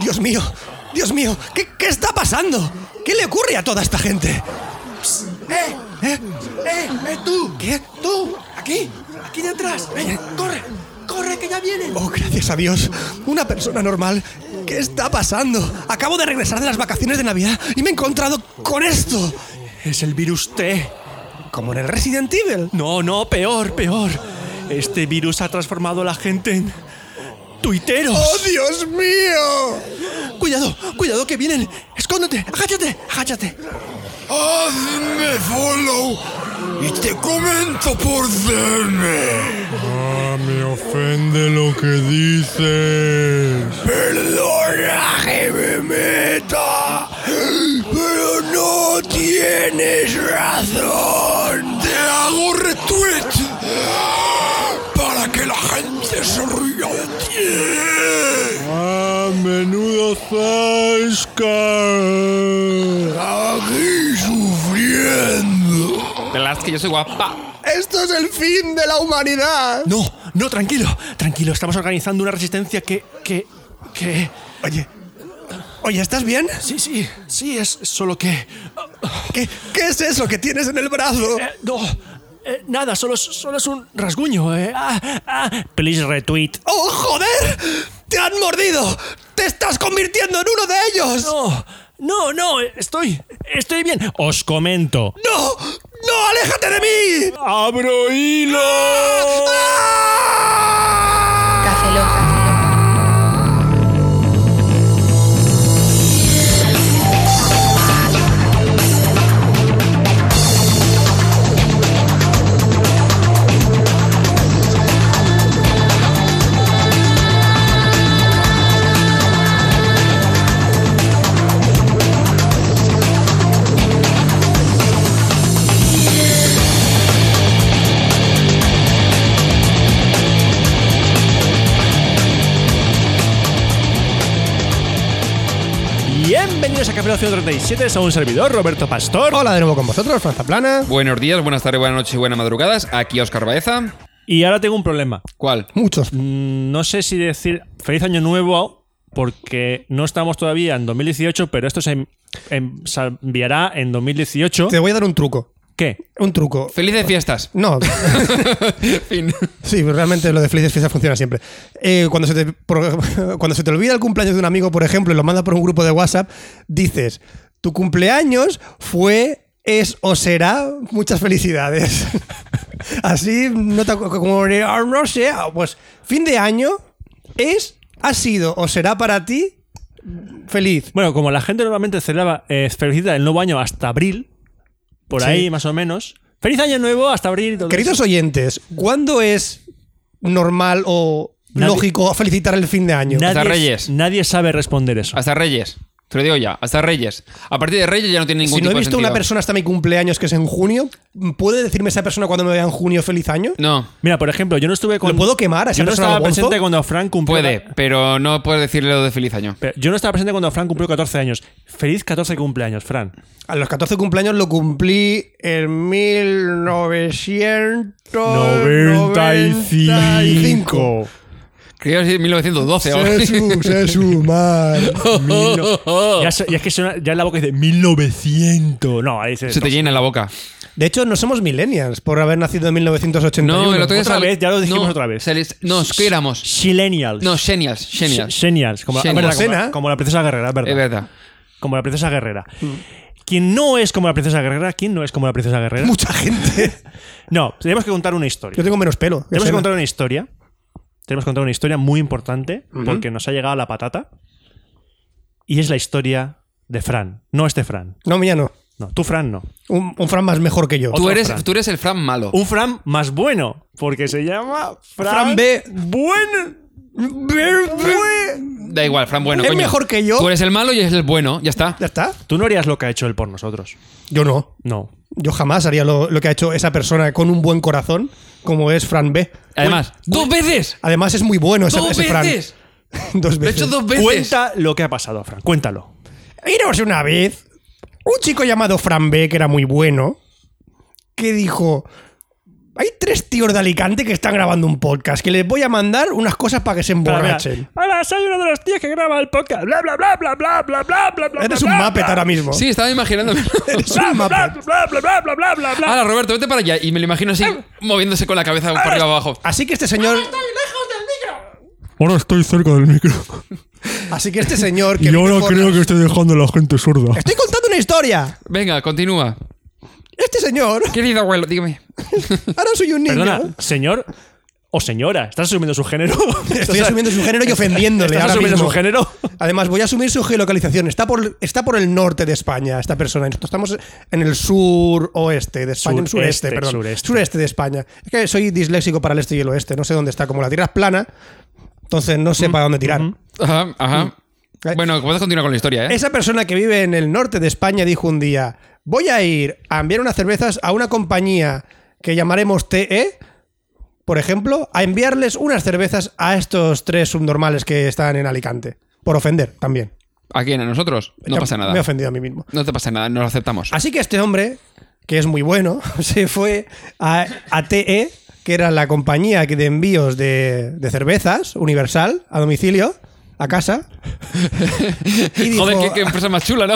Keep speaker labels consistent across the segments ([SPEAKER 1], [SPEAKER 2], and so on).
[SPEAKER 1] Dios mío, Dios mío, ¿qué, qué está pasando? ¿Qué le ocurre a toda esta gente?
[SPEAKER 2] ¡Eh!
[SPEAKER 1] ¿Eh?
[SPEAKER 2] ¡Eh! ¡Eh, tú!
[SPEAKER 1] ¿Qué?
[SPEAKER 2] ¡Tú! ¡Aquí! ¡Aquí detrás! ¡Ven! ¡Corre! ¡Corre, que ya vienen!
[SPEAKER 1] Oh, gracias a Dios. Una persona normal. ¿Qué está pasando? Acabo de regresar de las vacaciones de Navidad y me he encontrado con esto.
[SPEAKER 3] Es el virus T.
[SPEAKER 1] Como en el Resident Evil.
[SPEAKER 3] No, no, peor, peor. Este virus ha transformado a la gente en. tuiteros.
[SPEAKER 1] ¡Oh, Dios mío!
[SPEAKER 3] Cuidado, cuidado que vienen. Escóndete, agáchate, agáchate.
[SPEAKER 4] Hazme follow y te comento por DM.
[SPEAKER 5] Ah, me ofende lo que dices.
[SPEAKER 4] Perdona que me meta, pero no tienes razón. Te hago retweet para que la gente se ría de ti.
[SPEAKER 5] Ah, menudo zasca.
[SPEAKER 4] Aquí sufriendo.
[SPEAKER 6] Verás que yo soy guapa.
[SPEAKER 1] Esto es el fin de la humanidad.
[SPEAKER 3] No, no, tranquilo, tranquilo. Estamos organizando una resistencia que. que. que.
[SPEAKER 1] Oye. Oye, ¿estás bien?
[SPEAKER 3] Sí, sí, sí, es solo que.
[SPEAKER 1] ¿Qué, qué es eso que tienes en el brazo?
[SPEAKER 3] Eh, no, eh, nada, solo es, solo es un rasguño. eh. Ah, ah. Please retweet.
[SPEAKER 1] ¡Oh, joder! ¡Te han mordido! ¡Te estás convirtiendo en uno de ellos!
[SPEAKER 3] No, no, no, eh, estoy. estoy bien. Os comento.
[SPEAKER 1] ¡No! ¡No! ¡Aléjate de mí!
[SPEAKER 5] ¡Abro hilo!
[SPEAKER 7] Café Lock.
[SPEAKER 3] Bienvenidos a Café Lock 137, soy un servidor, Roberto Pastor.
[SPEAKER 1] Hola de nuevo con vosotros, Franza Plana.
[SPEAKER 6] Buenos días, buenas tardes, buenas noches y buenas madrugadas. Aquí Oscar Baeza.
[SPEAKER 3] Y ahora tengo un problema.
[SPEAKER 6] ¿Cuál?
[SPEAKER 1] Muchos.
[SPEAKER 3] Mm, No sé si decir feliz año nuevo porque no estamos todavía en 2018, pero esto se, en- en- se enviará en 2018.
[SPEAKER 1] Te voy a dar un truco.
[SPEAKER 3] ¿Qué?
[SPEAKER 1] Un truco.
[SPEAKER 6] Feliz de fiestas.
[SPEAKER 1] No,
[SPEAKER 6] fin.
[SPEAKER 1] sí, realmente lo de felices fiestas funciona siempre. Eh, cuando, se te, por- cuando se te olvida el cumpleaños de un amigo, por ejemplo, y lo manda por un grupo de WhatsApp, dices, tu cumpleaños fue, es o será muchas felicidades. Así, no te acu- como de, "Ah, no sé, ah, pues fin de año es, ha sido o será para ti feliz.
[SPEAKER 3] Bueno, como la gente normalmente celebra, eh, felicita el nuevo año hasta abril, por
[SPEAKER 1] Sí.
[SPEAKER 3] ahí más o menos. ¡Feliz año nuevo hasta abril! todo
[SPEAKER 1] Queridos
[SPEAKER 3] eso.
[SPEAKER 1] oyentes, ¿cuándo es normal o
[SPEAKER 3] Nadie-
[SPEAKER 1] lógico felicitar el fin de año?
[SPEAKER 3] nadie,
[SPEAKER 6] Hasta Reyes.
[SPEAKER 3] nadie sabe responder eso.
[SPEAKER 6] Hasta Reyes. Te lo digo ya, hasta Reyes. A partir de Reyes ya no tiene ningún
[SPEAKER 1] Si no he
[SPEAKER 6] tipo de
[SPEAKER 1] visto una
[SPEAKER 6] sentido.
[SPEAKER 1] persona hasta mi cumpleaños, que es en junio, ¿puede decirme esa persona cuando me vea en junio feliz año?
[SPEAKER 6] No,
[SPEAKER 3] Mira, por ejemplo, yo no estuve con.
[SPEAKER 1] ¿Lo puedo quemar a esa
[SPEAKER 3] Yo no
[SPEAKER 1] persona
[SPEAKER 3] estaba
[SPEAKER 1] lo gonzo?
[SPEAKER 3] presente cuando Frank cumplió.
[SPEAKER 6] puede, pero no puedes decirle lo de feliz año.
[SPEAKER 3] Pero yo no estaba presente cuando Fran cumplió 14 años. Feliz 14 cumpleaños, Fran.
[SPEAKER 1] A los 14 cumpleaños lo cumplí en Oh, 1995.
[SPEAKER 5] 95.
[SPEAKER 6] Creo que es 1912 ahora.
[SPEAKER 5] se sumar.
[SPEAKER 3] Ya, se- ya es que suena- ya en la boca dice 1900. No, ahí dice.
[SPEAKER 6] Se te llena la boca.
[SPEAKER 1] De hecho, no somos millennials por haber nacido en 1981.
[SPEAKER 6] No, el otro día
[SPEAKER 3] Otra
[SPEAKER 6] sal-
[SPEAKER 3] vez, ya lo dijimos
[SPEAKER 6] no,
[SPEAKER 3] otra vez.
[SPEAKER 6] sales- No, es que éramos.
[SPEAKER 3] Silenials.
[SPEAKER 6] No, genials, genials.
[SPEAKER 3] Genials, como,
[SPEAKER 6] Genials.
[SPEAKER 3] verdad, como la-
[SPEAKER 1] Sena.
[SPEAKER 3] como la princesa guerrera, es verdad.
[SPEAKER 6] Es verdad.
[SPEAKER 3] Como la princesa guerrera.
[SPEAKER 1] Mm.
[SPEAKER 3] Quien no es como la princesa guerrera, ¿quién no es como la princesa guerrera?
[SPEAKER 1] Mucha gente.
[SPEAKER 3] No, tenemos que contar una
[SPEAKER 1] Yo
[SPEAKER 3] historia.
[SPEAKER 1] tengo menos pelo.
[SPEAKER 3] Tenemos que
[SPEAKER 1] Escena.
[SPEAKER 3] contar una historia. Tenemos que contar una historia muy importante porque nos ha llegado la patata. Y es la historia de Fran. No este Fran.
[SPEAKER 1] No, mía no.
[SPEAKER 3] No, tú Fran no.
[SPEAKER 1] Un, un Fran más mejor que yo.
[SPEAKER 6] Tú
[SPEAKER 3] Otro
[SPEAKER 6] eres,
[SPEAKER 3] Fran.
[SPEAKER 6] tú eres el Fran malo.
[SPEAKER 3] Un Fran más bueno porque se llama Fran,
[SPEAKER 1] Fran B.
[SPEAKER 3] Bueno.
[SPEAKER 6] Da igual, Fran bueno.
[SPEAKER 1] Es
[SPEAKER 6] coño.
[SPEAKER 1] mejor que yo.
[SPEAKER 6] Tú eres el malo y es el bueno, ya está.
[SPEAKER 1] ¿Ya está?
[SPEAKER 3] Tú no harías lo que ha hecho él por nosotros.
[SPEAKER 1] Yo no.
[SPEAKER 3] No.
[SPEAKER 1] Yo jamás haría lo, lo que ha hecho esa persona con un buen corazón, como es Fran B.
[SPEAKER 6] Además, dos veces.
[SPEAKER 1] Además, es muy bueno ese,
[SPEAKER 6] Dos
[SPEAKER 1] ese Fran.
[SPEAKER 6] veces.
[SPEAKER 1] dos
[SPEAKER 6] Lo he
[SPEAKER 1] veces.
[SPEAKER 6] hecho dos veces.
[SPEAKER 3] Cuenta lo que ha pasado, Fran. Cuéntalo.
[SPEAKER 1] Iros una vez, un chico llamado Fran B, que era muy bueno, que dijo: Hay tres tíos de Alicante que están grabando un podcast, que les voy a mandar unas cosas para que se
[SPEAKER 3] Pero mira,
[SPEAKER 1] emborrachen.
[SPEAKER 3] Hola, soy uno de los tíos que graba el podcast. Bla, bla, bla, bla, bla, bla, bla, bla, bla.
[SPEAKER 1] Eres
[SPEAKER 3] bla,
[SPEAKER 1] un
[SPEAKER 3] bla,
[SPEAKER 1] Muppet
[SPEAKER 3] bla,
[SPEAKER 1] ahora mismo.
[SPEAKER 6] Sí, estaba imaginándome.
[SPEAKER 1] Eres
[SPEAKER 3] Bla,
[SPEAKER 1] un
[SPEAKER 3] bla, bla,
[SPEAKER 1] Muppet.
[SPEAKER 3] bla, bla, bla, bla, bla, bla, bla.
[SPEAKER 6] Ahora, Roberto, vete para allá. Y me lo imagino así, moviéndose con la cabeza para arriba abajo.
[SPEAKER 1] Así que este señor,
[SPEAKER 5] Ahora estoy cerca del micro.
[SPEAKER 1] así que este señor que
[SPEAKER 5] Y
[SPEAKER 1] vive
[SPEAKER 5] ahora
[SPEAKER 1] por-
[SPEAKER 5] creo que estoy dejando a la gente sorda.
[SPEAKER 1] Estoy contando una historia.
[SPEAKER 6] Venga, continúa.
[SPEAKER 1] Este señor,
[SPEAKER 6] Querido abuelo, dígame.
[SPEAKER 1] ahora soy un niño.
[SPEAKER 3] Perdona, señor o señora, ¿estás asumiendo su género?
[SPEAKER 1] Estoy asumiendo su género y ofendiéndole
[SPEAKER 3] ¿Estás
[SPEAKER 1] ahora
[SPEAKER 3] asumiendo
[SPEAKER 1] mismo.
[SPEAKER 3] su género?
[SPEAKER 1] Además, voy a asumir su geolocalización. Está por, está por el norte de España, esta persona. Nosotros Estamos en el sur oeste de España. en
[SPEAKER 3] Sureste,
[SPEAKER 1] sureste, perdón.
[SPEAKER 3] sureste.
[SPEAKER 1] Sureste. de España. Es que soy disléxico para el este y el oeste. No sé dónde está. Como la tierra es plana, entonces no sé para dónde tirar.
[SPEAKER 6] Ajá, ajá.
[SPEAKER 1] Eh.
[SPEAKER 6] Bueno, puedes continuar con la historia, ¿eh?
[SPEAKER 1] Esa persona que vive en el norte de España dijo un día: Voy a ir a enviar unas cervezas a una compañía que llamaremos TE, por ejemplo, a enviarles unas cervezas a estos tres subnormales que están en Alicante. Por ofender también.
[SPEAKER 6] ¿A quién? ¿A nosotros? No
[SPEAKER 1] Ya
[SPEAKER 6] pasa
[SPEAKER 1] Me he
[SPEAKER 6] nada.
[SPEAKER 1] ofendido a mí mismo.
[SPEAKER 6] No te pasa nada, nos lo aceptamos.
[SPEAKER 1] Así que este hombre, que es muy bueno, se fue a, a TE, que era la compañía que- de envíos de, de cervezas universal a domicilio, a casa. Y dijo,
[SPEAKER 6] Joder, qué, qué empresa más chula, ¿no?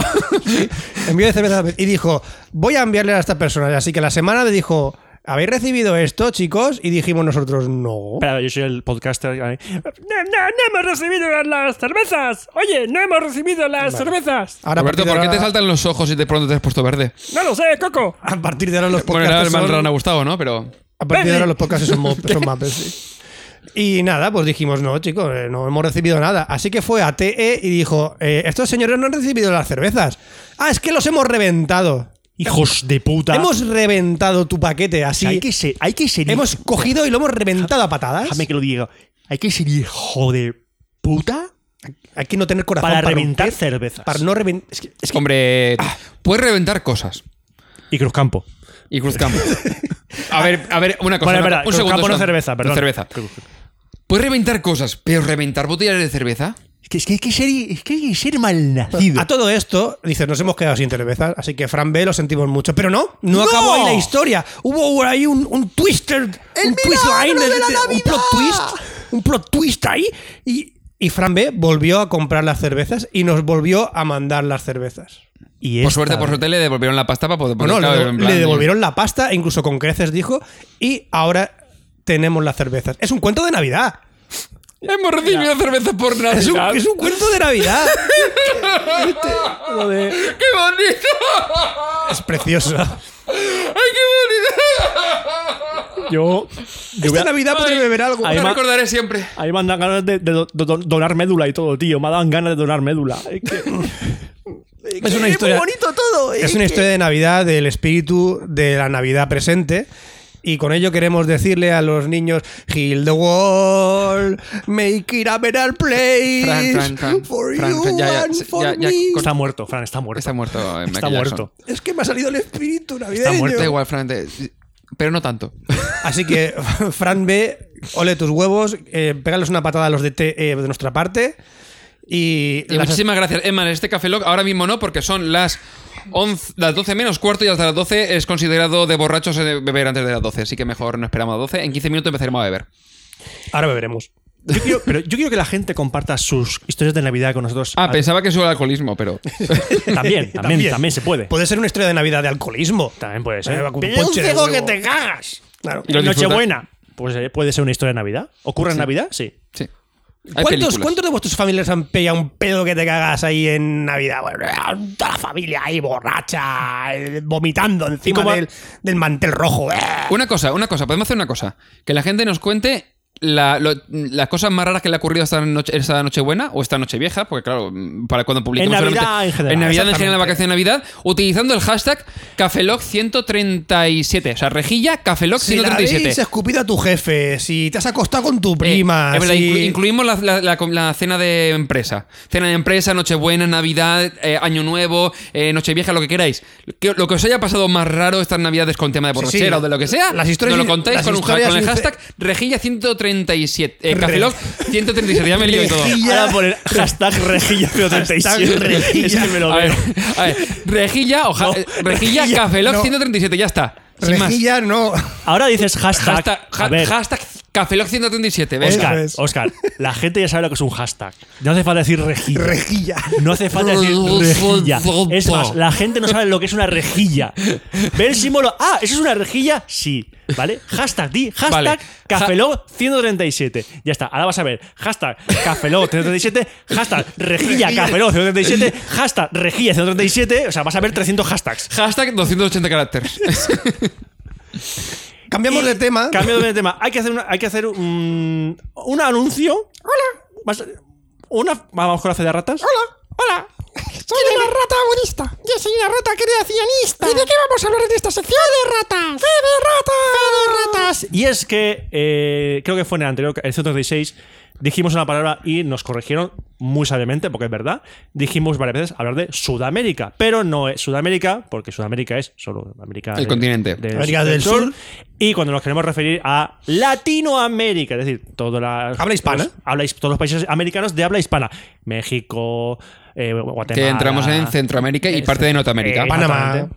[SPEAKER 1] envío de cervezas a domicilio. y dijo, voy a enviarle a estas personas. Así que la semana le dijo, ¿habéis recibido esto, chicos? Y dijimos nosotros, no.
[SPEAKER 3] Espera, yo soy el podcaster. No, no, no hemos recibido las- las cervezas. Oye, no hemos recibido las cervezas.
[SPEAKER 1] Ahora, a
[SPEAKER 6] Roberto,
[SPEAKER 1] partir de
[SPEAKER 6] ¿por qué te
[SPEAKER 1] ahora-
[SPEAKER 6] saltan los ojos y de pronto te has puesto verde?
[SPEAKER 3] No lo sé, Coco.
[SPEAKER 1] A partir de ahora los
[SPEAKER 6] Bueno,
[SPEAKER 1] podcasts
[SPEAKER 6] era el mal
[SPEAKER 1] son-
[SPEAKER 6] rana Gustavo, ¿no? Pero.
[SPEAKER 1] A partir de ahora los podcasts son, mo- son mapes, sí. Y nada, pues dijimos, no, chicos, eh, no hemos recibido nada. Así que fue a TE y dijo, eh, estos señores no han recibido las cervezas. Ah, es que los hemos reventado.
[SPEAKER 3] Hijos de puta.
[SPEAKER 1] Hemos reventado tu paquete así.
[SPEAKER 3] hay, que ser, hay que ser.
[SPEAKER 1] Hemos cogido y lo hemos reventado a patadas.
[SPEAKER 3] Déjame que lo diga. Hay que ser hijo de puta
[SPEAKER 1] Hay que no tener corazón
[SPEAKER 3] para, reventar
[SPEAKER 1] romper,
[SPEAKER 3] cervezas.
[SPEAKER 1] Para no reventar. Es que, Ah. es que-
[SPEAKER 6] Hombre, puedes reventar cosas.
[SPEAKER 3] Y Cruzcampo.
[SPEAKER 6] Y Cruzcampo. A ver, a ver, una cosa.
[SPEAKER 3] Bueno, espera,
[SPEAKER 6] una- un
[SPEAKER 3] Cruzcampo
[SPEAKER 6] segundo.
[SPEAKER 3] no
[SPEAKER 6] Sam.
[SPEAKER 3] cerveza, perdón.
[SPEAKER 6] Cerveza. Puedes reventar cosas, pero reventar botellas de cerveza.
[SPEAKER 3] Es que, es que hay que ser, es que hay que ser malnacido.
[SPEAKER 1] a todo esto, dices, nos hemos quedado sin cervezas, así que Fran B lo sentimos mucho. Pero no, no, acabó ahí la historia. Hubo ahí un, un twister, un twist ahí de- de- un plot twist, un plot twist ahí. Y, y Fran B volvió a comprar las cervezas y nos volvió a mandar las cervezas.
[SPEAKER 3] Y
[SPEAKER 6] Por
[SPEAKER 3] esta
[SPEAKER 6] suerte, por
[SPEAKER 3] vez-
[SPEAKER 6] suerte le devolvieron la pasta para poder
[SPEAKER 1] Bueno,
[SPEAKER 6] poner-
[SPEAKER 1] le,
[SPEAKER 6] claro, en plan,
[SPEAKER 1] le devolvieron la pasta, incluso con creces dijo, y ahora tenemos las cervezas. Es un cuento de Navidad.
[SPEAKER 6] Hemos recibido cerveza por
[SPEAKER 1] Es un,
[SPEAKER 6] Navidad.
[SPEAKER 1] es un cuento de Navidad.
[SPEAKER 6] ¡Qué bonito!
[SPEAKER 1] es precioso.
[SPEAKER 6] ¡Ay, qué
[SPEAKER 3] Yo. yo voy
[SPEAKER 1] Esta
[SPEAKER 3] a-
[SPEAKER 1] Navidad podré beber algo.
[SPEAKER 3] Ahí
[SPEAKER 6] bonito! Lo
[SPEAKER 3] va.
[SPEAKER 6] recordaré siempre.
[SPEAKER 3] Ahí me han dado ganas de, de do- do- donar médula y todo, tío. Me han dado ganas de donar médula. Es que-
[SPEAKER 1] Es una historia. bonito todo. Es una historia de Navidad, del espíritu de la Navidad presente. Y con ello queremos decirle a los niños: Heal the wall, make it a better place.
[SPEAKER 6] Fran, Fran, Fran.
[SPEAKER 1] for
[SPEAKER 6] Fran,
[SPEAKER 1] you
[SPEAKER 6] Fran, ya, ya,
[SPEAKER 1] and
[SPEAKER 6] ya,
[SPEAKER 1] for
[SPEAKER 6] ya,
[SPEAKER 1] me.
[SPEAKER 3] está muerto, Fran, está muerto.
[SPEAKER 6] Está muerto. eh,
[SPEAKER 3] Está
[SPEAKER 6] Michael Jackson.
[SPEAKER 3] muerto.
[SPEAKER 1] Es que me ha salido el espíritu navideño.
[SPEAKER 6] Da igual, Fran. te- Pero no tanto.
[SPEAKER 1] Así que, Fran B, ole tus huevos, eh, pégales una patada a los de, T, eh, de nuestra parte. Y,
[SPEAKER 6] Y
[SPEAKER 1] las-
[SPEAKER 6] muchísimas gracias, Emma. En este Café Lock ahora mismo no, porque son las 11, las 12 menos cuarto y hasta las 12 es considerado de borrachos eh, beber antes de las 12. Así que mejor no esperamos a las 12. En 15 minutos empezaremos a beber.
[SPEAKER 1] ahora beberemos.
[SPEAKER 3] Yo quiero, pero yo quiero que la gente comparta sus historias de Navidad con nosotros.
[SPEAKER 6] Ah,
[SPEAKER 3] Al-
[SPEAKER 6] pensaba que eso era el alcoholismo, pero.
[SPEAKER 3] también, también, también, Pues se puede.
[SPEAKER 1] Puede ser una historia de Navidad de alcoholismo.
[SPEAKER 3] También puede
[SPEAKER 1] Eh,
[SPEAKER 3] ser.
[SPEAKER 1] con un ponche de huevo.
[SPEAKER 3] cagas.
[SPEAKER 1] Claro.
[SPEAKER 6] Y lo disfruta.
[SPEAKER 3] Nochebuena. Pues eh, puede ser una historia de Navidad. ¿Ocurre en Navidad? Sí.
[SPEAKER 6] Sí. Hay
[SPEAKER 1] ¿Cuántos,
[SPEAKER 6] películas.
[SPEAKER 1] cuántos de vuestros familiares han pillado un pedo que te cagas ahí en Navidad? Bueno, toda la familia ahí borracha, eh, vomitando encima
[SPEAKER 3] cómo-
[SPEAKER 1] del, del mantel rojo. eh.
[SPEAKER 6] Una cosa, una cosa. Podemos hacer una cosa. Que la gente nos cuente la- lo- las cosas más raras que le ha ocurrido esta noche, esta noche buena o esta noche vieja, porque claro, para cuando publiquemos.
[SPEAKER 3] En Navidad
[SPEAKER 6] solamente-
[SPEAKER 3] en general,
[SPEAKER 6] En Navidad, en
[SPEAKER 1] exactamente.
[SPEAKER 6] general, la vacación de Navidad, utilizando el hashtag CafeLock137. O sea, rejilla
[SPEAKER 1] Si la
[SPEAKER 6] CafeLock137.
[SPEAKER 1] habéis escupido a tu jefe, si te has acostado con tu
[SPEAKER 6] Eh,
[SPEAKER 1] prima,
[SPEAKER 6] es verdad,
[SPEAKER 1] si-
[SPEAKER 6] inclu- incluimos la, la- la- la cena de empresa. Cena de empresa, Nochebuena, Navidad, eh, Año Nuevo, eh, Nochevieja, lo que queráis. Que- lo que os haya pasado más raro estas Navidades con tema de
[SPEAKER 1] Sí, sí,
[SPEAKER 6] borrachera o de lo que sea,
[SPEAKER 1] las historias-
[SPEAKER 6] nos lo contáis
[SPEAKER 1] las
[SPEAKER 6] con, un ha-
[SPEAKER 1] historias
[SPEAKER 6] con el
[SPEAKER 1] ince-
[SPEAKER 6] hashtag Rejilla137. Eh,
[SPEAKER 1] Re-
[SPEAKER 6] Cafeloc 137. Ya me lío y todo.
[SPEAKER 1] Rejilla.
[SPEAKER 3] Ahora poner hashtag rejilla 37.
[SPEAKER 1] Hashtag rejilla.
[SPEAKER 3] Es que me lo
[SPEAKER 6] A ver,
[SPEAKER 3] veo.
[SPEAKER 6] a ver, Rejilla, o ja-
[SPEAKER 3] No,
[SPEAKER 6] eh, Rejilla,
[SPEAKER 3] rejilla,
[SPEAKER 6] Cafeloc
[SPEAKER 1] no.
[SPEAKER 6] 137, ya está. Sin más.
[SPEAKER 1] Rejilla no.
[SPEAKER 3] Ahora dices hashtag.
[SPEAKER 6] Hashtag,
[SPEAKER 3] a ver,
[SPEAKER 6] Cafelog 137, venga.
[SPEAKER 3] Oscar,
[SPEAKER 1] Eso es.
[SPEAKER 3] Oscar, la gente ya sabe lo que es un hashtag. No hace falta decir rejilla.
[SPEAKER 1] Rejilla.
[SPEAKER 3] No hace falta decir rejilla. Es más, la gente no sabe lo que es una rejilla. Ve el símbolo. Ah, ¿eso es una rejilla? Sí. ¿Vale? Hashtag, di. Hashtag
[SPEAKER 6] Vale.
[SPEAKER 3] Cafelog 137. Ya está. Ahora vas a ver. Hashtag Cafelog 137. Hashtag rejilla Cafelog 137. Hashtag rejilla 137. O sea, vas a ver 300 hashtags.
[SPEAKER 6] Hashtag 280 caracteres.
[SPEAKER 1] Cambiamos de tema.
[SPEAKER 3] Cambiando de tema, hay que hacer, una- hay que hacer un, un anuncio. Hola. una, vamos con la fe de ratas. Hola. Hola.
[SPEAKER 8] Soy una rata budista. Yo soy una rata creacionista. ¿Y de qué vamos a hablar en esta sección? ¡Fe de ratas! ¡Fe de ratas! ¡Fe de ratas!
[SPEAKER 3] Y es que, eh, creo que fue en el anterior, el 136, dijimos una palabra y nos corrigieron muy sabiamente, porque es verdad. Dijimos varias veces hablar de Sudamérica, pero no es Sudamérica, porque Sudamérica es solo América.
[SPEAKER 6] El continente.
[SPEAKER 1] América del Sur.
[SPEAKER 3] Y cuando nos queremos referir a Latinoamérica, es decir, toda la.
[SPEAKER 1] Habla hispana.
[SPEAKER 3] los- habla his- todos los países americanos de habla hispana. México, eh, Guatemala.
[SPEAKER 6] que entramos en Centroamérica y parte de Norteamérica.
[SPEAKER 3] Eh,
[SPEAKER 1] Panamá.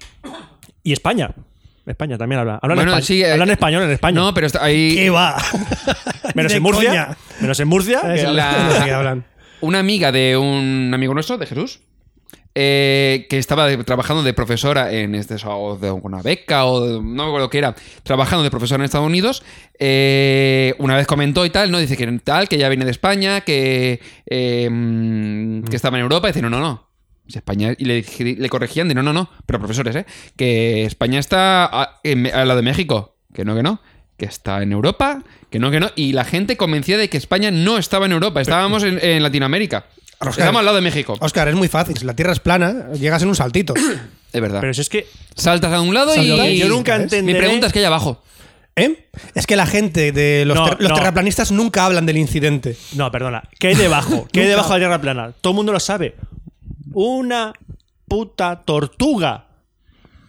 [SPEAKER 3] Y España. España también habla. Hablan,
[SPEAKER 6] Bueno,
[SPEAKER 3] espa-
[SPEAKER 6] sí, eh,
[SPEAKER 3] hablan español en España.
[SPEAKER 6] No, pero está ahí.
[SPEAKER 1] ¿Qué va?
[SPEAKER 3] menos
[SPEAKER 1] Ni de
[SPEAKER 3] en Murcia.
[SPEAKER 1] coña.
[SPEAKER 3] Menos en Murcia. que-
[SPEAKER 6] la-
[SPEAKER 1] No sé qué hablan.
[SPEAKER 6] una amiga de un amigo nuestro, de Jesús, eh, que estaba de- trabajando de profesora en este, o de una beca o de- no me acuerdo qué era, trabajando de profesora en Estados Unidos, eh, una vez comentó y tal, no dice que tal, que ya viene de España, que, eh, mm, que estaba en Europa, y dice, no, no, no. es España, y le, dije- le corregían de no, no, no, pero profesores, ¿eh? Que España está a- en- al lado de México, que no, que no, que está en Europa, que no, que no, y la gente convencida de que España no estaba en Europa, estábamos en, en Latinoamérica.
[SPEAKER 1] Oscar.
[SPEAKER 6] Estábamos al lado de México.
[SPEAKER 1] Oscar, es muy fácil. Si la tierra es plana, llegas en un saltito.
[SPEAKER 6] Es verdad.
[SPEAKER 3] Pero si es que
[SPEAKER 6] Saltas a un lado
[SPEAKER 1] Saltas.
[SPEAKER 6] y.
[SPEAKER 3] yo nunca entenderé.
[SPEAKER 6] Mi pregunta es que hay abajo.
[SPEAKER 1] ¿Eh? Es que la gente de los,
[SPEAKER 3] No,
[SPEAKER 1] ter- los
[SPEAKER 3] no.
[SPEAKER 1] terraplanistas nunca hablan del incidente.
[SPEAKER 3] No, perdona. ¿Qué hay debajo? ¿Qué hay
[SPEAKER 1] Nunca.
[SPEAKER 3] debajo de la tierra plana? Todo el mundo lo sabe. Una puta tortuga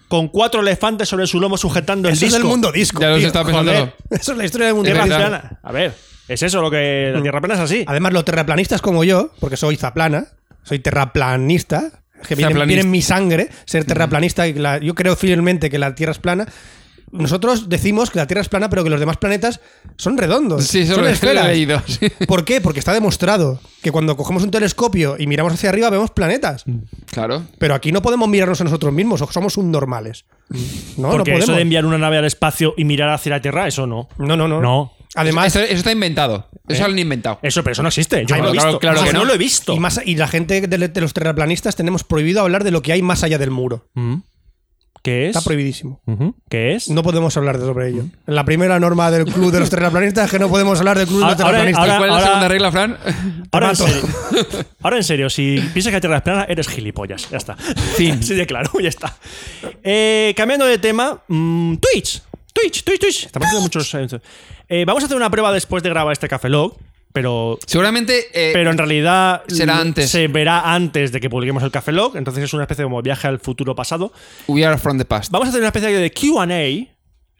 [SPEAKER 3] con cuatro elefantes sobre su lomo sujetando el
[SPEAKER 1] Eso
[SPEAKER 3] disco.
[SPEAKER 1] es del mundo disco.
[SPEAKER 6] Ya los
[SPEAKER 1] tío.
[SPEAKER 6] estaba pensando.
[SPEAKER 1] Joder. Eso es la historia del mundo
[SPEAKER 6] Es
[SPEAKER 3] Tierra
[SPEAKER 1] disco.
[SPEAKER 6] verdad.
[SPEAKER 3] plana. A ver, es eso lo que
[SPEAKER 1] Mm.
[SPEAKER 3] la tierra plana es así.
[SPEAKER 1] Además, los terraplanistas como yo, porque soy zaplana, soy terraplanista, es que viene,
[SPEAKER 6] Terraplanista.
[SPEAKER 1] viene en mi sangre ser terraplanista. y la- yo creo fielmente que la Tierra es plana. Nosotros decimos que la Tierra es plana, pero que los demás planetas son redondos.
[SPEAKER 6] Sí, eso
[SPEAKER 1] son
[SPEAKER 6] lo he
[SPEAKER 1] esferas.
[SPEAKER 6] leído, sí.
[SPEAKER 1] ¿Por qué? Porque está demostrado que cuando cogemos un telescopio y miramos hacia arriba vemos planetas.
[SPEAKER 3] Mm.
[SPEAKER 6] Claro.
[SPEAKER 1] Pero aquí no podemos mirarnos a nosotros mismos, o somos subnormales. No, no
[SPEAKER 3] Porque
[SPEAKER 1] podemos.
[SPEAKER 3] eso de enviar una nave al espacio y mirar hacia la tierra, eso no.
[SPEAKER 1] No, no, no.
[SPEAKER 3] No.
[SPEAKER 1] Además,
[SPEAKER 6] eso, eso Ah, está inventado. Eso
[SPEAKER 3] Eh,
[SPEAKER 6] lo han inventado.
[SPEAKER 3] Eso, pero eso no existe. Yo
[SPEAKER 1] Ay,
[SPEAKER 3] no lo he
[SPEAKER 1] claro,
[SPEAKER 3] visto.
[SPEAKER 6] claro
[SPEAKER 3] Eso
[SPEAKER 6] que no.
[SPEAKER 3] lo he visto.
[SPEAKER 1] Y, más, y la gente de, de los terraplanistas tenemos prohibido hablar de lo que hay más allá del muro.
[SPEAKER 3] Mm. ¿Qué es?
[SPEAKER 1] Está prohibidísimo.
[SPEAKER 3] Ujú. ¿Qué es?
[SPEAKER 1] No podemos hablar de sobre
[SPEAKER 3] Mm.
[SPEAKER 1] ello. La primera norma del club de los terraplanistas es que no podemos hablar del club de los
[SPEAKER 3] Ahora- ahora-
[SPEAKER 1] terraplanistas.
[SPEAKER 6] ¿Y cuál es
[SPEAKER 3] ahora-
[SPEAKER 6] la segunda regla, Fran?
[SPEAKER 3] Ahora en,
[SPEAKER 1] mato.
[SPEAKER 3] serio, ahora en serio, si piensas que la Tierra es plana, eres gilipollas. Ya está. Fin. Sí, de claro, ya está. Eh, cambiando de tema, mm, Twitch. Twitch, Twitch, Twitch. Estamos haciendo muchos. Eh, vamos a hacer una prueba después de grabar este café log, pero.
[SPEAKER 6] Seguramente. eh,
[SPEAKER 3] Pero en realidad
[SPEAKER 6] será
[SPEAKER 3] mm,
[SPEAKER 6] antes.
[SPEAKER 3] se verá antes de que publiquemos el Café Log, entonces es una especie de como viaje al futuro pasado.
[SPEAKER 6] We are from the past.
[SPEAKER 3] Vamos a hacer una especie de QA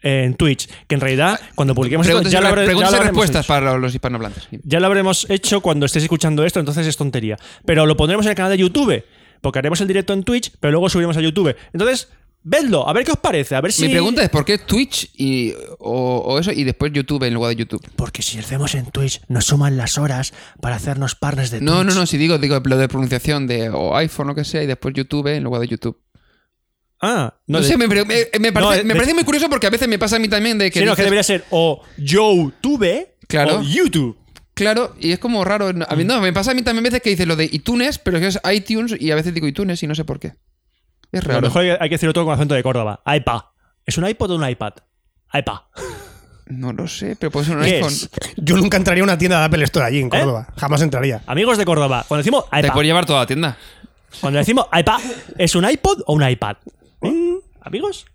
[SPEAKER 3] en Twitch, que en realidad cuando publiquemos esto
[SPEAKER 6] Preguntas,
[SPEAKER 3] ya
[SPEAKER 6] y
[SPEAKER 3] lo
[SPEAKER 6] re-
[SPEAKER 3] habré- ya
[SPEAKER 6] preguntas
[SPEAKER 3] lo
[SPEAKER 6] y
[SPEAKER 3] habremos
[SPEAKER 6] respuestas
[SPEAKER 3] hecho.
[SPEAKER 6] para los hispanohablantes.
[SPEAKER 3] Ya lo habremos hecho cuando estéis escuchando esto, entonces es tontería. Pero lo pondremos en el canal de YouTube, porque haremos el directo en Twitch, pero luego subiremos a YouTube. Entonces, vedlo, a ver qué os parece, a ver si...
[SPEAKER 6] Mi pregunta es: ¿por qué Twitch y, o, o eso y después YouTube en lugar de YouTube?
[SPEAKER 3] Porque si hacemos en Twitch, nos suman las horas para hacernos partners de
[SPEAKER 6] No,
[SPEAKER 3] Twitch.
[SPEAKER 6] no, no, si digo, digo lo de pronunciación de o iPhone o que sea y después YouTube en lugar de YouTube.
[SPEAKER 3] Ah,
[SPEAKER 6] No,
[SPEAKER 3] no, de-
[SPEAKER 6] sé, me, pre- me- me
[SPEAKER 3] No,
[SPEAKER 6] parece,
[SPEAKER 3] de-
[SPEAKER 6] me
[SPEAKER 3] de-
[SPEAKER 6] parece muy curioso porque a veces me pasa a mí también de que.
[SPEAKER 3] Sí, no, que
[SPEAKER 6] dices-
[SPEAKER 3] debería ser o YouTube
[SPEAKER 6] Claro.
[SPEAKER 3] o YouTube.
[SPEAKER 6] Claro, y es como raro. No,
[SPEAKER 3] Mm.
[SPEAKER 6] a mí- no, me pasa a mí también veces que dices lo de iTunes, pero que es iTunes y a veces digo iTunes y no sé por qué. Es
[SPEAKER 3] A lo
[SPEAKER 6] raro.
[SPEAKER 3] mejor hay hay que decirlo todo con acento de Córdoba. iPad. ¿Es un iPod o un iPad? iPad.
[SPEAKER 6] No lo sé, pero puede ser un
[SPEAKER 3] ¿Qué
[SPEAKER 6] iPhone.
[SPEAKER 3] es?
[SPEAKER 1] Yo nunca entraría a una tienda de Apple Store
[SPEAKER 3] ¿Eh?
[SPEAKER 1] allí en Córdoba. Jamás entraría.
[SPEAKER 3] Amigos de Córdoba, cuando decimos
[SPEAKER 6] Te
[SPEAKER 3] iPad,
[SPEAKER 6] puedes llevar toda la tienda.
[SPEAKER 3] Cuando decimos iPad, ¿es un iPod o un iPad?
[SPEAKER 6] Mm.
[SPEAKER 3] ¿Eh? Amigos.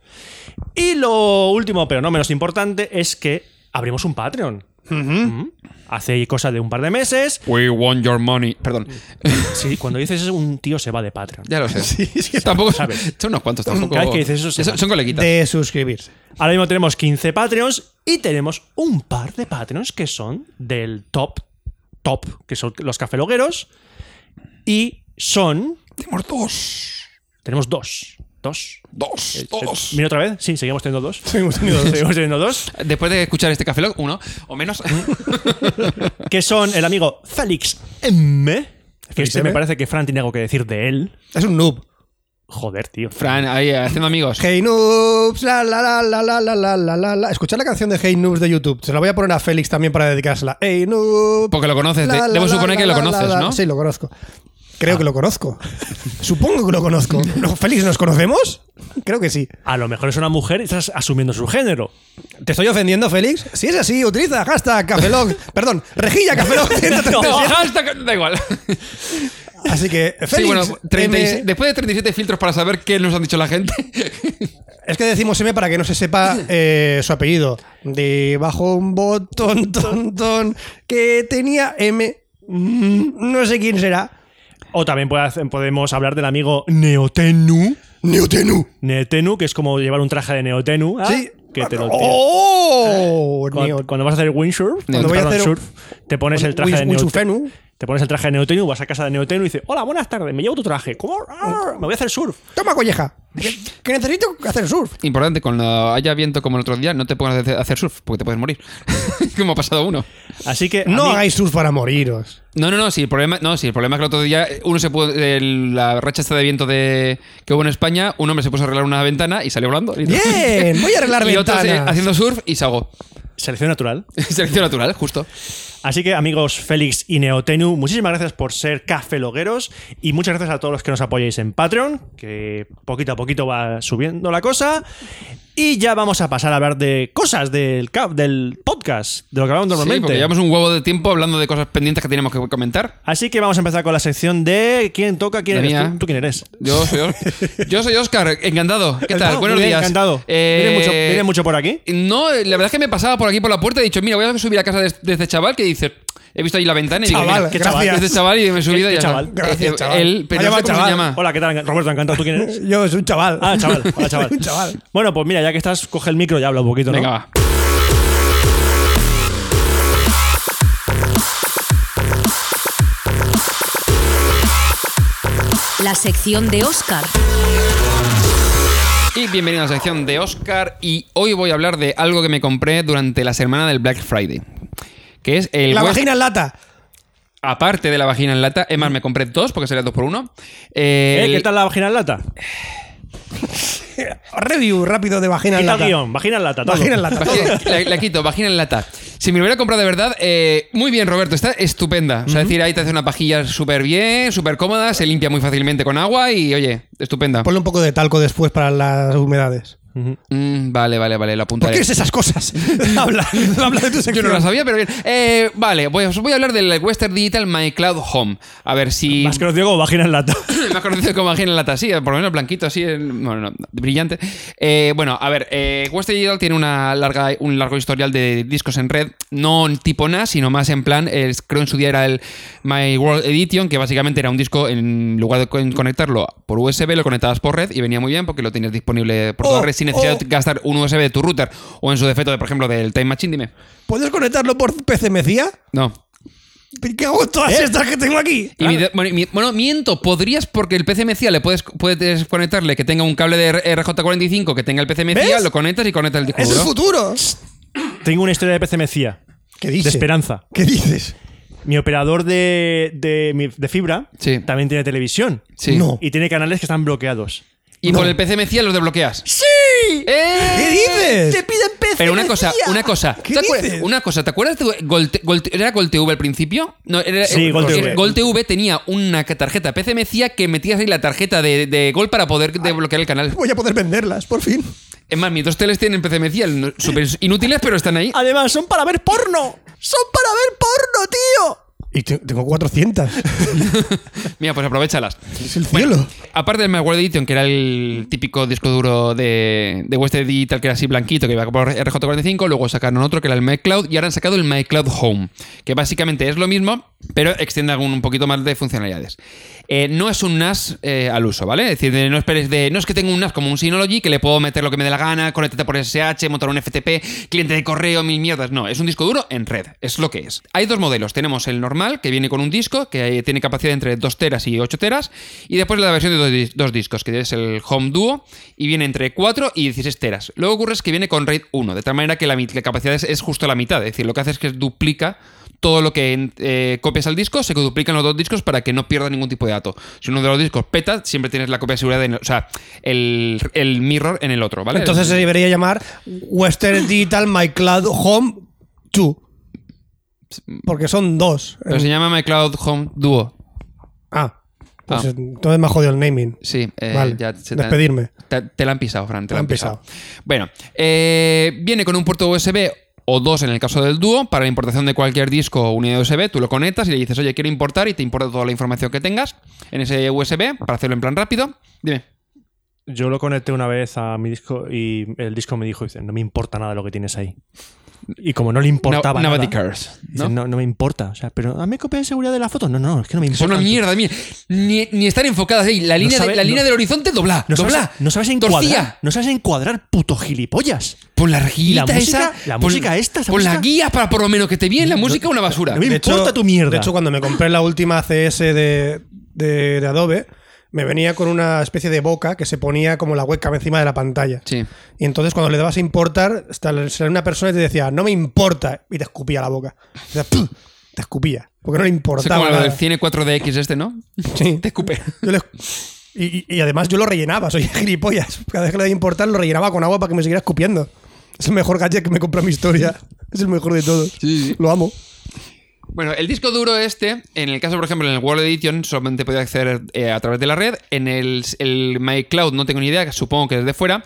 [SPEAKER 3] Y lo último, pero no menos importante, es que abrimos un Patreon. Ujú. Hace cosa de un par de meses.
[SPEAKER 6] We want your money. Perdón.
[SPEAKER 3] Sí, cuando dices eso, un tío se va de Patreon.
[SPEAKER 6] Ya lo sé. tampoco sabes. Son unos cuantos tampoco.
[SPEAKER 3] Cada vez que dices eso se
[SPEAKER 6] son,
[SPEAKER 3] va.
[SPEAKER 6] son coleguitas.
[SPEAKER 1] De suscribirse.
[SPEAKER 3] Ahora mismo tenemos 15 Patreons y tenemos un par de Patreons que son del top, top, que son los cafelogueros. Y son. Tenemos dos. Tenemos dos. Dos.
[SPEAKER 6] Dos,
[SPEAKER 3] Eh, Mira otra vez. Sí, seguimos teniendo dos. Seguimos
[SPEAKER 1] teniendo dos.
[SPEAKER 3] seguimos teniendo dos.
[SPEAKER 6] Después de escuchar este café, Lock, uno o menos.
[SPEAKER 3] Mm. Que son el amigo Félix M. Que
[SPEAKER 1] Félix
[SPEAKER 3] este
[SPEAKER 1] M.
[SPEAKER 3] me parece que Fran tiene algo que decir de él.
[SPEAKER 1] Es un noob.
[SPEAKER 3] Joder, tío.
[SPEAKER 6] Fran, ahí eh, haciendo amigos.
[SPEAKER 1] Hey Noobs, la la la la la la la la la la. Escuchad la canción de Hey Noobs de YouTube. Se la voy a poner a Félix también para dedicársela. Hey Noobs.
[SPEAKER 6] Porque lo conoces, de- debo Eh, suponer que lo conoces, ¿no?
[SPEAKER 1] Sí, lo conozco. Creo que lo conozco. Supongo que lo conozco. No, Félix, ¿nos conocemos? Creo que sí.
[SPEAKER 3] A lo mejor es una mujer y estás asumiendo su género.
[SPEAKER 1] ¿Te estoy ofendiendo, Félix? Si es así, utiliza hashtag Cafelog. Perdón, rejilla Cafelog
[SPEAKER 6] No,
[SPEAKER 1] 137.
[SPEAKER 6] hashtag- da igual.
[SPEAKER 1] Así que, Félix. eh,
[SPEAKER 6] Sí, bueno, 36
[SPEAKER 1] M-
[SPEAKER 6] después de 37 filtros para saber qué nos han dicho la gente.
[SPEAKER 1] Es que decimos M para que no se sepa eh, su apellido. Debajo un botón, ton, ton, que tenía M. Mm, No sé quién será.
[SPEAKER 3] O también puede hacer- podemos hablar del amigo Neotenu.
[SPEAKER 1] Neotenu.
[SPEAKER 3] Neotenu, que es como llevar un traje de Neotenu. ¿ah?
[SPEAKER 1] Sí.
[SPEAKER 3] Que te lo tiras.
[SPEAKER 1] ¡Oh!
[SPEAKER 3] Cuando,
[SPEAKER 1] Neo-
[SPEAKER 3] cuando vas a hacer windsurf,
[SPEAKER 1] Cuando voy a
[SPEAKER 3] perdón,
[SPEAKER 1] hacer un-
[SPEAKER 3] surf, te pones el traje de
[SPEAKER 1] Win-
[SPEAKER 3] Neotenu.
[SPEAKER 1] Winchufenu.
[SPEAKER 3] Te pones el traje de Neotenu, vas a casa de Neotenu y dices, hola, buenas tardes, me llevo tu traje. ¿Cómo? Ah, Me voy a hacer surf.
[SPEAKER 1] Toma, colleja. Que- Que necesito hacer surf.
[SPEAKER 6] Importante, cuando haya viento como el otro día, no te pongas a hacer- a hacer surf, porque te puedes morir. como ha pasado uno.
[SPEAKER 3] Así que... a
[SPEAKER 1] No
[SPEAKER 3] mí-
[SPEAKER 1] hagáis surf para moriros.
[SPEAKER 6] No, no, no, sí, el problema, no, sí, el problema es que el otro día eh, uno se puso, el- la racha esta de viento de, que hubo en España, un hombre se puso a arreglar una ventana y salió volando.
[SPEAKER 1] Bien, voy a arreglar
[SPEAKER 6] y otro se-
[SPEAKER 1] ventanas.
[SPEAKER 6] haciendo surf y se ahogó.
[SPEAKER 3] Selección natural.
[SPEAKER 6] Selección natural, justo.
[SPEAKER 3] Así que, amigos Félix y Neotenu, muchísimas gracias por ser cafelogueros y muchas gracias a todos los que nos apoyáis en Patreon, que poquito a poquito va subiendo la cosa. Y ya vamos a pasar a hablar de cosas del, cap- del podcast, de lo que hablamos
[SPEAKER 6] Sí,
[SPEAKER 3] normalmente.
[SPEAKER 6] porque llevamos un huevo de tiempo hablando de cosas pendientes que tenemos que comentar.
[SPEAKER 3] Así que vamos a empezar con la sección de quién toca, quién
[SPEAKER 6] La
[SPEAKER 3] eres
[SPEAKER 6] mía.
[SPEAKER 3] tú, tú quién eres.
[SPEAKER 6] Yo soy, yo soy Oscar, encantado. ¿Qué tal?
[SPEAKER 3] Encantado,
[SPEAKER 6] Buenos
[SPEAKER 3] muy bien,
[SPEAKER 6] días.
[SPEAKER 3] Encantado.
[SPEAKER 6] Eh,
[SPEAKER 3] ¿Viene, mucho, viene mucho por aquí?
[SPEAKER 6] No, la verdad es que me pasaba por aquí por la puerta y he dicho, mira, voy a subir a casa de, de este chaval que dice, he visto ahí la ventana y digo,
[SPEAKER 1] Chaval,
[SPEAKER 6] mira,
[SPEAKER 1] ¿qué
[SPEAKER 3] chaval?
[SPEAKER 6] este
[SPEAKER 1] gracias.
[SPEAKER 6] chaval y me he subido
[SPEAKER 3] ¿Qué
[SPEAKER 6] y ya
[SPEAKER 3] chaval?
[SPEAKER 6] está.
[SPEAKER 1] Gracias,
[SPEAKER 6] Eh,
[SPEAKER 1] chaval.
[SPEAKER 6] Él, pero
[SPEAKER 1] Me
[SPEAKER 6] no
[SPEAKER 1] llama
[SPEAKER 6] sé cómo se
[SPEAKER 1] chaval.
[SPEAKER 6] llama.
[SPEAKER 3] Hola, ¿qué tal? Roberto, encantado. ¿Tú quién eres?
[SPEAKER 1] Yo soy un chaval.
[SPEAKER 3] Ah, chaval. Hola, chaval.
[SPEAKER 1] un chaval.
[SPEAKER 3] Bueno, pues mira, ya que estás, coge el micro y habla un poquito, ¿no?
[SPEAKER 6] Venga, va.
[SPEAKER 9] La sección de Oscar.
[SPEAKER 6] Y bienvenido a la sección de Oscar y hoy voy a hablar de algo que me compré durante la semana del Black Friday. Que es el
[SPEAKER 1] La
[SPEAKER 6] West-
[SPEAKER 1] vagina en lata.
[SPEAKER 6] aparte de la vagina en lata. Es más, me compré dos porque sería dos por uno. Eh,
[SPEAKER 3] Eh, ¿Qué
[SPEAKER 6] el-
[SPEAKER 3] tal la vagina en lata?
[SPEAKER 1] Review rápido de vagina en
[SPEAKER 3] Quita el
[SPEAKER 1] lata.
[SPEAKER 3] guión, vagina en lata. todo.
[SPEAKER 1] Vagina en lata. todo.
[SPEAKER 6] Vagina- La, la quito, vagina en lata. Si me lo hubiera comprado de verdad, eh, muy bien, Roberto, está estupenda. O sea, es decir, ahí te hace una pajilla súper bien, súper cómoda, se limpia muy fácilmente con agua y, oye, estupenda.
[SPEAKER 1] Ponle un poco de talco después para las humedades.
[SPEAKER 6] Mm, vale, vale, vale, lo
[SPEAKER 1] ¿Por
[SPEAKER 6] apuntaré.
[SPEAKER 1] qué es esas cosas? habla, habla de tu
[SPEAKER 6] Yo
[SPEAKER 1] sección.
[SPEAKER 6] no lo sabía, pero bien. Eh, vale, pues os voy a hablar del Western Digital My Cloud Home. A ver si.
[SPEAKER 3] Más conocido como vagina en lata.
[SPEAKER 6] más conocido como vagina en lata, sí, por lo menos blanquito, así, el- bueno, no, brillante. Eh, bueno, a ver, eh, Western Digital tiene una larga, un largo historial de discos en red, no en tipo NAS, sino más en plan, eh, creo en su día era el My World Edition, que básicamente era un disco, en lugar de con- conectarlo por USB, lo conectabas por red y venía muy bien porque lo tenías disponible por toda
[SPEAKER 1] Oh,
[SPEAKER 6] red sin necesidad
[SPEAKER 1] oh.
[SPEAKER 6] de gastar un USB de tu router o en su defecto, de, por ejemplo, del Time Machine, dime.
[SPEAKER 1] ¿Puedes conectarlo por PC Mecía?
[SPEAKER 6] No.
[SPEAKER 1] ¿Qué hago todas estas que tengo aquí?
[SPEAKER 6] ¿Eh? Y mi de- bueno, mi- bueno, miento, podrías, porque el PCMCIA le puedes, puedes conectarle que tenga un cable de R- RJ45 que tenga el PCMCIA,
[SPEAKER 1] ¿Ves?
[SPEAKER 6] lo conectas y conectas el disco
[SPEAKER 1] ¡Es el
[SPEAKER 6] duro.
[SPEAKER 1] futuro!
[SPEAKER 3] Tengo una historia de PCMecía.
[SPEAKER 1] ¿Qué
[SPEAKER 3] De
[SPEAKER 1] dices?
[SPEAKER 3] esperanza.
[SPEAKER 1] ¿Qué dices?
[SPEAKER 3] Mi operador de, de, mi- de fibra
[SPEAKER 6] Sí.
[SPEAKER 3] también tiene televisión.
[SPEAKER 6] Sí.
[SPEAKER 1] No.
[SPEAKER 3] Y tiene canales que están bloqueados.
[SPEAKER 6] Y con el PCMCIA los desbloqueas.
[SPEAKER 1] ¡Sí!
[SPEAKER 6] ¡Eh!
[SPEAKER 1] ¿Qué dices?
[SPEAKER 2] ¡Te piden PC!
[SPEAKER 6] Pero una cosa,
[SPEAKER 2] decía.
[SPEAKER 6] una cosa.
[SPEAKER 1] ¿Qué
[SPEAKER 6] ¿Te acuer-
[SPEAKER 1] dices?
[SPEAKER 6] Una cosa, ¿te acuerdas de Gol, Gol- ¿Era Gol TV al principio? No, era,
[SPEAKER 3] Sí,
[SPEAKER 6] eh,
[SPEAKER 3] Gol
[SPEAKER 6] porque
[SPEAKER 3] TV.
[SPEAKER 6] Gol TV tenía una ca- tarjeta PCMCIA que metías ahí la tarjeta de, de Gol para poder desbloquear el canal.
[SPEAKER 1] Voy a poder venderlas, por fin.
[SPEAKER 6] Es más, mis dos teles tienen PCMCIA, no- súper inútiles, pero están ahí.
[SPEAKER 3] Además, son para ver porno.
[SPEAKER 2] ¡Son para ver porno, tío!
[SPEAKER 1] Y te- tengo 400.
[SPEAKER 6] Mira, pues aprovechalas.
[SPEAKER 1] es el cielo.
[SPEAKER 6] Aparte del My World Edition, que era el típico disco duro de, de Western Digital, que era así blanquito, que iba por RJ45, luego sacaron otro que era el MyCloud y ahora han sacado el MyCloud Home, que básicamente es lo mismo, pero extiende algún, un poquito más de funcionalidades. Eh, no es un NAS eh, al uso, ¿vale? Es decir, de- no esperes de. No es que tenga un NAS como un Synology que le puedo meter lo que me dé la gana, conectarte por SSH, montar un FTP, cliente de correo, mil mierdas. No, es un disco duro en red, es lo que es. Hay dos modelos. Tenemos el normal, que viene con un disco, que eh, tiene capacidad entre 2 teras y 8 teras, y después la versión de dos, dis- dos discos, que es el Home Duo, y viene entre 4 y 16 teras. Lo que ocurre es que viene con RAID 1, de tal manera que la, mit- la capacidad es, es justo la mitad. Es decir, lo que hace es que duplica todo lo que eh, copias al disco se duplican los dos discos para que no pierda ningún tipo de dato. Si uno de los discos peta, siempre tienes la copia de seguridad, en- o sea, el, el mirror en el otro, ¿vale?
[SPEAKER 1] Entonces eh, se debería llamar Western Digital My Cloud Home 2. Porque son dos.
[SPEAKER 6] Pero se llama My Cloud Home Duo.
[SPEAKER 1] Ah, pues
[SPEAKER 6] Ah.
[SPEAKER 1] entonces me ha jodido el naming.
[SPEAKER 6] Sí, eh,
[SPEAKER 1] Vale,
[SPEAKER 6] ya se
[SPEAKER 1] despedirme.
[SPEAKER 6] Te, te la han pisado, Fran, te
[SPEAKER 1] Me
[SPEAKER 6] la
[SPEAKER 1] han
[SPEAKER 6] han pisado. Bueno, eh, viene con un puerto USB o dos en el caso del dúo para la importación de cualquier disco o unidad USB. Tú lo conectas y le dices, oye, quiero importar y te importa toda la información que tengas en ese USB para hacerlo en plan rápido. Dime.
[SPEAKER 3] Yo lo conecté una vez a mi disco y el disco me dijo, dice, no me importa nada lo que tienes ahí. Y como no le importaba
[SPEAKER 6] Nobody
[SPEAKER 3] nada,
[SPEAKER 6] cares,
[SPEAKER 3] dice,
[SPEAKER 6] ¿no?
[SPEAKER 3] ¿no? no me importa. O sea, pero ¿hazme copia de seguridad de la foto? No, no, es que no me
[SPEAKER 6] Son
[SPEAKER 3] importa.
[SPEAKER 6] una mierda, mira. Ni, ni están enfocadas ahí. La línea,
[SPEAKER 3] sabe-
[SPEAKER 6] de- la
[SPEAKER 3] no-
[SPEAKER 6] línea del horizonte dobla.
[SPEAKER 3] No
[SPEAKER 6] dobla.
[SPEAKER 3] sabes, no sabes encuadrar.
[SPEAKER 6] Torcilla.
[SPEAKER 3] No sabes encuadrar, puto gilipollas.
[SPEAKER 6] Pon la
[SPEAKER 3] Y la
[SPEAKER 6] rejillita
[SPEAKER 3] música-
[SPEAKER 6] esa.
[SPEAKER 3] la
[SPEAKER 6] pon-
[SPEAKER 3] música esta, esa
[SPEAKER 6] Pon la
[SPEAKER 3] música-
[SPEAKER 6] guía para por lo menos que te bien. La música una basura.
[SPEAKER 3] no me importa tu mierda.
[SPEAKER 1] De hecho, cuando me compré la última CS de, de- de Adobe, me venía con una especie de boca que se ponía como la webcam encima de la pantalla.
[SPEAKER 6] Sí.
[SPEAKER 1] Y entonces cuando le dabas a importar, hasta salía una persona y te decía, no me importa. Y te escupía la boca. O sea, ¡pum! te escupía. Porque no le
[SPEAKER 6] Es
[SPEAKER 1] importaba.
[SPEAKER 6] como lo
[SPEAKER 1] nada.
[SPEAKER 6] del cine 4DX este, ¿no?
[SPEAKER 1] Sí.
[SPEAKER 6] Te escupe.
[SPEAKER 1] Yo le- y, y- y además yo lo rellenaba, soy gilipollas. Cada vez que le daba a importar lo rellenaba con agua para que me siguiera escupiendo. Es el mejor gadget que me compró en mi historia. Es el mejor de todos. Lo amo.
[SPEAKER 6] Bueno, el disco duro este, en el caso, por ejemplo, en el World Edition, solamente podía acceder eh, a través de la red. En el, el MyCloud no tengo ni idea, supongo que desde fuera.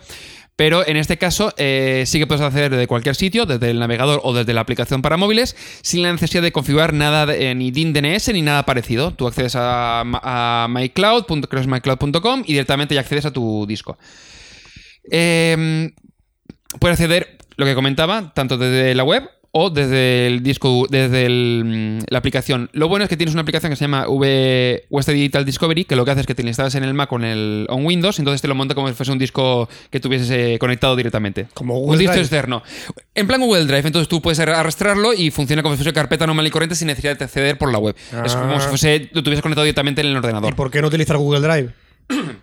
[SPEAKER 6] Pero en este caso eh, sí que puedes acceder desde cualquier sitio, desde el navegador o desde la aplicación para móviles, sin la necesidad de configurar nada, de- eh, ni DIN DNS ni nada parecido. Tú accedes a, ma- a mycloud, punto- creo que es mycloud.com, y directamente ya accedes a tu disco. Eh, puedes acceder, lo que comentaba, tanto desde la web o desde el disco, desde el, mm, la aplicación. Lo bueno es que tienes una aplicación que se llama v, West Digital Discovery, que lo que hace es que te la instalas en el Mac o en, el, o en Windows, entonces te lo monta como si fuese un disco que tuvieses eh, conectado directamente.
[SPEAKER 1] Como
[SPEAKER 6] Un
[SPEAKER 1] Google
[SPEAKER 6] disco
[SPEAKER 1] Drive.
[SPEAKER 6] externo. En plan Google Drive, entonces tú puedes arrastrarlo y funciona como si fuese carpeta normal y corriente sin necesidad de acceder por la web. Es como
[SPEAKER 1] Ah.
[SPEAKER 6] si fuese, lo tuvieses conectado directamente en el
[SPEAKER 1] ¿Y
[SPEAKER 6] ordenador.
[SPEAKER 1] por qué no utilizar Google Drive?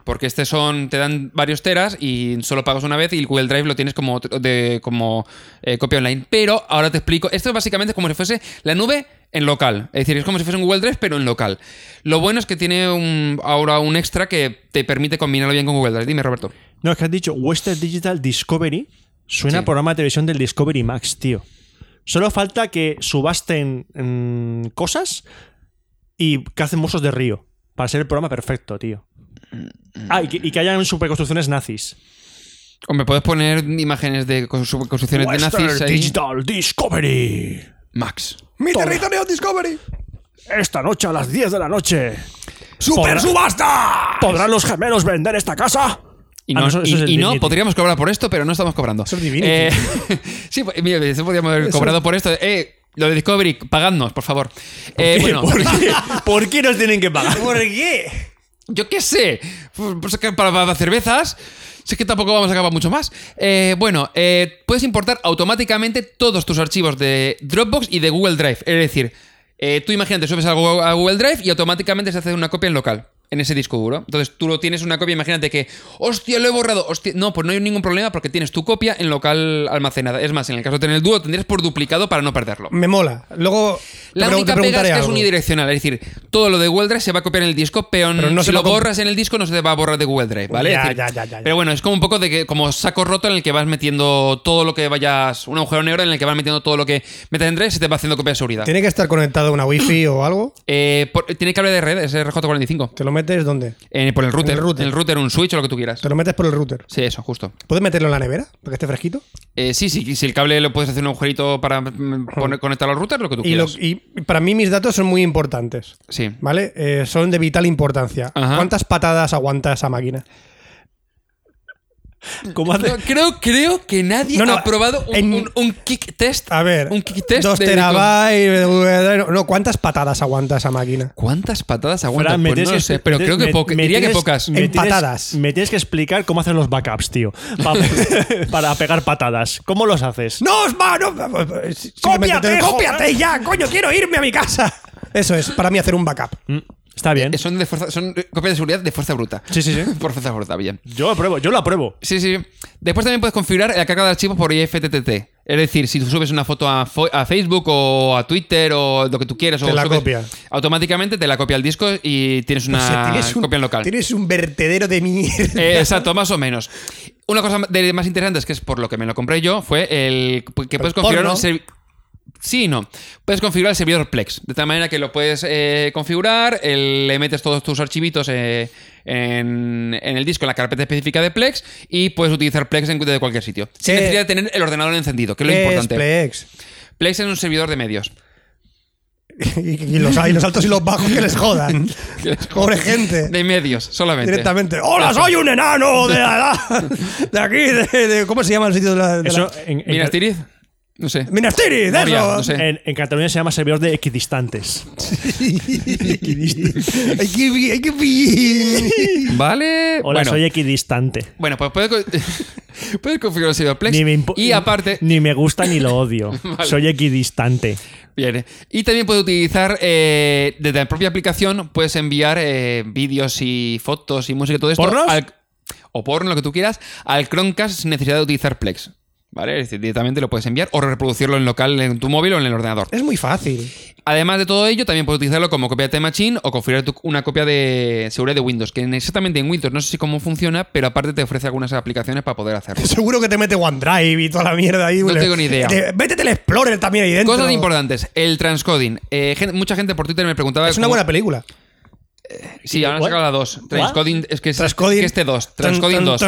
[SPEAKER 6] Porque este son, te dan varios teras y solo pagas una vez y el Google Drive lo tienes como, otro- de, como eh, copia online. Pero ahora te explico, esto es básicamente como si fuese la nube en local. Es decir, es como si fuese un Google Drive pero en local. Lo bueno es que tiene un, ahora un extra que te permite combinarlo bien con Google Drive. Dime, Roberto.
[SPEAKER 3] No, es que has dicho Western Digital Discovery. Suena a
[SPEAKER 6] Sí.
[SPEAKER 3] programa de televisión del Discovery Max, tío. Solo falta que subasten mm, cosas y cacen mozos de río. Para ser el programa perfecto, tío. Ah, y que, y que hayan superconstrucciones nazis.
[SPEAKER 6] Hombre, puedes poner imágenes de constru- construcciones de
[SPEAKER 3] Western
[SPEAKER 6] nazis ahí.
[SPEAKER 3] Digital Discovery.
[SPEAKER 6] Max.
[SPEAKER 1] ¡Mi territorio Discovery!
[SPEAKER 3] Esta noche a las 10 de la noche.
[SPEAKER 4] ¡Super
[SPEAKER 3] Podrá-
[SPEAKER 4] subasta!
[SPEAKER 3] ¿Podrán los gemelos vender esta casa?
[SPEAKER 6] Y
[SPEAKER 3] Ah,
[SPEAKER 6] no,
[SPEAKER 3] no, eso-
[SPEAKER 6] y-
[SPEAKER 3] eso es el
[SPEAKER 6] y no,
[SPEAKER 3] Dignity.
[SPEAKER 6] podríamos cobrar por esto, pero no estamos cobrando.
[SPEAKER 1] Eso es Divinity.
[SPEAKER 6] Eh, sí, pues, mira, eso podríamos haber cobrado por esto. Eh, lo de Discovery, pagadnos, por favor. Eh, bueno,
[SPEAKER 3] ¿Por, qué? ¿Por qué nos tienen que pagar? ¿Por qué?
[SPEAKER 6] yo qué sé. Pues es que Para, para cervezas. Sé que tampoco vamos a acabar mucho más. Eh, bueno, eh, puedes importar automáticamente todos tus archivos de Dropbox y de Google Drive. Es decir, eh, tú imagínate, subes algo a Google Drive y automáticamente se hace una copia en local. En ese disco duro. Entonces tú lo tienes una copia, imagínate que, hostia, lo he borrado. hostia". No, pues no hay ningún problema porque tienes tu copia en local almacenada. Es más, en el caso de tener el dúo, tendrías por duplicado para no perderlo.
[SPEAKER 1] Me mola. Luego te
[SPEAKER 6] La
[SPEAKER 1] pre-
[SPEAKER 6] única
[SPEAKER 1] te
[SPEAKER 6] pega es
[SPEAKER 1] preguntaré
[SPEAKER 6] que es
[SPEAKER 1] algo.
[SPEAKER 6] unidireccional, es decir, todo lo de Google Drive se va a copiar en el disco, pero,
[SPEAKER 1] Pero no
[SPEAKER 6] si
[SPEAKER 1] se
[SPEAKER 6] lo
[SPEAKER 1] va a comp-
[SPEAKER 6] borras en el disco no se te va a borrar de Google Drive, ¿vale?
[SPEAKER 1] Ya,
[SPEAKER 6] Es decir,
[SPEAKER 1] ya, ya, ya, ya.
[SPEAKER 6] Pero bueno, es como un poco de que como saco roto en el que vas metiendo todo lo que vayas, un agujero negro en el que vas metiendo todo lo que metas en Drive se te va haciendo copia de seguridad.
[SPEAKER 1] ¿Tiene que estar conectado a una wifi o algo?
[SPEAKER 6] Eh, por- tiene cable de red, es RJ45.
[SPEAKER 1] ¿Te lo metes dónde?
[SPEAKER 6] Eh, por el router,
[SPEAKER 1] En el router.
[SPEAKER 6] En el router, un switch o lo que tú quieras.
[SPEAKER 1] Te lo metes por el router.
[SPEAKER 6] Sí, eso, justo.
[SPEAKER 1] ¿Puedes meterlo en la nevera para que esté fresquito?
[SPEAKER 6] Eh, sí, sí, si el cable lo puedes hacer un agujerito para mm, poner- conectarlo al router, lo que tú
[SPEAKER 1] Y, lo-
[SPEAKER 6] quieras.
[SPEAKER 1] y para mí mis datos son muy importantes.
[SPEAKER 6] Sí.
[SPEAKER 1] ¿Vale? Eh, son de vital importancia.
[SPEAKER 6] Ajá.
[SPEAKER 1] ¿Cuántas patadas aguanta esa máquina?
[SPEAKER 3] ¿Cómo hace?
[SPEAKER 6] No, creo, creo que nadie
[SPEAKER 1] No, no,
[SPEAKER 6] ha probado un,
[SPEAKER 1] en-
[SPEAKER 6] un- un kick test.
[SPEAKER 1] A ver,
[SPEAKER 6] un kick test.
[SPEAKER 1] dos
[SPEAKER 6] de- de-
[SPEAKER 1] terabytes, no, no, ¿cuántas patadas aguanta esa máquina?
[SPEAKER 6] ¿Cuántas patadas aguanta?
[SPEAKER 3] Fran, me
[SPEAKER 6] Pues
[SPEAKER 3] tienes
[SPEAKER 6] no lo sé, pero
[SPEAKER 3] me-
[SPEAKER 6] creo que
[SPEAKER 3] me-
[SPEAKER 6] poca-
[SPEAKER 3] me
[SPEAKER 6] diría que
[SPEAKER 3] tienes-
[SPEAKER 6] pocas.
[SPEAKER 3] me tienes-
[SPEAKER 1] Empatadas.
[SPEAKER 3] me tienes que explicar cómo hacen los backups, tío. pa- Para, pegar patadas. ¿Cómo los haces?
[SPEAKER 1] ¡No, os va! No, pues,
[SPEAKER 3] Cópiate,
[SPEAKER 1] Simplemente te-
[SPEAKER 3] joder.
[SPEAKER 1] ¡Cópiate ya! ¡Coño, quiero irme a mi casa! Eso es, para mí hacer un backup.
[SPEAKER 3] Está bien.
[SPEAKER 6] Eh, Son, de fuerza, son eh, copias de seguridad de fuerza bruta.
[SPEAKER 3] Sí, sí, sí.
[SPEAKER 6] Por fuerza bruta, bien.
[SPEAKER 3] Yo lo apruebo, yo lo apruebo.
[SPEAKER 6] Sí, sí. Después también puedes configurar la carga de archivos por IFTTT. Es decir, si tú subes una foto a, fo- a Facebook o a Twitter o lo que tú quieras,
[SPEAKER 1] Te
[SPEAKER 6] o
[SPEAKER 1] la
[SPEAKER 6] subes-
[SPEAKER 1] copia.
[SPEAKER 6] automáticamente te la copia el disco y tienes una
[SPEAKER 1] O sea, tienes un,
[SPEAKER 6] copia en local.
[SPEAKER 1] Tienes un vertedero de mierda.
[SPEAKER 6] Eh, exacto, más o menos. Una cosa de más interesante, que es por lo que me lo compré yo, fue el que puedes configurar
[SPEAKER 1] porno.
[SPEAKER 6] un servi- Sí, y no. Puedes configurar el servidor Plex. De tal manera que lo puedes eh, configurar, el- le metes todos tus archivitos eh, en, en el disco, en la carpeta específica de Plex, y puedes utilizar Plex en de cualquier sitio. Sin
[SPEAKER 1] Eh,
[SPEAKER 6] necesidad de tener el ordenador encendido, que es lo
[SPEAKER 1] ¿Qué
[SPEAKER 6] importante. Plex?
[SPEAKER 1] Plex?
[SPEAKER 6] es un servidor de medios.
[SPEAKER 1] Y, y los, y los altos y los bajos que les jodan. Pobre gente.
[SPEAKER 6] De medios, solamente.
[SPEAKER 1] Directamente. ¡Hola, soy un enano de la edad! De aquí, de, de- ¿Cómo se llama el sitio de la. de
[SPEAKER 3] Eso
[SPEAKER 1] la-
[SPEAKER 3] en, en-
[SPEAKER 6] Minas Tirith? No sé.
[SPEAKER 1] Minas Tirith, de
[SPEAKER 6] Moria,
[SPEAKER 1] eso.
[SPEAKER 6] no sé.
[SPEAKER 3] en- en Cataluña se llama servidor de equidistantes.
[SPEAKER 1] hay que vi- hay que vi-
[SPEAKER 6] Vale.
[SPEAKER 3] Hola,
[SPEAKER 6] bueno.
[SPEAKER 3] soy equidistante.
[SPEAKER 6] Bueno, pues puedes, co- puedes configurar el servidor Plex.
[SPEAKER 3] Ni me impo-
[SPEAKER 6] y aparte,
[SPEAKER 3] Ni me gusta ni lo odio. Soy equidistante.
[SPEAKER 6] Bien. Y también puedes utilizar, eh, desde la propia aplicación, puedes enviar eh, vídeos y fotos y música y todo esto.
[SPEAKER 3] ¿Pornos?
[SPEAKER 6] al- o porno, lo que tú quieras, al Chromecast sin necesidad de utilizar Plex. ¿Vale? Es decir, directamente lo puedes enviar o reproducirlo en local, en tu móvil o en el ordenador.
[SPEAKER 3] Eh.
[SPEAKER 1] Es muy fácil.
[SPEAKER 6] Además de todo ello, también puedes utilizarlo como copia de Time Machine o configurar tu- una copia de seguridad de Windows, que en- exactamente en Windows no sé si cómo funciona, pero aparte te ofrece algunas aplicaciones para poder hacerlo.
[SPEAKER 1] Seguro que te mete OneDrive y toda la mierda ahí.
[SPEAKER 6] No
[SPEAKER 1] Le-
[SPEAKER 6] tengo ni idea.
[SPEAKER 1] te- métete el Explorer también ahí dentro.
[SPEAKER 6] Cosas importantes. El transcoding. Eh, gen- mucha gente por Twitter me preguntaba.
[SPEAKER 1] Es una
[SPEAKER 6] cómo-
[SPEAKER 1] buena película.
[SPEAKER 6] Sí, ahora han sacado la 2. Transcoding es que es
[SPEAKER 1] Transcoding.
[SPEAKER 6] que este 2. Transcoding 2.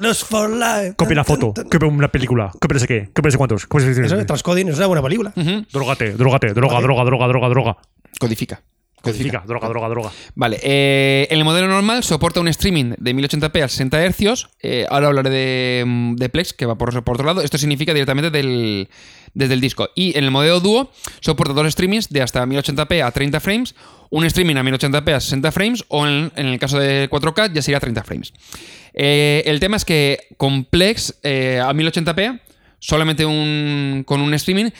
[SPEAKER 1] Los for life.
[SPEAKER 5] Copia la foto, copia una película, copia no sé qué, copia no sé cuántos, copia no sé
[SPEAKER 1] Eso es
[SPEAKER 5] qué.
[SPEAKER 1] Transcoding, es una buena película.
[SPEAKER 5] Drogate, drogate, droga, droga, droga, droga, droga.
[SPEAKER 6] Codifica. Codifica.
[SPEAKER 5] Codifica, droga, droga, droga.
[SPEAKER 6] Vale. eh, el modelo normal soporta un streaming de 1080p a 60 Hz. Eh, ahora hablaré de, mm, de Plex, que va por, por otro lado. Esto significa directamente del- desde el disco. Y en el modelo dúo soporta dos streamings de hasta 1080p a 30 frames, un streaming a 1080p a 60 frames, o en, en el caso de 4K ya sería 30 frames. Eh, el tema es que con Plex eh, a 1080p, solamente un, con un streaming,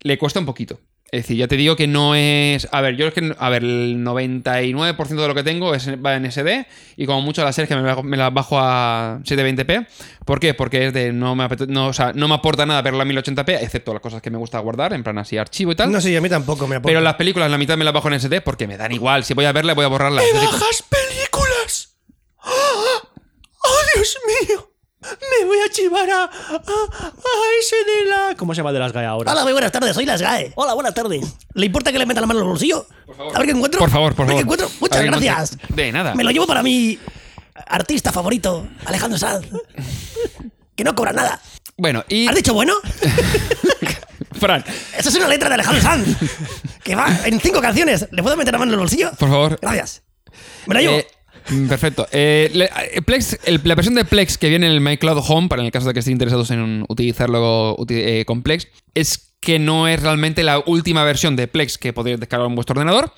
[SPEAKER 6] le cuesta un poquito. Es decir, ya te digo que no es. A ver, yo es que. A ver, el 99% de lo que tengo es, va en SD y como mucho las series que me, bajo- me las bajo a 720p. ¿Por qué? Porque es de. No me, apete- no, o sea, no me aporta nada verla a 1080p, excepto las cosas que me gusta guardar, en plan así archivo y tal.
[SPEAKER 1] No sé, y a mí tampoco me aporta.
[SPEAKER 6] Pero las películas, la mitad me las bajo en SD porque me dan igual. Si voy a verla, voy a borrarla. Es decir,
[SPEAKER 2] ¡Bajas películas! ¡Ah! ¡Oh, Dios mío! Me voy a chivar a, a, a ese de la...
[SPEAKER 3] ¿Cómo se llama de las GAE ahora?
[SPEAKER 2] Hola, muy buenas tardes, soy Las GAE. Hola, buenas tardes. ¿Le importa que le meta la mano en el bolsillo? A ver qué encuentro.
[SPEAKER 6] Por favor, por
[SPEAKER 2] A ver qué
[SPEAKER 6] favor.
[SPEAKER 2] encuentro. Muchas
[SPEAKER 6] A ver qué
[SPEAKER 2] gracias.
[SPEAKER 6] encuentro. De nada.
[SPEAKER 2] Me lo llevo para mi artista favorito, Alejandro Sanz. Que no cobra nada.
[SPEAKER 6] Bueno, y.
[SPEAKER 2] ¿Has dicho bueno?
[SPEAKER 6] Fran,
[SPEAKER 2] Esa es una letra de Alejandro Sanz. Que va en cinco canciones. ¿Le puedo meter la mano en el bolsillo?
[SPEAKER 6] por favor.
[SPEAKER 2] Gracias. Me la llevo.
[SPEAKER 6] Eh, mm, perfecto. Eh, le- eh, Plex, el- la versión de Plex que viene en el MyCloud Home, para en el caso de que estén interesados en utilizarlo uti- eh, con Plex, es que no es realmente la última versión de Plex que podéis descargar en vuestro ordenador.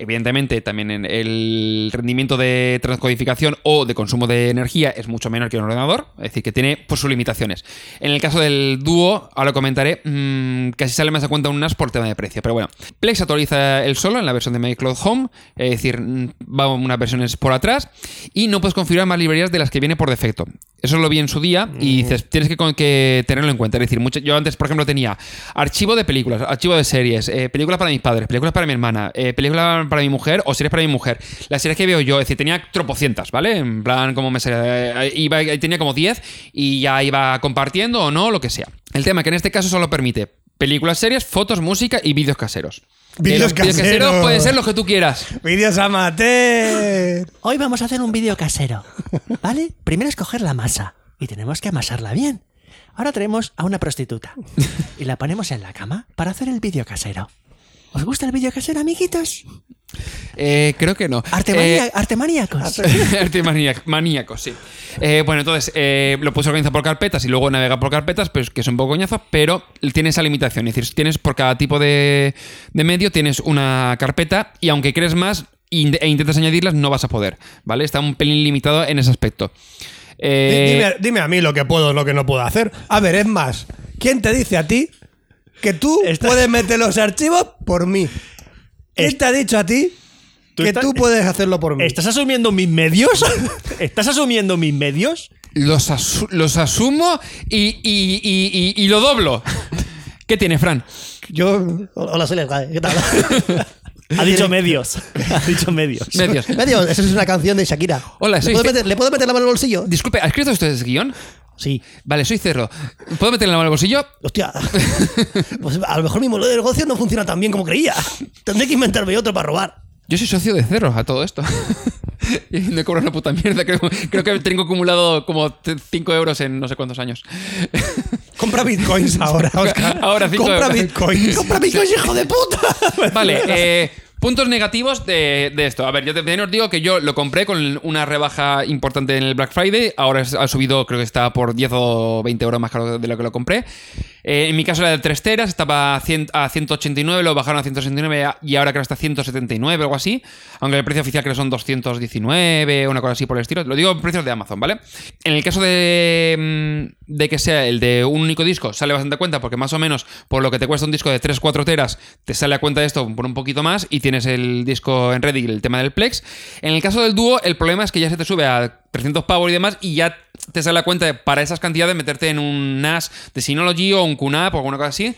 [SPEAKER 6] Evidentemente, también en el rendimiento de transcodificación o de consumo de energía es mucho menor que un ordenador, es decir, que tiene pues, sus limitaciones. En el caso del Duo, ahora lo comentaré, mm, casi sale más a cuenta un NAS por tema de precio, pero bueno. Plex actualiza el solo en la versión de MyCloud Home, es decir, mm, va unas versiones por atrás y no puedes configurar más librerías de las que viene por defecto. Eso lo vi en su día
[SPEAKER 1] Mm.
[SPEAKER 6] y dices, tienes que, con- que tenerlo en cuenta. Es decir, mucho- yo antes, por ejemplo, tenía archivo de películas, archivo de series, eh, películas para mis padres, películas para mi hermana, eh, películas para mi mujer o series para mi mujer. Las series que veo yo, es decir, tenía tropocientas, ¿vale? En plan, como me salía, eh, iba, tenía como 10 y ya iba compartiendo o no, lo que sea. El tema es que en este caso solo permite películas, series, fotos, música y vídeos caseros.
[SPEAKER 1] Vídeos
[SPEAKER 6] Eh, los
[SPEAKER 1] caseros.
[SPEAKER 6] pueden ser los que tú quieras.
[SPEAKER 1] Vídeos amateur.
[SPEAKER 2] Hoy vamos a hacer un vídeo casero, ¿vale? Primero escoger la masa y tenemos que amasarla bien. Ahora traemos a una prostituta y la ponemos en la cama para hacer el vídeo casero. ¿Os gusta el videocassette, amiguitos?
[SPEAKER 6] Eh, creo que no.
[SPEAKER 2] Artemania-
[SPEAKER 6] Eh,
[SPEAKER 2] Artemaníacos.
[SPEAKER 6] Arte maníaco, maníaco, sí. Eh, bueno, entonces eh, lo puedes organizar por carpetas y luego navegar por carpetas, pues que es un poco coñazo, pero tiene esa limitación. Es decir, tienes por cada tipo de, de medio, tienes una carpeta y aunque crees más in- e intentas añadirlas, no vas a poder. ¿Vale? Está un pelín limitado en ese aspecto.
[SPEAKER 1] Di-
[SPEAKER 6] Eh,
[SPEAKER 1] dime, dime a mí lo que puedo o lo que no puedo hacer. A ver, es más, ¿quién te dice a ti que tú
[SPEAKER 3] Estás-
[SPEAKER 1] puedes meter los archivos por mí? ¿Quién te ha dicho a ti
[SPEAKER 3] Tú
[SPEAKER 1] que
[SPEAKER 3] estás-
[SPEAKER 1] tú puedes hacerlo por mí?
[SPEAKER 3] ¿Estás asumiendo mis medios? ¿Estás asumiendo mis medios?
[SPEAKER 6] los, asu- los asumo y, y- y- y- y lo doblo. ¿Qué tiene, Fran?
[SPEAKER 1] Yo.
[SPEAKER 2] Hola, soy Lesgae. ¿Qué tal?
[SPEAKER 3] Ha dicho medios. Ha dicho medios.
[SPEAKER 6] Medios.
[SPEAKER 2] Medio, esa es una canción de Shakira.
[SPEAKER 6] Hola,
[SPEAKER 2] ¿Le
[SPEAKER 6] soy
[SPEAKER 2] puedo,
[SPEAKER 6] Ce-
[SPEAKER 2] meter, le puedo meter la mano en el bolsillo?
[SPEAKER 6] Disculpe, ¿ha escrito usted ese guión?
[SPEAKER 2] Sí.
[SPEAKER 6] Vale, soy cerro. ¿Puedo meterle la mano al bolsillo?
[SPEAKER 2] Hostia. Pues a lo mejor mi modelo de negocio no funciona tan bien como creía. Tendré que inventarme otro para robar.
[SPEAKER 6] Yo soy socio de cerro a todo esto. y no cobro una puta mierda. Creo, creo que tengo acumulado como 5 euros en no sé cuántos años.
[SPEAKER 1] Compra bitcoins ahora, Oscar.
[SPEAKER 6] Ahora cinco
[SPEAKER 1] Compra
[SPEAKER 6] euros.
[SPEAKER 1] bitcoins.
[SPEAKER 2] ¡Compra mi coche, hijo de puta!
[SPEAKER 6] Vale, eh, puntos negativos de, de esto. A ver, yo también os digo que yo lo compré con una rebaja importante en el Black Friday. Ahora es- ha subido, creo que está por 10 o 20 euros más caro de lo que lo compré. Eh, en mi caso era de 3 teras, estaba a, 100 a 189, lo bajaron a 169 y ahora creo que está a 179 o algo así. Aunque el precio oficial creo que son 219, una cosa así por el estilo. Lo digo en precios de Amazon, ¿vale? En el caso de, mm, de que sea el de un único disco, sale bastante a cuenta porque más o menos por lo que te cuesta un disco de 3-4 teras, te sale a cuenta esto por un poquito más y tienes el disco en Reddit, el tema del Plex. En el caso del dúo, el problema es que ya se te sube a 300 pavos y demás y ya te sale a cuenta de, para esas cantidades meterte en un NAS de Synology o un QNAP o alguna cosa así.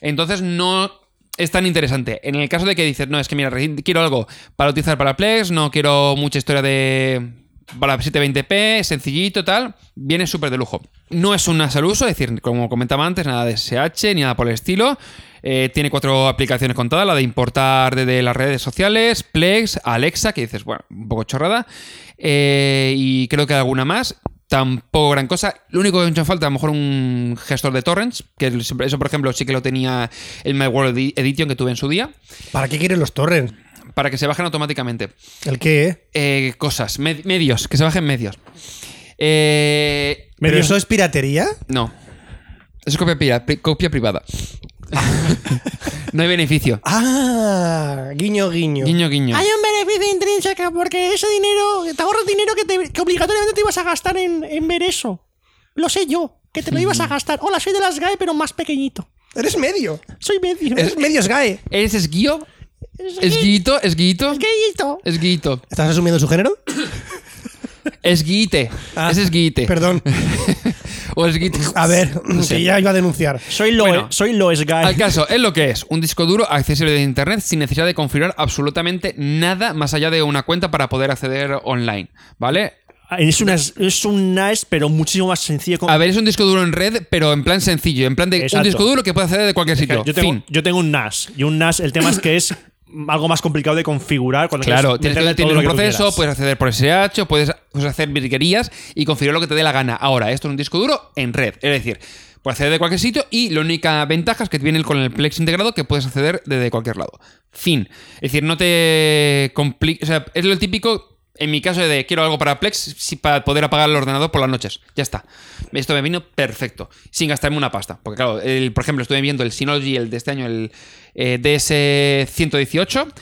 [SPEAKER 6] Entonces no es tan interesante. En el caso de que dices, no, es que mira, reci- quiero algo para utilizar para Plex, no quiero mucha historia de. Para 720p, sencillito, tal, viene súper de lujo. No es un NAS al uso, es decir, como comentaba antes, nada de SH ni nada por el estilo. Eh, tiene cuatro aplicaciones contadas, la de importar desde las redes sociales, Plex, Alexa, que dices, bueno, un poco chorrada, eh, y creo que alguna más tampoco gran cosa. Lo único que me ha hecho falta, a lo mejor un gestor de torrents, que el- eso, por ejemplo, sí que lo tenía el My World Edi- Edition que tuve en su día,
[SPEAKER 1] ¿Para qué quieres los torrents?
[SPEAKER 6] para que se bajen automáticamente.
[SPEAKER 1] ¿El qué, eh?
[SPEAKER 6] Eh, cosas, med- medios, que se bajen medios. Eh,
[SPEAKER 1] ¿Pero
[SPEAKER 3] Medios.
[SPEAKER 1] eso es piratería?
[SPEAKER 6] no. Eso es copia, pira- pri- copia privada. no hay beneficio.
[SPEAKER 1] Ah, guiño, guiño.
[SPEAKER 6] Guiño, guiño.
[SPEAKER 2] Hay un beneficio intrínseco porque ese dinero, te ahorras dinero que, te- que obligatoriamente te ibas a gastar en, en ver eso. Lo sé yo, que te lo ibas a
[SPEAKER 1] Mm.
[SPEAKER 2] gastar. Hola, soy de las GAE, pero más pequeñito.
[SPEAKER 1] Eres medio.
[SPEAKER 2] Soy medio.
[SPEAKER 1] Eres medios gay.
[SPEAKER 6] ¿Eres esguío?
[SPEAKER 2] gay.
[SPEAKER 6] ¿Esguito? ¿Esguito?
[SPEAKER 2] Pequeñito.
[SPEAKER 6] Esguito.
[SPEAKER 1] ¿Estás asumiendo su género?
[SPEAKER 6] Esguite.
[SPEAKER 1] Ah,
[SPEAKER 6] Es esguite.
[SPEAKER 1] Perdón.
[SPEAKER 6] O esguite.
[SPEAKER 1] A ver, que ya iba a denunciar.
[SPEAKER 3] Soy lo,
[SPEAKER 6] Bueno.
[SPEAKER 3] soy lo esgay.
[SPEAKER 6] Al caso, es lo que es, un disco duro accesible de internet sin necesidad de configurar absolutamente nada más allá de una cuenta para poder acceder online, ¿vale?
[SPEAKER 3] Es, una, es un NAS, pero muchísimo más sencillo. con-
[SPEAKER 6] A ver, es un disco duro en red, pero en plan sencillo, en plan de un
[SPEAKER 3] Exacto.
[SPEAKER 6] disco duro que puede acceder de cualquier sitio.
[SPEAKER 3] yo, tengo,
[SPEAKER 6] fin.
[SPEAKER 3] yo tengo un NAS. Y un NAS, el tema es que es algo más complicado de configurar. Cuando
[SPEAKER 6] Claro,
[SPEAKER 3] quieres
[SPEAKER 6] tienes
[SPEAKER 3] meterle
[SPEAKER 6] que tener
[SPEAKER 3] todo
[SPEAKER 6] un
[SPEAKER 3] lo que tú
[SPEAKER 6] proceso,
[SPEAKER 3] quieras.
[SPEAKER 6] puedes acceder por SH, puedes, puedes hacer virguerías y configurar lo que te dé la gana. Ahora, esto es un disco duro en red, es decir, puedes acceder de cualquier sitio y la única ventaja es que viene con el Plex integrado que puedes acceder desde cualquier lado. Fin. Es decir, no te complica. O sea, es lo típico. En mi caso de quiero algo para Plex si- para poder apagar el ordenador por las noches. Ya está. Esto me vino perfecto. Sin gastarme una pasta. Porque claro, el- por ejemplo, estuve viendo el Synology, el de este año, el eh, DS118.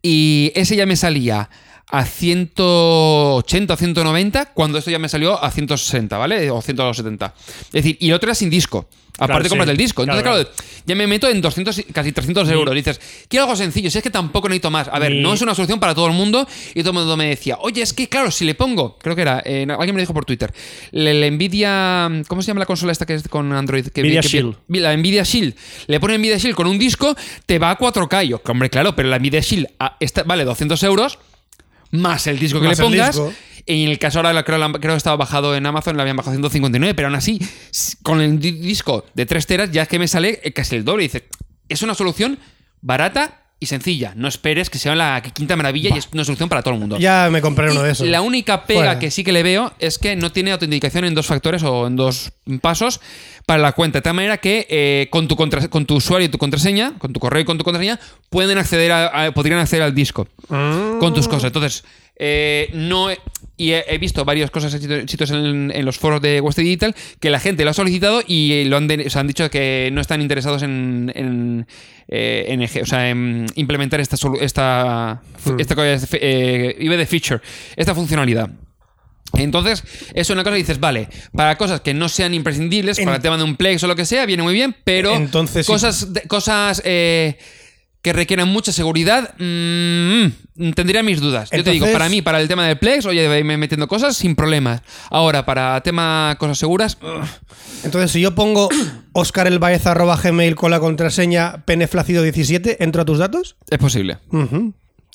[SPEAKER 6] Y ese ya me salía a 180 o 190 cuando esto ya me salió a 160, ¿vale? O 170. Es decir, y el otro era sin disco. Aparte
[SPEAKER 3] sí.
[SPEAKER 6] compras el disco. Entonces,
[SPEAKER 3] Claro,
[SPEAKER 6] claro, ya me meto en 200, y- casi 300 euros. Dices, quiero algo sencillo. Si es que tampoco necesito más. A ver,
[SPEAKER 3] Mi-
[SPEAKER 6] no es una solución para todo el mundo. Y todo el mundo me decía, oye, es que claro, si le pongo, creo que era, eh, alguien me lo dijo por Twitter, le, le Nvidia, ¿cómo se llama la consola esta que es con Android? Que,
[SPEAKER 3] Nvidia
[SPEAKER 6] que-
[SPEAKER 3] Shield.
[SPEAKER 6] la Nvidia Shield. Le pone Nvidia Shield con un disco, te va a 4K. Y yo, hombre, claro, pero la Nvidia Shield ah, esta- vale 200 euros más el disco que
[SPEAKER 1] Más
[SPEAKER 6] le
[SPEAKER 1] el
[SPEAKER 6] pongas.
[SPEAKER 1] disco.
[SPEAKER 6] En el caso ahora, la- creo, la- creo que estaba bajado en Amazon, la habían bajado a 159, pero aún así, s- con el di- disco de 3 teras, ya es que me sale eh, casi el doble. Dices, es una solución barata y sencilla. No esperes que sea la quinta maravilla y es una solución para todo el mundo.
[SPEAKER 1] Ya me compré uno de esos.
[SPEAKER 6] La única pega
[SPEAKER 1] Fuera.
[SPEAKER 6] que sí que le veo es que no tiene autenticación en dos factores o en dos pasos para la cuenta. De tal manera que eh, con, tu contra- con tu usuario y tu contraseña, con tu correo y con tu contraseña, pueden acceder a- a- podrían acceder al disco con tus cosas. Entonces, eh, no. he- Y he, he visto varias cosas éxito- éxitos en, en los foros de West Digital que la gente lo ha solicitado y eh, lo han, de- o sea, han dicho que no están interesados en, en, eh, en eje- o sea, en implementar esta, solu- esta,
[SPEAKER 1] Hmm.
[SPEAKER 6] esta cosa, eh, iba de feature, esta funcionalidad. Entonces, es una cosa que dices, vale, para cosas que no sean imprescindibles, para el tema de un Plex o lo que sea, viene muy bien, pero
[SPEAKER 1] Entonces, sí.
[SPEAKER 6] cosas, de- cosas eh, que requieran mucha seguridad, mm, tendría mis dudas. Yo te digo,
[SPEAKER 1] Entonces-
[SPEAKER 6] para mí, para el tema del Plex, oye, voy a irme metiendo cosas sin problemas. Ahora, para tema cosas seguras, ugh,
[SPEAKER 1] Entonces, si yo pongo oscarelbaez.gmail con la contraseña peneflacido17, ¿entro a tus datos?
[SPEAKER 6] es posible.
[SPEAKER 1] Ujú.
[SPEAKER 6] pues-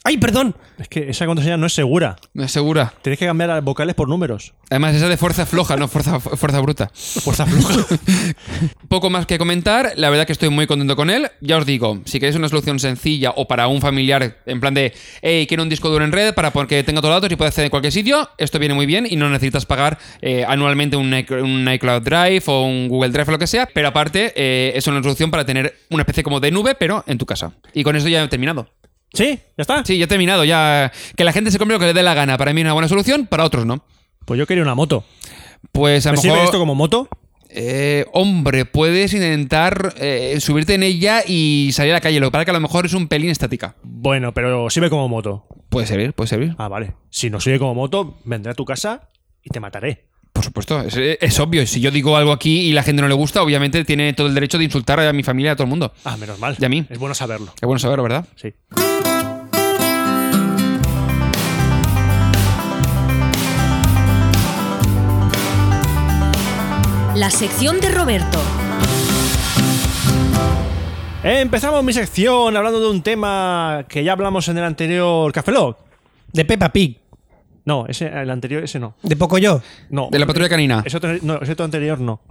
[SPEAKER 1] ¡Ay, perdón!
[SPEAKER 3] Es que esa contraseña no es segura.
[SPEAKER 6] No es segura.
[SPEAKER 3] Tienes que cambiar las vocales por números.
[SPEAKER 6] Además, esa de fuerza floja, no fuerza, fuerza bruta.
[SPEAKER 3] Fuerza floja.
[SPEAKER 6] Poco más que comentar, la verdad que estoy muy contento con él. Ya os digo, si queréis una solución sencilla o para un familiar en plan de, hey, quiero un disco duro en red para que tenga todos los datos y pueda acceder a cualquier sitio, esto viene muy bien y no necesitas pagar eh, anualmente un, iCl- un iCloud Drive o un Google Drive o lo que sea, pero aparte eh, es una solución para tener una especie como de nube, pero en tu casa. Y con esto ya he terminado.
[SPEAKER 3] ¿Sí? ¿Ya está?
[SPEAKER 6] Sí, ya he terminado, ya que la gente se compre lo que le dé la gana. Para mí es una buena solución, para otros no.
[SPEAKER 3] Pues yo quería una moto.
[SPEAKER 6] Pues a
[SPEAKER 3] ¿Me
[SPEAKER 6] lo
[SPEAKER 3] sirve
[SPEAKER 6] mejor...
[SPEAKER 3] esto como moto?
[SPEAKER 6] Eh, hombre, puedes intentar eh, subirte en ella y salir a la calle. Lo que pasa es que a lo mejor es un pelín estática.
[SPEAKER 3] Bueno, pero sirve como moto.
[SPEAKER 6] Puede servir, puede servir.
[SPEAKER 3] Ah, vale. Si no sirve como moto, vendré a tu casa y te mataré.
[SPEAKER 6] Por supuesto, es, es obvio. Si yo digo algo aquí y la gente no le gusta, obviamente tiene todo el derecho de insultar a mi familia, a todo el mundo.
[SPEAKER 3] Ah, menos mal.
[SPEAKER 6] ¿Y a mí?
[SPEAKER 3] Es bueno saberlo.
[SPEAKER 6] Qué bueno saberlo, ¿verdad?
[SPEAKER 3] Sí.
[SPEAKER 9] La sección de Roberto.
[SPEAKER 3] Eh, Empezamos mi sección hablando de un tema que ya hablamos en el anterior Café Lock.
[SPEAKER 1] De Peppa Pig.
[SPEAKER 3] No, ese, el anterior, ese no.
[SPEAKER 1] De Pocoyo.
[SPEAKER 3] No.
[SPEAKER 6] De la patrulla canina.
[SPEAKER 3] Ese otro, no, ese otro anterior no.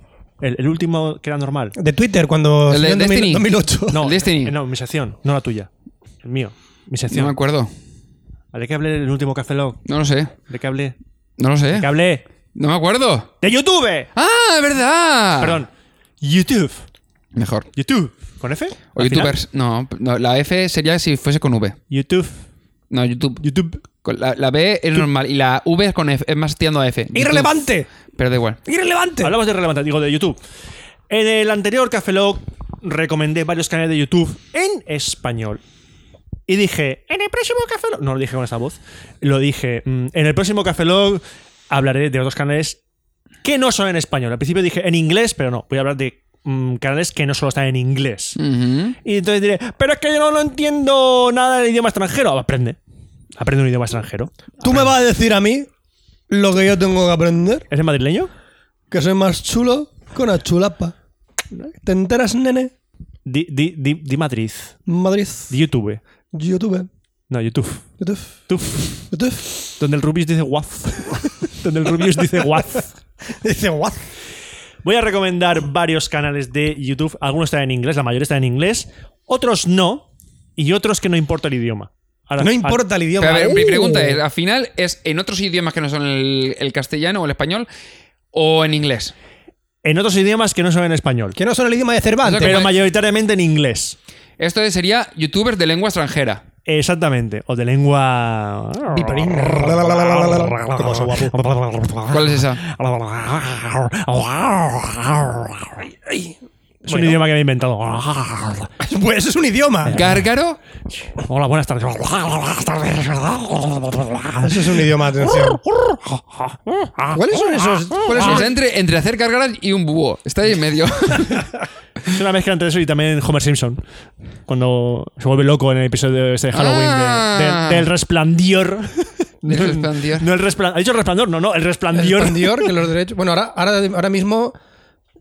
[SPEAKER 3] El, el último que era normal.
[SPEAKER 1] De Twitter, cuando
[SPEAKER 6] ¿El de
[SPEAKER 1] salió en
[SPEAKER 6] Destiny?
[SPEAKER 1] 2008.
[SPEAKER 3] No,
[SPEAKER 6] El Destiny.
[SPEAKER 3] eh, no, mi sección, no la tuya. El mío. Mi
[SPEAKER 6] No me
[SPEAKER 3] sección.
[SPEAKER 6] acuerdo.
[SPEAKER 3] ¿De qué hablé en el último Café Lock?
[SPEAKER 6] No lo sé.
[SPEAKER 3] ¿De qué hablé?
[SPEAKER 6] No lo sé.
[SPEAKER 3] ¿De qué hablé?
[SPEAKER 6] No me acuerdo.
[SPEAKER 3] ¡De YouTube!
[SPEAKER 6] ¡Ah, es verdad!
[SPEAKER 3] Perdón. YouTube.
[SPEAKER 6] Mejor.
[SPEAKER 3] YouTube. ¿Con F?
[SPEAKER 6] O
[SPEAKER 3] Al final.
[SPEAKER 6] youtubers. No, no, la F sería si fuese con V.
[SPEAKER 3] YouTube.
[SPEAKER 6] No, YouTube.
[SPEAKER 3] YouTube.
[SPEAKER 6] Con La, la B es normal y la V es con F, es más tirando a F. YouTube.
[SPEAKER 1] ¡Irrelevante!
[SPEAKER 6] Pero da igual.
[SPEAKER 1] ¡Irrelevante!
[SPEAKER 3] Hablamos de relevante, digo de YouTube. En el anterior Café Lock recomendé varios canales de YouTube en español. Y dije, en el próximo Café Lock. No lo dije con esa voz. Lo dije, mm, en el próximo Café Lock hablaré de otros canales que no son en español. Al principio dije en inglés, pero no. Voy a hablar de mm, canales que no solo están en inglés.
[SPEAKER 6] Ujú.
[SPEAKER 3] Y entonces diré, pero es que yo no, lo entiendo nada del idioma extranjero. Aprende. Aprende un idioma extranjero.
[SPEAKER 1] ¿Tú me vas a decir a mí lo que yo tengo que aprender?
[SPEAKER 3] ¿Eres madrileño?
[SPEAKER 1] Que soy más chulo que una chulapa. ¿Te enteras, nene?
[SPEAKER 3] Di, di, di, di Madrid.
[SPEAKER 1] Madrid.
[SPEAKER 3] Di YouTube.
[SPEAKER 1] YouTube.
[SPEAKER 3] No, YouTube.
[SPEAKER 1] YouTube.
[SPEAKER 3] Tuf.
[SPEAKER 1] YouTube.
[SPEAKER 3] Donde el Rubius dice guaf. Donde el Rubius dice guaf.
[SPEAKER 1] Dice, what?
[SPEAKER 3] Voy a recomendar varios canales de YouTube. Algunos están en inglés, la mayoría están en inglés. Otros no. Y otros que no importa el idioma. Ahora-
[SPEAKER 1] No
[SPEAKER 3] a-
[SPEAKER 1] importa el idioma.
[SPEAKER 6] Pero a ver, mi
[SPEAKER 1] Uh.
[SPEAKER 6] pregunta es, al final, ¿es en otros idiomas que no son el, el castellano o el español o en inglés?
[SPEAKER 3] En otros idiomas que no son en español.
[SPEAKER 1] Que no son el idioma de Cervantes.
[SPEAKER 6] Eso
[SPEAKER 3] Pero
[SPEAKER 6] Vale.
[SPEAKER 3] mayoritariamente en inglés.
[SPEAKER 6] Esto sería youtubers de lengua extranjera.
[SPEAKER 3] Exactamente. O de lengua.
[SPEAKER 1] Viperina.
[SPEAKER 3] Como soy guapo.
[SPEAKER 6] ¿Cuál es esa?
[SPEAKER 3] Es un idioma que me he inventado.
[SPEAKER 1] Pues es un idioma.
[SPEAKER 6] ¿Gárgaro?
[SPEAKER 3] Pues, Hola, buenas tardes.
[SPEAKER 1] Eso es un idioma, atención. ¿Cuáles son esos?
[SPEAKER 6] ¿Cuál es esa? Entre, entre hacer gárgaras y un búho. Está ahí en medio.
[SPEAKER 3] Es una mezcla entre eso y también Homer Simpson. Cuando se vuelve loco en el episodio este de Halloween
[SPEAKER 6] Ah.
[SPEAKER 3] de- de- del resplandor.
[SPEAKER 6] Del resplandor.
[SPEAKER 3] No, el resplandor. ¿Ha dicho resplandor? No, no, el resplandor.
[SPEAKER 1] Dior. Dior, que los derechos. Bueno, ahora, ahora, ahora mismo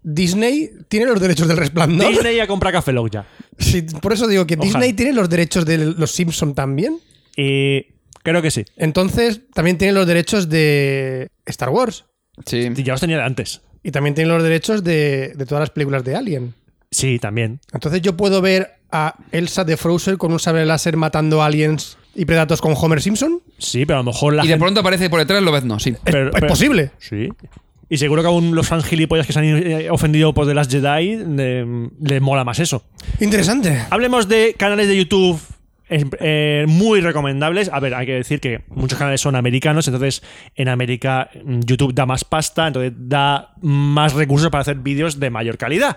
[SPEAKER 1] Disney tiene los derechos del resplandor.
[SPEAKER 3] Disney ya compra Café Lock ya.
[SPEAKER 1] Sí, por eso digo que
[SPEAKER 3] Ojalá.
[SPEAKER 1] Disney tiene los derechos de los Simpson también.
[SPEAKER 3] Eh, creo que sí.
[SPEAKER 1] Entonces, también tiene los derechos de Star Wars.
[SPEAKER 6] Sí.
[SPEAKER 3] Ya los tenía de antes.
[SPEAKER 1] Y también tiene los derechos de, de todas las películas de Alien.
[SPEAKER 3] Sí, también.
[SPEAKER 1] Entonces yo puedo ver a Elsa de Frozen con un sable láser matando aliens y predatos con Homer Simpson.
[SPEAKER 3] Sí, pero a lo mejor la
[SPEAKER 6] Y de
[SPEAKER 3] gente-
[SPEAKER 6] pronto aparece por detrás Lobez, no, sí.
[SPEAKER 3] pero-
[SPEAKER 1] es
[SPEAKER 3] pero-
[SPEAKER 1] posible.
[SPEAKER 3] Sí. Y seguro que aún los fans gilipollas que se han eh, ofendido por The Last Jedi le- les mola más eso.
[SPEAKER 1] Interesante.
[SPEAKER 3] Hablemos de canales de YouTube eh, eh, muy recomendables. A ver, hay que decir que muchos canales son americanos, entonces en América mm, YouTube da más pasta, entonces da más recursos para hacer vídeos de mayor calidad.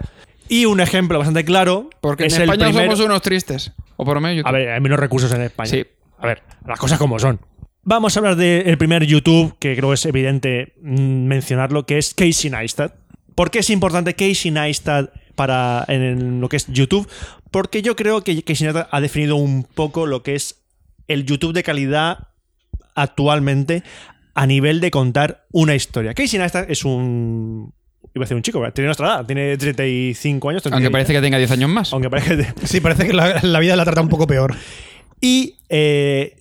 [SPEAKER 3] Y un ejemplo bastante claro
[SPEAKER 6] Porque
[SPEAKER 3] es
[SPEAKER 6] en
[SPEAKER 3] el
[SPEAKER 6] España
[SPEAKER 3] primero-
[SPEAKER 6] somos unos tristes. O por lo menos YouTube.
[SPEAKER 3] A ver, hay menos recursos en España.
[SPEAKER 6] Sí.
[SPEAKER 3] A ver, las cosas como son. Vamos a hablar del primer YouTube, que creo es evidente mm, mencionarlo, que es Casey Neistat. ¿Por qué es importante Casey Neistat para en lo que es YouTube? Porque yo creo que Casey Neistat ha definido un poco lo que es el YouTube de calidad actualmente a nivel de contar una historia. Casey Neistat es un... Iba a decir un chico, ¿verdad? tiene nuestra edad, tiene 35 años.
[SPEAKER 6] Aunque
[SPEAKER 3] 36.
[SPEAKER 6] parece que tenga 10 años más.
[SPEAKER 3] Aunque parece que
[SPEAKER 1] Sí, parece que la, la vida la trata un poco peor.
[SPEAKER 3] y eh,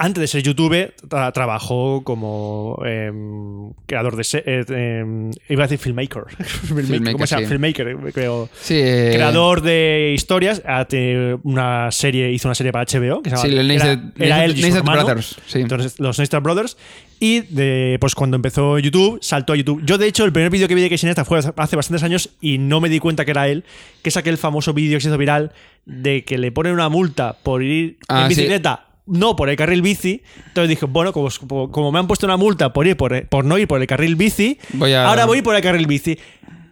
[SPEAKER 3] antes de ser youtuber, tra- trabajó como em, creador de. se- eh, em, iba a decir filmmaker. filmmaker, ¿cómo se llama?
[SPEAKER 6] sí.
[SPEAKER 3] Filmmaker, creo.
[SPEAKER 6] Sí, eh,
[SPEAKER 3] Creador de historias, ha tenido una serie, hizo una serie para HBO que se
[SPEAKER 6] Sí,
[SPEAKER 3] llamaba
[SPEAKER 6] el
[SPEAKER 3] era,
[SPEAKER 6] Neistat-
[SPEAKER 3] era él y su
[SPEAKER 6] Neistat
[SPEAKER 3] hermano.
[SPEAKER 6] Brothers, sí.
[SPEAKER 3] Entonces, los Neistat Brothers. Y de, pues cuando empezó YouTube, saltó a YouTube. Yo, de hecho, el primer vídeo que vi de Casey Neistat fue hace bastantes años y no me di cuenta que era él, que es aquel famoso vídeo que se hizo viral de que le ponen una multa por ir
[SPEAKER 6] Ah,
[SPEAKER 3] en
[SPEAKER 6] sí.
[SPEAKER 3] bicicleta. No por el carril bici. Entonces dije, bueno, como, como me han puesto una multa por ir por, por no ir por el carril bici,
[SPEAKER 6] Voy a-
[SPEAKER 3] ahora voy por el carril bici.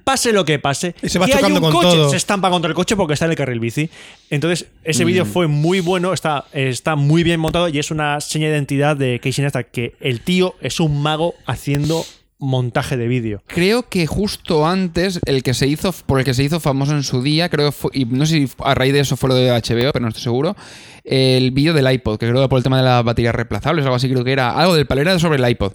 [SPEAKER 3] Pase lo que pase.
[SPEAKER 1] Y se va
[SPEAKER 3] que hay
[SPEAKER 1] chocando
[SPEAKER 3] un
[SPEAKER 1] con
[SPEAKER 3] coche,
[SPEAKER 1] todo.
[SPEAKER 3] se estampa contra el coche porque está en el carril bici. Entonces, ese vídeo
[SPEAKER 1] Mm.
[SPEAKER 3] fue muy bueno, está, está muy bien montado y es una seña de identidad de Casey Neistat que el tío es un mago haciendo montaje de vídeo.
[SPEAKER 6] Creo que justo antes, el que se hizo, por el que se hizo famoso en su día, creo que fue- y no sé si a raíz de eso fue lo de HBO, pero no estoy seguro, el vídeo del iPod, que creo que por el tema de las baterías reemplazables, algo así creo que era, algo del palera sobre el iPod,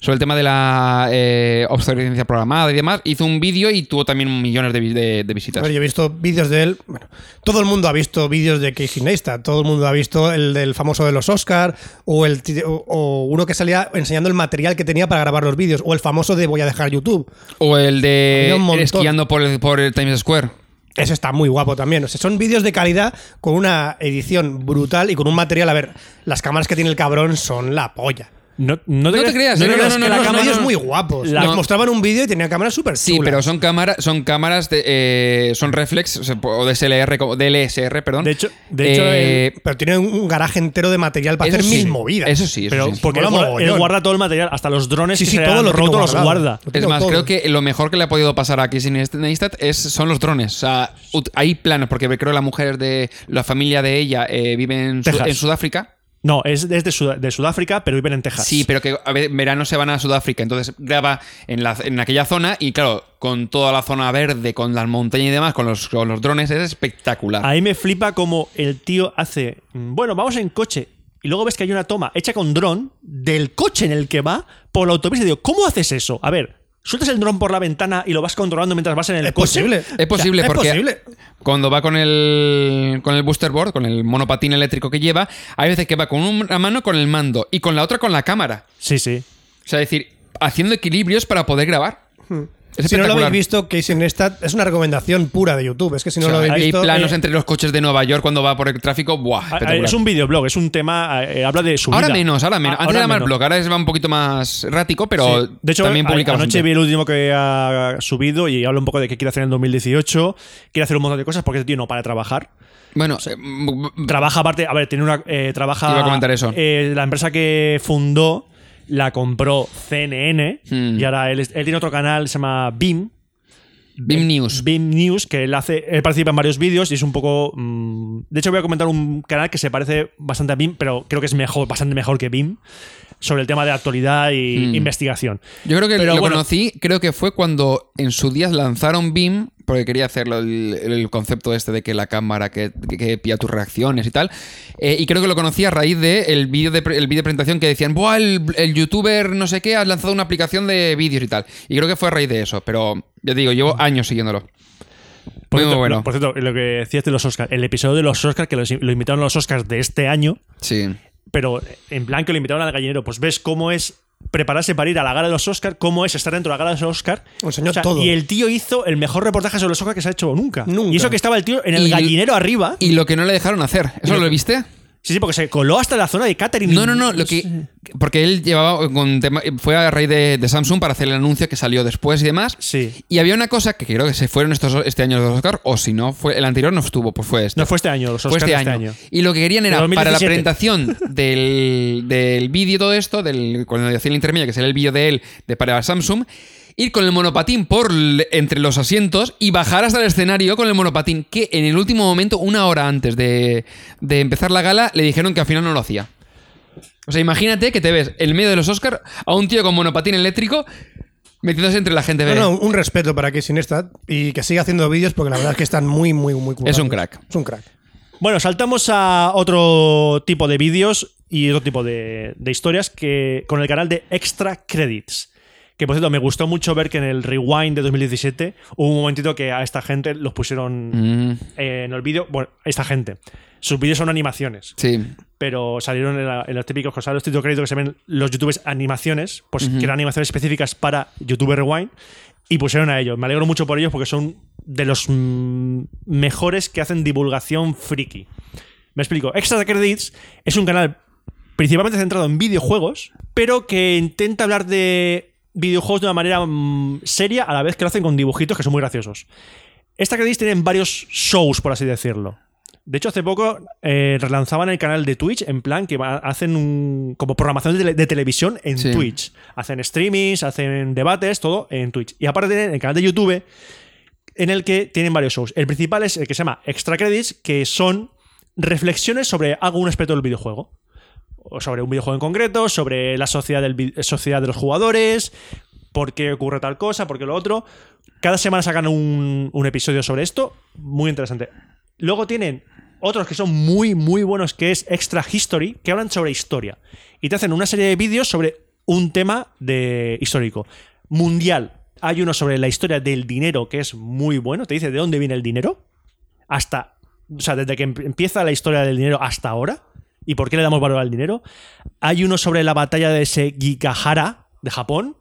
[SPEAKER 6] sobre el tema de la eh, obsolescencia programada y demás, hizo un vídeo y tuvo también millones de, vi- de- de
[SPEAKER 1] A
[SPEAKER 6] visitas.
[SPEAKER 1] ver, yo he visto vídeos de él. Bueno, todo el mundo ha visto vídeos de Casey Neistat. Todo el mundo ha visto el del famoso de los Oscar o, el, ti- o, o uno que salía enseñando el material que tenía para grabar los vídeos o el famoso de voy a dejar YouTube.
[SPEAKER 6] O el de
[SPEAKER 1] Había un montón.
[SPEAKER 6] esquiando por el, por el Times Square.
[SPEAKER 1] Ese está muy guapo también. O sea, son vídeos de calidad con una edición brutal y con un material. A ver, las cámaras que tiene el cabrón son la polla.
[SPEAKER 3] No, te,
[SPEAKER 6] No te creas, no, no,
[SPEAKER 3] creas
[SPEAKER 6] no,
[SPEAKER 3] que la
[SPEAKER 6] no, no,
[SPEAKER 1] Los
[SPEAKER 3] cámara-
[SPEAKER 1] vídeos muy guapos.
[SPEAKER 3] La-
[SPEAKER 1] Nos mostraban un vídeo y tenían cámaras súper
[SPEAKER 6] Sí, pero son cámaras, son cámaras de, eh, son reflex o sea, o DSLR, como- DLSR, perdón.
[SPEAKER 3] De hecho- de hecho,
[SPEAKER 6] Eh,
[SPEAKER 1] Pero tienen un garaje entero de material para
[SPEAKER 6] eso
[SPEAKER 1] hacer
[SPEAKER 6] sí.
[SPEAKER 1] mil movidas.
[SPEAKER 6] Eso sí, eso
[SPEAKER 3] Pero
[SPEAKER 6] sí.
[SPEAKER 3] porque él,
[SPEAKER 1] Mola
[SPEAKER 3] guarda-
[SPEAKER 1] mogollón.
[SPEAKER 3] él guarda todo el material, hasta los drones
[SPEAKER 1] Sí,
[SPEAKER 3] que
[SPEAKER 1] sí,
[SPEAKER 3] se
[SPEAKER 1] todo
[SPEAKER 3] han
[SPEAKER 1] lo tengo
[SPEAKER 3] roto los
[SPEAKER 1] guardado.
[SPEAKER 3] guarda.
[SPEAKER 1] Lo
[SPEAKER 6] Es
[SPEAKER 1] tengo
[SPEAKER 6] más,
[SPEAKER 1] todo.
[SPEAKER 6] creo que lo mejor que le ha podido pasar a Casey Neistat es, son los drones. O sea, ut- hay planos, porque creo que la mujer de la familia de ella eh, vive en, Su-
[SPEAKER 3] Texas.
[SPEAKER 6] en Sudáfrica.
[SPEAKER 3] No, es, es de, Sud- de Sudáfrica, pero viven en Texas.
[SPEAKER 6] Sí, pero que a ver, en verano se van a Sudáfrica. Entonces graba en, la, en aquella zona y, claro, con toda la zona verde, con las montañas y demás, con los, con los drones, es espectacular.
[SPEAKER 3] Ahí me flipa como el tío hace, mm, bueno, vamos en coche. Y luego ves que hay una toma hecha con dron del coche en el que va por la autopista. Y digo, ¿cómo haces eso? A ver, sueltas el dron por la ventana y lo vas controlando mientras vas en el
[SPEAKER 1] es
[SPEAKER 3] coche.
[SPEAKER 1] posible.
[SPEAKER 6] Es posible
[SPEAKER 1] es
[SPEAKER 6] porque
[SPEAKER 1] posible.
[SPEAKER 6] cuando va con el con el booster board, con el monopatín eléctrico que lleva, hay veces que va con una mano con el mando y con la otra con la cámara.
[SPEAKER 3] Sí, sí. Ah, eh,
[SPEAKER 6] O sea, es decir, haciendo equilibrios para poder grabar. Es
[SPEAKER 1] Hmm. Si no lo
[SPEAKER 6] espectacular.
[SPEAKER 1] habéis visto, Casey Neistat es una recomendación pura de YouTube. Es que si no
[SPEAKER 6] O sea,
[SPEAKER 1] lo habéis
[SPEAKER 6] hay
[SPEAKER 1] visto.
[SPEAKER 6] planos
[SPEAKER 1] eh,
[SPEAKER 6] entre los coches de Nueva York cuando va por el tráfico. Buah,
[SPEAKER 3] A- a-
[SPEAKER 6] espectacular.
[SPEAKER 3] Ah, Es un videoblog, es un tema, eh, habla de su
[SPEAKER 6] Ahora
[SPEAKER 3] vida.
[SPEAKER 6] menos, ahora menos.
[SPEAKER 3] Ah,
[SPEAKER 6] Antes era más
[SPEAKER 3] menos.
[SPEAKER 6] blog, ahora es va un poquito más errático, pero
[SPEAKER 3] Sí. De hecho,
[SPEAKER 6] también
[SPEAKER 3] a-
[SPEAKER 6] publica
[SPEAKER 3] anoche
[SPEAKER 6] bastante.
[SPEAKER 3] vi el último que ha subido y habla un poco de qué quiere hacer en el 2018. Quiere hacer un montón de cosas porque este tío no para de trabajar.
[SPEAKER 6] Bueno, eh, m- m-
[SPEAKER 3] Trabaja aparte, a ver, tiene una. eh, trabaja.
[SPEAKER 6] Iba a comentar eso.
[SPEAKER 3] eh, la empresa que fundó la compró CNN
[SPEAKER 6] Hmm.
[SPEAKER 3] y ahora él, es- él tiene otro canal, se llama Beam.
[SPEAKER 6] Beam News.
[SPEAKER 3] Beam News, que él hace. Él participa en varios vídeos y es un poco. mm, de hecho, voy a comentar un canal que se parece bastante a Beam, pero creo que es mejor, bastante mejor que Beam, sobre el tema de actualidad y investigación.
[SPEAKER 6] Hmm. Yo creo que
[SPEAKER 3] Pero
[SPEAKER 6] lo
[SPEAKER 3] bueno.
[SPEAKER 6] conocí, creo que fue cuando en su día lanzaron Beam, porque quería hacerlo el, el concepto este de que la cámara que, que- que pilla tus reacciones y tal. Eh, y creo que lo conocí a raíz del el vídeo de, pre- el vídeo de presentación que decían, ¡buah, el, el youtuber no sé qué ha lanzado una aplicación de vídeos y tal! Y creo que fue a raíz de eso, pero ya te digo, llevo años siguiéndolo.
[SPEAKER 3] Mm. Por,
[SPEAKER 6] muy,
[SPEAKER 3] cierto,
[SPEAKER 6] muy bueno.
[SPEAKER 3] por cierto, lo que decías de los Oscars, el episodio de los Oscars, que los- lo invitaron a los Oscars de este año,
[SPEAKER 6] Sí.
[SPEAKER 3] pero en plan que lo invitaron al gallinero, pues ves cómo es prepararse para ir a la gala de los Oscar, cómo es estar dentro de la gala de los Oscar.
[SPEAKER 1] Lo enseñó todo.
[SPEAKER 3] Y el tío hizo el mejor reportaje sobre los Oscar que se ha hecho nunca.
[SPEAKER 1] Nunca.
[SPEAKER 3] Y eso que estaba el tío en el
[SPEAKER 6] Y-
[SPEAKER 3] gallinero arriba.
[SPEAKER 6] Y lo que no le dejaron hacer. ¿Eso lo viste?
[SPEAKER 3] sí, sí, porque se coló hasta la zona de catering.
[SPEAKER 6] No, no, no. Lo que, porque él llevaba con tema- fue a raíz de, de Samsung para hacer el anuncio que salió después y demás.
[SPEAKER 3] Sí.
[SPEAKER 6] Y había una cosa que creo que se fueron estos, este año los Oscar, o si no, fue el anterior no estuvo, pues fue este.
[SPEAKER 3] No fue este año, los
[SPEAKER 6] Fue
[SPEAKER 3] Oscar
[SPEAKER 6] este año. Y lo que querían era,
[SPEAKER 3] De 2017.
[SPEAKER 6] para la presentación del, del vídeo y todo esto, del, cuando hacía la intermedia, que sería el vídeo de él de para Samsung, ir con el monopatín por l- entre los asientos y bajar hasta el escenario con el monopatín, que en el último momento, una hora antes de, de empezar la gala, le dijeron que al final no lo hacía. O sea, imagínate que te ves en medio de los Oscars a un tío con monopatín eléctrico metiéndose entre la gente.
[SPEAKER 1] No,
[SPEAKER 6] Ve,
[SPEAKER 1] no, un respeto para Casey Neistat y que siga haciendo vídeos porque la verdad es que están muy, muy, muy cool.
[SPEAKER 6] Es un crack.
[SPEAKER 1] Es un crack.
[SPEAKER 3] Bueno, saltamos a otro tipo de vídeos y otro tipo de, de historias que con el canal de Extra Credits. Que por cierto, me gustó mucho ver que en el Rewind de 2017 hubo un momentito que a esta gente los pusieron
[SPEAKER 6] Mm,
[SPEAKER 3] eh, en el vídeo. Bueno, esta gente. Sus vídeos son animaciones,
[SPEAKER 6] sí. pero
[SPEAKER 3] pero salieron en, la- en los típicos cosas, los títulos créditos que se ven los youtubers animaciones, pues que eran animaciones específicas para YouTube Rewind y pusieron a ellos. Me alegro mucho por ellos porque son de los mm, mejores que hacen divulgación friki. Me explico. Extra Credits es un canal principalmente centrado en videojuegos, pero que intenta hablar de videojuegos de una manera mm, seria a la vez que lo hacen con dibujitos que son muy graciosos. Esta Credits tienen varios shows, por así decirlo. De hecho, hace poco eh, relanzaban el canal de Twitch en plan que va- hacen un- como programación de, tele- de televisión en
[SPEAKER 6] Sí.
[SPEAKER 3] Twitch. Hacen streamings, hacen debates, todo en Twitch. Y aparte tienen el canal de YouTube en el que tienen varios shows. El principal es el que se llama Extra Credits, que son reflexiones sobre algún aspecto del videojuego. O sobre un videojuego en concreto, sobre la sociedad, del vi- sociedad de los jugadores, por qué ocurre tal cosa, por qué lo otro. Cada semana sacan un, un episodio sobre esto, muy interesante. Luego tienen otros que son muy, muy buenos, que es Extra History, que hablan sobre historia. Y te hacen una serie de vídeos sobre un tema de histórico. Mundial. Hay uno sobre la historia del dinero, que es muy bueno. Te dice de dónde viene el dinero hasta. O sea, desde que em- empieza la historia del dinero hasta ahora. ¿Y por qué le damos valor al dinero? Hay uno sobre la batalla de Sekigahara de Japón.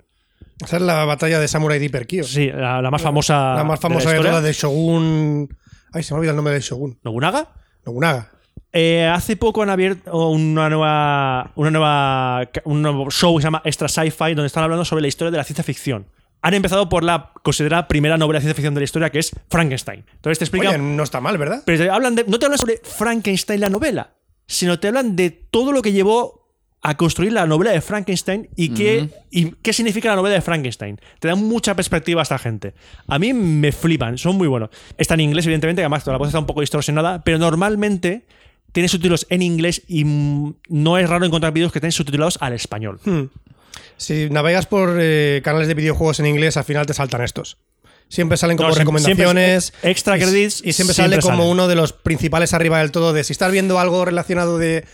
[SPEAKER 1] Esa es la batalla de Samurai de Hyperkyo.
[SPEAKER 3] Sí, la, la más famosa.
[SPEAKER 1] la más famosa de,
[SPEAKER 3] la historia.
[SPEAKER 1] todas de Shogun. Ay, se me olvida el nombre de Shogun.
[SPEAKER 3] Nobunaga.
[SPEAKER 1] Nobunaga.
[SPEAKER 3] Eh, hace poco han abierto una nueva, una nueva, un nuevo show que se llama Extra Sci-Fi, donde están hablando sobre la historia de la ciencia ficción. Han empezado por la considerada primera novela de ciencia ficción de la historia, que es Frankenstein. Entonces te explican
[SPEAKER 1] Oye, no está mal, ¿verdad?
[SPEAKER 3] Pero te hablan de- no te hablan sobre Frankenstein la novela, sino te hablan de todo lo que llevó a construir la novela de Frankenstein y qué, y qué significa la novela de Frankenstein. Te dan mucha perspectiva a esta gente. A mí me flipan, son muy buenos. Está en inglés, evidentemente, que además toda la voz está un poco distorsionada, pero normalmente tiene subtítulos en inglés y mm, no es raro encontrar vídeos que estén subtitulados al español.
[SPEAKER 1] Si navegas por eh, canales de videojuegos en inglés, al final te saltan estos. Siempre salen como
[SPEAKER 3] No, siempre-
[SPEAKER 1] recomendaciones.
[SPEAKER 3] siempre- extra
[SPEAKER 1] y-
[SPEAKER 3] credits,
[SPEAKER 1] Y, siempre,
[SPEAKER 3] siempre
[SPEAKER 1] sale como
[SPEAKER 3] salen.
[SPEAKER 1] uno de los principales arriba del todo de si estás viendo algo relacionado de.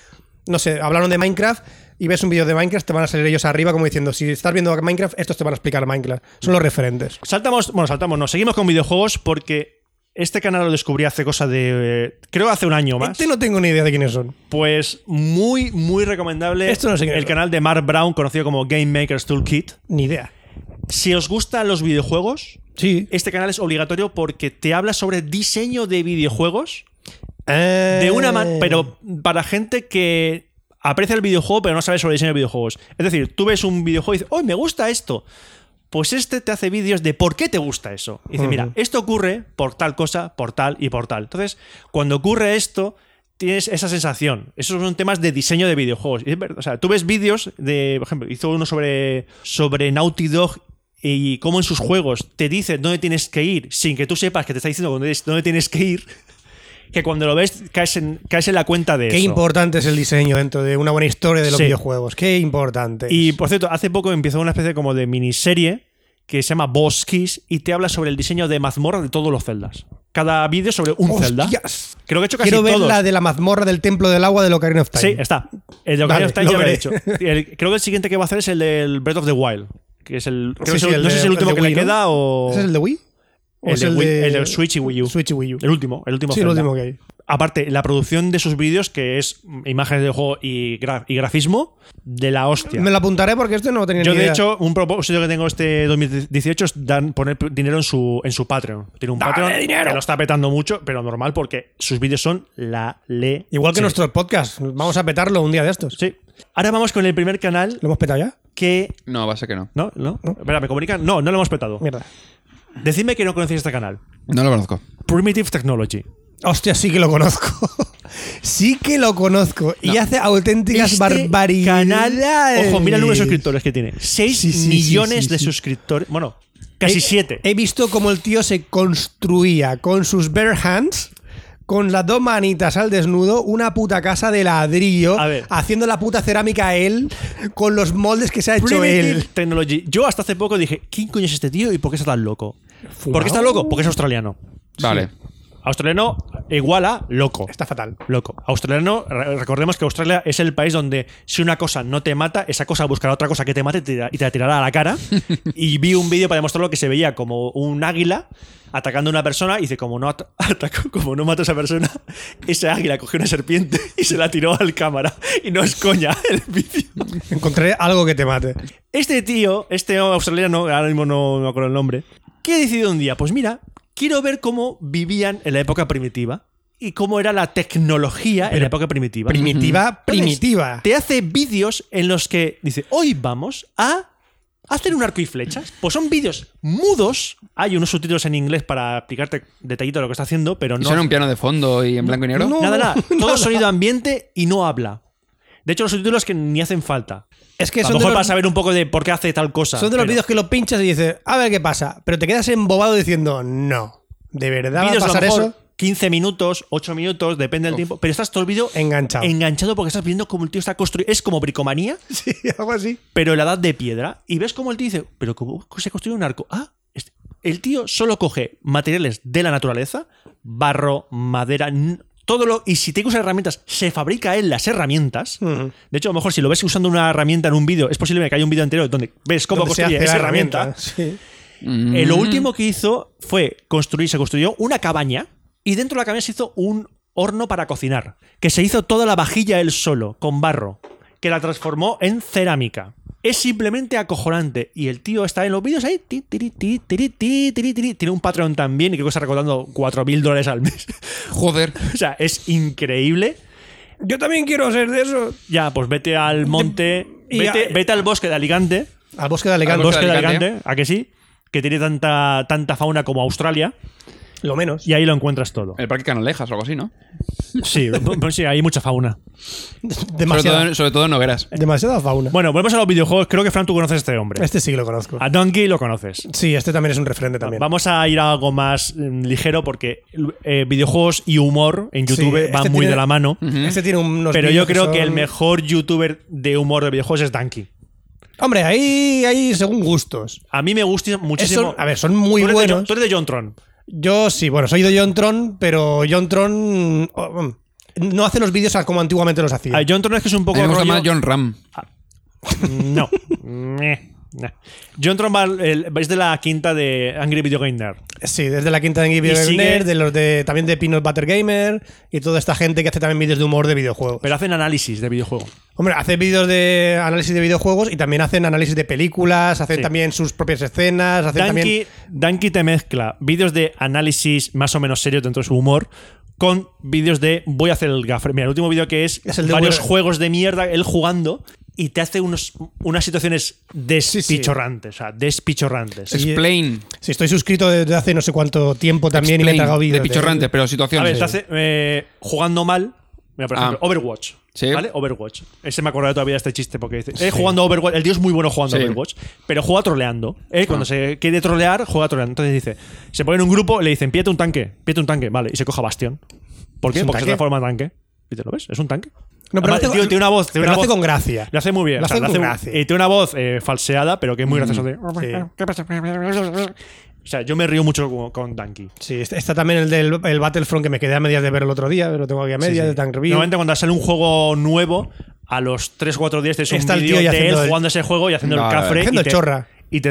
[SPEAKER 1] No sé, hablaron de Minecraft y ves un vídeo de Minecraft, te van a salir ellos arriba como diciendo, si estás viendo Minecraft, estos te van a explicar Minecraft. Son los referentes.
[SPEAKER 3] Saltamos, bueno, saltamos, no, seguimos con videojuegos porque este canal lo descubrí hace cosa de. eh, creo hace un año más.
[SPEAKER 1] Este no tengo ni idea de quiénes son.
[SPEAKER 3] Pues muy, muy recomendable
[SPEAKER 1] Esto no sé qué
[SPEAKER 3] el
[SPEAKER 1] es.
[SPEAKER 3] canal de Mark Brown, conocido como Game Maker's Toolkit.
[SPEAKER 1] Ni idea.
[SPEAKER 3] Si os gustan los videojuegos,
[SPEAKER 1] Sí.
[SPEAKER 3] este canal es obligatorio porque te habla sobre diseño de videojuegos de una man-
[SPEAKER 1] Eh.
[SPEAKER 3] pero para gente que aprecia el videojuego pero no sabe sobre diseño de videojuegos. Es decir, tú ves un videojuego y dices, ¡oh, me gusta esto! Pues este te hace vídeos de por qué te gusta eso. Y dice, mira, esto ocurre por tal cosa, por tal y por tal. Entonces, cuando ocurre esto, tienes esa sensación. Esos son temas de diseño de videojuegos. Y es verdad, o sea, tú ves vídeos de, por ejemplo, hizo uno sobre, sobre Naughty Dog y cómo en sus juegos te dice dónde tienes que ir sin que tú sepas que te está diciendo dónde dónde tienes que ir que cuando lo ves caes en, caes en la cuenta de
[SPEAKER 1] Qué
[SPEAKER 3] eso.
[SPEAKER 1] importante es el diseño dentro de una buena historia de los
[SPEAKER 3] Sí.
[SPEAKER 1] videojuegos. Qué importante.
[SPEAKER 3] Y
[SPEAKER 1] es.
[SPEAKER 3] por cierto, hace poco empezó una especie como de miniserie que se llama Boss Kiss y te habla sobre el diseño de mazmorra de todos los celdas. Cada vídeo sobre un celda.
[SPEAKER 1] Hostias.
[SPEAKER 3] Creo que he hecho casi
[SPEAKER 1] Quiero ver
[SPEAKER 3] todos.
[SPEAKER 1] la de la mazmorra del templo del agua de Ocarina of Time.
[SPEAKER 3] Sí, está. El de
[SPEAKER 1] Vale,
[SPEAKER 3] Ocarina of Time
[SPEAKER 1] lo
[SPEAKER 3] ya lo he
[SPEAKER 1] veré.
[SPEAKER 3] hecho. El- creo que el siguiente que va a hacer es el del Breath of the Wild. Que es el. creo
[SPEAKER 1] Sí,
[SPEAKER 3] que es
[SPEAKER 1] sí,
[SPEAKER 3] el-
[SPEAKER 1] el
[SPEAKER 3] no
[SPEAKER 1] de-
[SPEAKER 3] sé si es el
[SPEAKER 1] el
[SPEAKER 3] último
[SPEAKER 1] de
[SPEAKER 3] que le
[SPEAKER 1] Wii, ¿no?
[SPEAKER 3] queda o.
[SPEAKER 1] ¿Ese es el de Wii? ¿O
[SPEAKER 3] el de Wii- el de Switch y Wii U.
[SPEAKER 1] Switch y Wii U.
[SPEAKER 3] El último, el último.
[SPEAKER 1] sí, el
[SPEAKER 3] Zelda.
[SPEAKER 1] último que hay.
[SPEAKER 3] Aparte, la producción de sus vídeos, que es mm, imágenes de juego y, gra- y grafismo, de la hostia.
[SPEAKER 1] Me lo apuntaré porque esto no lo tenía
[SPEAKER 3] Yo,
[SPEAKER 1] ni
[SPEAKER 3] de
[SPEAKER 1] idea.
[SPEAKER 3] hecho, un propósito que tengo este 2018 es dan- poner p- dinero en su, en su Patreon. Tiene un Patreon que lo está petando mucho, pero normal porque sus vídeos son la le.
[SPEAKER 1] Igual que
[SPEAKER 3] Sí.
[SPEAKER 1] nuestro podcast. Vamos a petarlo un día de estos.
[SPEAKER 3] Sí. Ahora vamos con el primer canal
[SPEAKER 1] ¿Lo hemos petado ya?
[SPEAKER 3] que.
[SPEAKER 6] No, va a ser que no.
[SPEAKER 3] ¿No? ¿No? Espera, ¿me comunican? No, no lo hemos petado.
[SPEAKER 1] Mierda.
[SPEAKER 3] Decidme que no conocéis este canal.
[SPEAKER 6] No lo conozco.
[SPEAKER 3] Primitive Technology.
[SPEAKER 1] Hostia, sí que lo conozco. sí que lo conozco. Y hace auténticas
[SPEAKER 3] Este
[SPEAKER 1] barbaridades.
[SPEAKER 3] canal. Ojo, mira el número de suscriptores que tiene. 6
[SPEAKER 1] Sí, sí, sí,
[SPEAKER 3] millones
[SPEAKER 1] sí,
[SPEAKER 3] de
[SPEAKER 1] sí. Eh,
[SPEAKER 3] suscriptores. Bueno, casi
[SPEAKER 1] He-
[SPEAKER 3] 7.
[SPEAKER 1] He visto cómo el tío se construía con sus bare hands. Con las dos manitas al desnudo, una puta casa de ladrillo,
[SPEAKER 3] A ver.
[SPEAKER 1] haciendo la puta cerámica él, con los moldes que se ha hecho
[SPEAKER 3] Primitive
[SPEAKER 1] él.
[SPEAKER 3] Technology. Yo hasta hace poco dije, ¿quién coño es este tío y por qué está tan loco? ¿Por qué está loco? Porque es australiano.
[SPEAKER 6] Vale.
[SPEAKER 3] Australiano igual a loco.
[SPEAKER 1] Está fatal.
[SPEAKER 3] Loco. Australiano, re- recordemos que Australia es el país donde si una cosa no te mata, esa cosa buscará otra cosa que te mate y te la- y te la tirará a la cara. y vi un vídeo para demostrarlo que se veía como un águila atacando a una persona y dice, como no, at- ataco, como no mato a esa persona, ese águila cogió una serpiente y se la tiró al cámara. Y no es coña el vídeo.
[SPEAKER 1] Encontré algo que te mate.
[SPEAKER 3] Este tío, este australiano, ahora mismo no me acuerdo el nombre, que decidió un día, pues mira, quiero ver cómo vivían en la época primitiva y cómo era la tecnología en la época primitiva.
[SPEAKER 1] Primitiva,
[SPEAKER 3] Entonces,
[SPEAKER 1] primitiva.
[SPEAKER 3] Te hace vídeos en los que dice, hoy vamos a hacer un arco y flechas. Pues son vídeos mudos. Hay unos subtítulos en inglés para explicarte detallito de lo que está haciendo, pero
[SPEAKER 6] ¿Y
[SPEAKER 3] no
[SPEAKER 6] suena un piano de fondo y en blanco y negro?
[SPEAKER 1] No.
[SPEAKER 3] nada, nada. Todo sonido ambiente y no habla. De hecho, los subtítulos que ni hacen falta.
[SPEAKER 1] Es que
[SPEAKER 3] a
[SPEAKER 1] son
[SPEAKER 3] lo
[SPEAKER 1] de
[SPEAKER 3] mejor
[SPEAKER 1] los-
[SPEAKER 3] para saber un poco de por qué hace tal cosa.
[SPEAKER 1] Son de los
[SPEAKER 3] pero-
[SPEAKER 1] vídeos que lo pinchas y dices, a ver qué pasa. Pero te quedas embobado diciendo, no. ¿De verdad va a
[SPEAKER 3] vídeos a lo
[SPEAKER 1] pasar
[SPEAKER 3] mejor
[SPEAKER 1] eso?
[SPEAKER 3] 15 minutos, 8 minutos, depende del tiempo. Pero estás todo el vídeo
[SPEAKER 1] Enganchado.
[SPEAKER 3] enganchado porque estás viendo cómo el tío está construyendo. Es como bricomanía,
[SPEAKER 1] Sí, algo así.
[SPEAKER 3] pero en la edad de piedra. Y ves cómo el tío dice, pero ¿cómo se construye un arco? Ah, este- el tío solo coge materiales de la naturaleza, barro, madera, n- todo lo. Y si tiene que usar herramientas, se fabrica él las herramientas. De hecho, a lo mejor si lo ves usando una herramienta en un vídeo, es posible que haya un vídeo entero donde ves cómo
[SPEAKER 1] Donde se
[SPEAKER 3] construye
[SPEAKER 1] hace
[SPEAKER 3] esa
[SPEAKER 1] la
[SPEAKER 3] herramienta.
[SPEAKER 1] Sí.
[SPEAKER 6] Mm.
[SPEAKER 3] Eh, lo último que hizo fue construir, se construyó una cabaña y dentro de la cabaña se hizo un horno para cocinar, que se hizo toda la vajilla él solo, con barro, que la transformó en cerámica. Es simplemente acojonante. Y el tío está en los vídeos ahí. ti, tiri, ti, tiri, ti, tiri, tiri. Tiene un Patreon también y creo que está recaudando 4.000 dólares al mes.
[SPEAKER 6] Joder.
[SPEAKER 3] o sea, es increíble.
[SPEAKER 1] Yo también quiero ser de eso.
[SPEAKER 3] Ya, pues vete al monte.
[SPEAKER 1] y
[SPEAKER 3] Vete,
[SPEAKER 1] a-
[SPEAKER 3] vete al bosque de Alicante.
[SPEAKER 1] Al bosque de
[SPEAKER 3] Al
[SPEAKER 1] Alicante.
[SPEAKER 3] bosque de
[SPEAKER 6] Alicante.
[SPEAKER 3] Alicante, ¿a que sí? Que tiene tanta, tanta fauna como Australia.
[SPEAKER 1] Lo menos.
[SPEAKER 3] Y ahí lo encuentras todo.
[SPEAKER 6] El parque Canalejas o algo así, ¿no?
[SPEAKER 3] Sí, pues sí, hay mucha fauna.
[SPEAKER 6] Sobre todo,
[SPEAKER 1] Demasiada,
[SPEAKER 6] en, sobre todo en hogueras.
[SPEAKER 1] demasiada fauna.
[SPEAKER 3] Bueno, volvemos a los videojuegos. Creo que Fran, tú conoces a este hombre.
[SPEAKER 1] Este sí que lo conozco.
[SPEAKER 3] A Donkey lo conoces.
[SPEAKER 1] Sí, este también es un referente también.
[SPEAKER 3] Vamos a ir a algo más mm, ligero porque eh, videojuegos y humor en
[SPEAKER 1] Sí,
[SPEAKER 3] YouTube van
[SPEAKER 1] este
[SPEAKER 3] muy
[SPEAKER 1] tiene-
[SPEAKER 3] de la mano.
[SPEAKER 6] Mm.
[SPEAKER 1] Este tiene unos
[SPEAKER 3] Pero yo
[SPEAKER 1] vídeos
[SPEAKER 3] creo que
[SPEAKER 1] son-
[SPEAKER 3] el mejor youtuber de humor de videojuegos es Donkey.
[SPEAKER 1] Hombre, ahí, ahí según gustos.
[SPEAKER 3] A mí me gusta muchísimo.
[SPEAKER 1] Son- a ver, son muy
[SPEAKER 3] Tú eres de Jon-
[SPEAKER 1] buenos.
[SPEAKER 3] tú eres de John Tron.
[SPEAKER 1] Yo sí, bueno, soy de John Tron, pero John Tron oh, mm, no hace los vídeos como antiguamente los hacía.
[SPEAKER 3] A John Tron es que es un
[SPEAKER 6] A
[SPEAKER 3] poco.
[SPEAKER 6] mí me gusta
[SPEAKER 3] rollo-
[SPEAKER 6] más John Ram.
[SPEAKER 3] No. Meh, nah. John Tron va- el- es de la quinta de Angry Video Game Nerd.
[SPEAKER 1] Sí, desde la quinta de Angry
[SPEAKER 3] Y
[SPEAKER 1] Video Game
[SPEAKER 3] sigue-
[SPEAKER 1] Nerd, de los de, también de Peanut Butter Gamer y toda esta gente que hace también vídeos de humor de videojuegos.
[SPEAKER 3] Pero hacen análisis de videojuegos.
[SPEAKER 1] Hombre, hace vídeos de análisis de videojuegos y también hacen análisis de películas, hacen
[SPEAKER 3] Sí.
[SPEAKER 1] también sus propias escenas, hacen también...
[SPEAKER 3] Danky, Danky te mezcla vídeos de análisis más o menos serios dentro de su humor con vídeos de voy a hacer el gafre. Mira, el último vídeo que es,
[SPEAKER 1] Es el de
[SPEAKER 3] varios
[SPEAKER 1] VR.
[SPEAKER 3] juegos de mierda, él jugando y te hace unos, unas situaciones despichorrantes, o sea, despichorrantes.
[SPEAKER 1] Sí.
[SPEAKER 6] Explain.
[SPEAKER 1] Sí, estoy suscrito desde hace no sé cuánto tiempo también y me he
[SPEAKER 6] Explain.
[SPEAKER 1] tragado vídeos. ¿eh?
[SPEAKER 6] de pichorrante, pero situaciones.
[SPEAKER 3] A ver, te hace eh, jugando mal. Mira, por
[SPEAKER 6] Ah.
[SPEAKER 3] ejemplo, Overwatch.
[SPEAKER 6] Sí.
[SPEAKER 3] ¿Vale? Overwatch. Ese me acordaré todavía de este chiste porque dice, eh, jugando Overwatch, el tío es muy bueno jugando
[SPEAKER 6] Sí.
[SPEAKER 3] Overwatch, pero juega troleando. Él cuando se quiere trolear, juega troleando. Entonces dice, se pone en un grupo, le dicen, pídate un tanque, pídate un tanque, vale, y se coja Bastión. ¿Por qué?
[SPEAKER 1] ¿Es un
[SPEAKER 3] Porque se
[SPEAKER 1] tanque?
[SPEAKER 3] transforma en tanque. ¿Y te lo ves? Es un tanque.
[SPEAKER 1] No, pero
[SPEAKER 3] Además,
[SPEAKER 1] lo hace-
[SPEAKER 3] el tío tiene una voz, tiene
[SPEAKER 1] pero
[SPEAKER 3] una
[SPEAKER 1] lo hace
[SPEAKER 3] voz-
[SPEAKER 1] con gracia.
[SPEAKER 3] Lo hace muy bien.
[SPEAKER 1] Lo
[SPEAKER 3] o sea,
[SPEAKER 1] hace con
[SPEAKER 3] un-
[SPEAKER 1] gracia.
[SPEAKER 3] Y tiene una voz eh, falseada, pero que es muy graciosa. de-
[SPEAKER 1] Sí.
[SPEAKER 3] ¿Qué pasa? O sea, yo me río mucho con, con Danky.
[SPEAKER 1] Sí, está, está también el del el Battlefront que me quedé a medias de ver el otro día, lo tengo aquí a medias, de Tank Review.
[SPEAKER 3] Normalmente cuando sale un juego nuevo, a los 3 o 4 días te es un
[SPEAKER 1] Está el tío
[SPEAKER 3] vídeo de
[SPEAKER 1] ya
[SPEAKER 3] él
[SPEAKER 1] haciendo el-
[SPEAKER 3] jugando ese juego y haciendo el
[SPEAKER 6] Vale.
[SPEAKER 3] cafre.
[SPEAKER 1] Haciendo
[SPEAKER 3] y
[SPEAKER 1] el
[SPEAKER 3] te-
[SPEAKER 1] chorra.
[SPEAKER 3] y te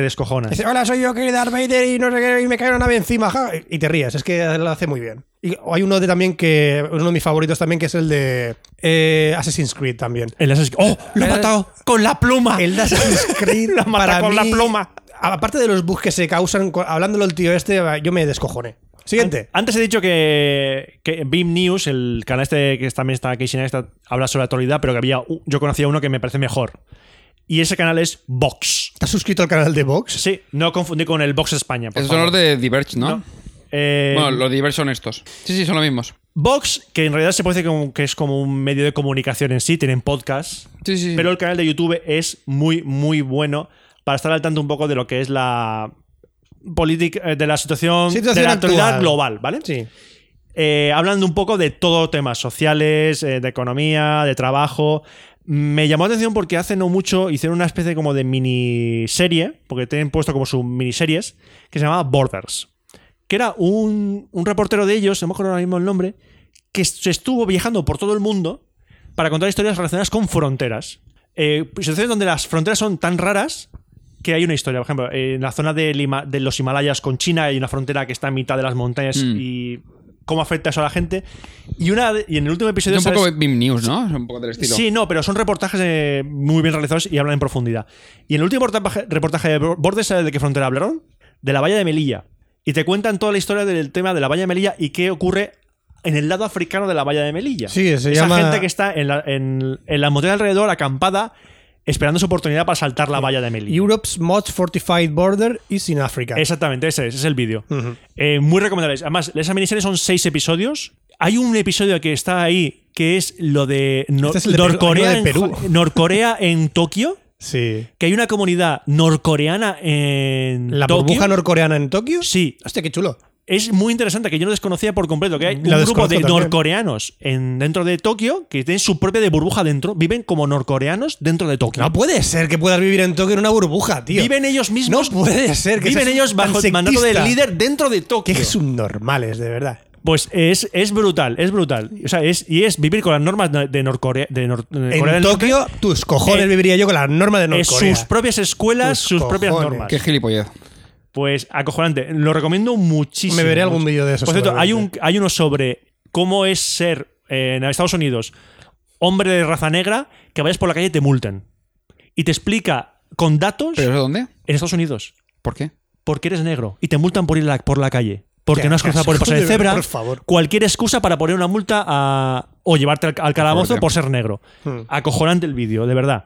[SPEAKER 3] descojonas.
[SPEAKER 1] Dice, hola, soy yo, que Darth Vader, y no sé qué, y me cae una nave encima, ja", y te ríes, es que lo hace muy bien. Y hay uno de también que, uno de mis favoritos también, que es el de eh, Assassin's Creed también.
[SPEAKER 3] El Assassin's- ¡Oh! ¡Lo ha matado! ¡Con la pluma!
[SPEAKER 1] El de Assassin's Creed,
[SPEAKER 3] La mata
[SPEAKER 1] para
[SPEAKER 3] con la
[SPEAKER 1] mí,
[SPEAKER 3] ploma.
[SPEAKER 1] Aparte de los bugs que se causan, co- hablándolo el tío este, yo me descojoné. Siguiente.
[SPEAKER 3] Antes he dicho que, que Beam News, el canal este que es- también está Casey Neistat, habla sobre la actualidad, pero que había u- yo conocía uno que me parece mejor. Y ese canal es Vox.
[SPEAKER 1] ¿Estás suscrito al canal de Vox?
[SPEAKER 3] Sí, no confundir con el Vox España. por
[SPEAKER 6] Esos son
[SPEAKER 3] favor.
[SPEAKER 6] los de Diverge, ¿no?
[SPEAKER 3] No. Eh,
[SPEAKER 6] Bueno, los de Diverge son estos. Sí, sí, son los mismos.
[SPEAKER 3] Vox, que en realidad se puede decir como- que es como un medio de comunicación en sí, tienen podcast.
[SPEAKER 6] Sí, sí, sí.
[SPEAKER 3] Pero el canal de YouTube es muy, muy bueno para estar al tanto un poco de lo que es la política, eh, de la situación,
[SPEAKER 1] Situación
[SPEAKER 3] de la actualidad
[SPEAKER 1] actual.
[SPEAKER 3] global, ¿vale?
[SPEAKER 1] Sí.
[SPEAKER 3] Eh, hablando un poco de todo temas sociales, eh, de economía, de trabajo. Me llamó la atención porque hace no mucho hicieron una especie como de miniserie, porque tienen puesto como sus miniseries, que se llamaba Borders. Que era un, un reportero de ellos, no me acuerdo ahora mismo el nombre, que se estuvo viajando por todo el mundo para contar historias relacionadas con fronteras. Eh, situaciones donde las fronteras son tan raras que hay una historia. Por ejemplo, eh, en la zona de, Lima- de los Himalayas con China hay una frontera que está en mitad de las montañas
[SPEAKER 6] Mm.
[SPEAKER 3] y cómo afecta eso a la gente. Y, una, de- y en el último
[SPEAKER 6] Es
[SPEAKER 3] episodio...
[SPEAKER 6] un poco
[SPEAKER 3] ¿sabes?
[SPEAKER 6] BIM News, ¿no? Es un poco del estilo.
[SPEAKER 3] Sí, no, pero son reportajes eh, muy bien realizados y hablan en profundidad. Y en el último reportaje, reportaje de Bordes, ¿sabes de qué frontera hablaron? De la valla de Melilla. Y te cuentan toda la historia del tema de la valla de Melilla y qué ocurre en el lado africano de la valla de Melilla.
[SPEAKER 1] Sí, se
[SPEAKER 3] Esa
[SPEAKER 1] llama-
[SPEAKER 3] gente que está en la, en, en la montaña alrededor, acampada, esperando su oportunidad para saltar la valla de Melilla.
[SPEAKER 1] Europe's most fortified border is in Africa.
[SPEAKER 3] Exactamente, ese es, ese es el vídeo.
[SPEAKER 1] Ujú.
[SPEAKER 3] Eh, muy recomendable. Además, esa miniserie son seis episodios. Hay un episodio que está ahí que es lo de, Nor-
[SPEAKER 1] Este es el de Perú,
[SPEAKER 3] Norcorea,
[SPEAKER 1] hay uno de
[SPEAKER 3] en-
[SPEAKER 1] Perú.
[SPEAKER 3] Norcorea en Tokio.
[SPEAKER 1] Sí.
[SPEAKER 3] Que hay una comunidad norcoreana en
[SPEAKER 1] ¿La
[SPEAKER 3] Tokio.
[SPEAKER 1] burbuja norcoreana en Tokio?
[SPEAKER 3] Sí.
[SPEAKER 1] Hostia, qué chulo.
[SPEAKER 3] Es muy interesante, que yo no desconocía por completo, que hay
[SPEAKER 1] La
[SPEAKER 3] un grupo
[SPEAKER 1] desconozco
[SPEAKER 3] de
[SPEAKER 1] también.
[SPEAKER 3] norcoreanos en, dentro de Tokio que tienen su propia de burbuja dentro, viven como norcoreanos dentro de Tokio.
[SPEAKER 1] No puede ser que puedas vivir en Tokio en una burbuja, tío.
[SPEAKER 3] viven ellos mismos.
[SPEAKER 1] No puede ser que
[SPEAKER 3] Viven
[SPEAKER 1] seas
[SPEAKER 3] ellos bajo
[SPEAKER 1] tan
[SPEAKER 3] el mandato del
[SPEAKER 1] sectista.
[SPEAKER 3] líder dentro de Tokio.
[SPEAKER 1] Qué subnormales, de verdad.
[SPEAKER 3] Pues es, es brutal, es brutal. O sea, es, y es vivir con las normas de Norcorea. De Nor- de
[SPEAKER 1] En
[SPEAKER 3] Corea del Norte.
[SPEAKER 1] Tokio, tus cojones
[SPEAKER 3] Eh,
[SPEAKER 1] viviría yo con las normas de
[SPEAKER 3] Es
[SPEAKER 1] Norcorea.
[SPEAKER 3] sus propias escuelas,
[SPEAKER 1] Tus
[SPEAKER 3] sus propias
[SPEAKER 1] cojones.
[SPEAKER 3] normas.
[SPEAKER 6] Qué gilipollez.
[SPEAKER 3] Pues acojonante. Lo recomiendo muchísimo.
[SPEAKER 1] Me veré algún vídeo de eso,
[SPEAKER 3] Por cierto, hay, un,
[SPEAKER 1] seguramente.
[SPEAKER 3] hay uno sobre cómo es ser eh, en Estados Unidos hombre de raza negra que vayas por la calle y te multen. Y te explica con datos
[SPEAKER 6] ¿Pero eso dónde?
[SPEAKER 3] en Estados Unidos
[SPEAKER 6] ¿Por qué?
[SPEAKER 3] porque eres negro y te multan por ir la- por la calle. Porque
[SPEAKER 1] Qué
[SPEAKER 3] no has cruzado por el paso de
[SPEAKER 1] asco, de
[SPEAKER 3] cebra.
[SPEAKER 1] verdad, por favor.
[SPEAKER 3] Cualquier excusa para poner una multa a- o llevarte al, al calabozo
[SPEAKER 6] Fuerte.
[SPEAKER 3] por ser negro.
[SPEAKER 1] Hmm.
[SPEAKER 3] Acojonante el vídeo, de verdad.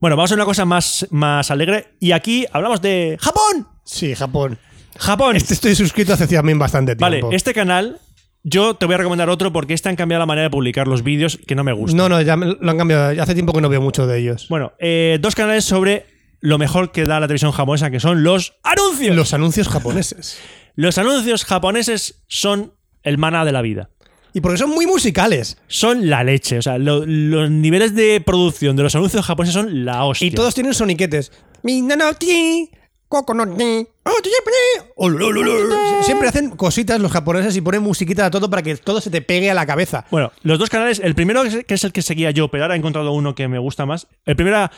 [SPEAKER 3] Bueno, vamos a una cosa más, más alegre. Y aquí hablamos de Japón.
[SPEAKER 1] Sí, Japón.
[SPEAKER 3] Japón.
[SPEAKER 1] Este estoy suscrito hace también bastante
[SPEAKER 3] vale,
[SPEAKER 1] tiempo.
[SPEAKER 3] este canal yo te voy a recomendar otro porque este han cambiado la manera de publicar los vídeos que no me gusta.
[SPEAKER 1] No, no, ya me lo han cambiado. Ya Hace tiempo que no veo mucho de ellos.
[SPEAKER 3] Bueno, eh, dos canales sobre lo mejor que da la televisión japonesa, que son los anuncios.
[SPEAKER 1] Los anuncios japoneses.
[SPEAKER 3] Los anuncios japoneses son el maná de la vida.
[SPEAKER 1] Y porque son muy musicales.
[SPEAKER 3] Son la leche. O sea, lo- los niveles de producción de los anuncios japoneses son la hostia.
[SPEAKER 1] Y todos tienen soniquetes. Mi nanoti, coconut ni, oh, ti, ti, oh, lo, lo, lo. Siempre hacen cositas los japoneses y ponen musiquita a todo para que todo se te pegue a la cabeza.
[SPEAKER 3] Bueno, los dos canales, el primero que es- que es el que seguía yo, pero ahora he encontrado uno que me gusta más. El primero era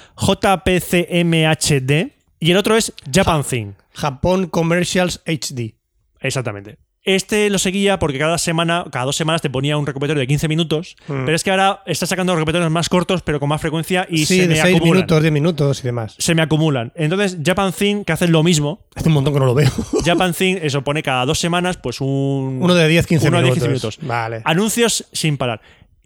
[SPEAKER 3] JPCMHD y el otro es Japan Thing.
[SPEAKER 1] Japón Commercials HD.
[SPEAKER 3] Exactamente. Este lo seguía porque cada semana, cada dos semanas te ponía un recopilatorio de 15 minutos,
[SPEAKER 1] Mm.
[SPEAKER 3] pero es que ahora está sacando recopilatorios más cortos, pero con más frecuencia y
[SPEAKER 1] sí,
[SPEAKER 3] se
[SPEAKER 1] de
[SPEAKER 3] me
[SPEAKER 1] 6
[SPEAKER 3] acumulan.
[SPEAKER 1] minutos, 10 minutos y demás.
[SPEAKER 3] Se me acumulan. Entonces, Japan Thing, que hacen lo mismo,
[SPEAKER 1] Hace un montón que no lo veo.
[SPEAKER 3] Japan Thing, eso pone cada dos semanas, pues un.
[SPEAKER 1] Uno de 10, 15
[SPEAKER 3] uno de
[SPEAKER 1] minutos. Vale.
[SPEAKER 3] Anuncios sin parar.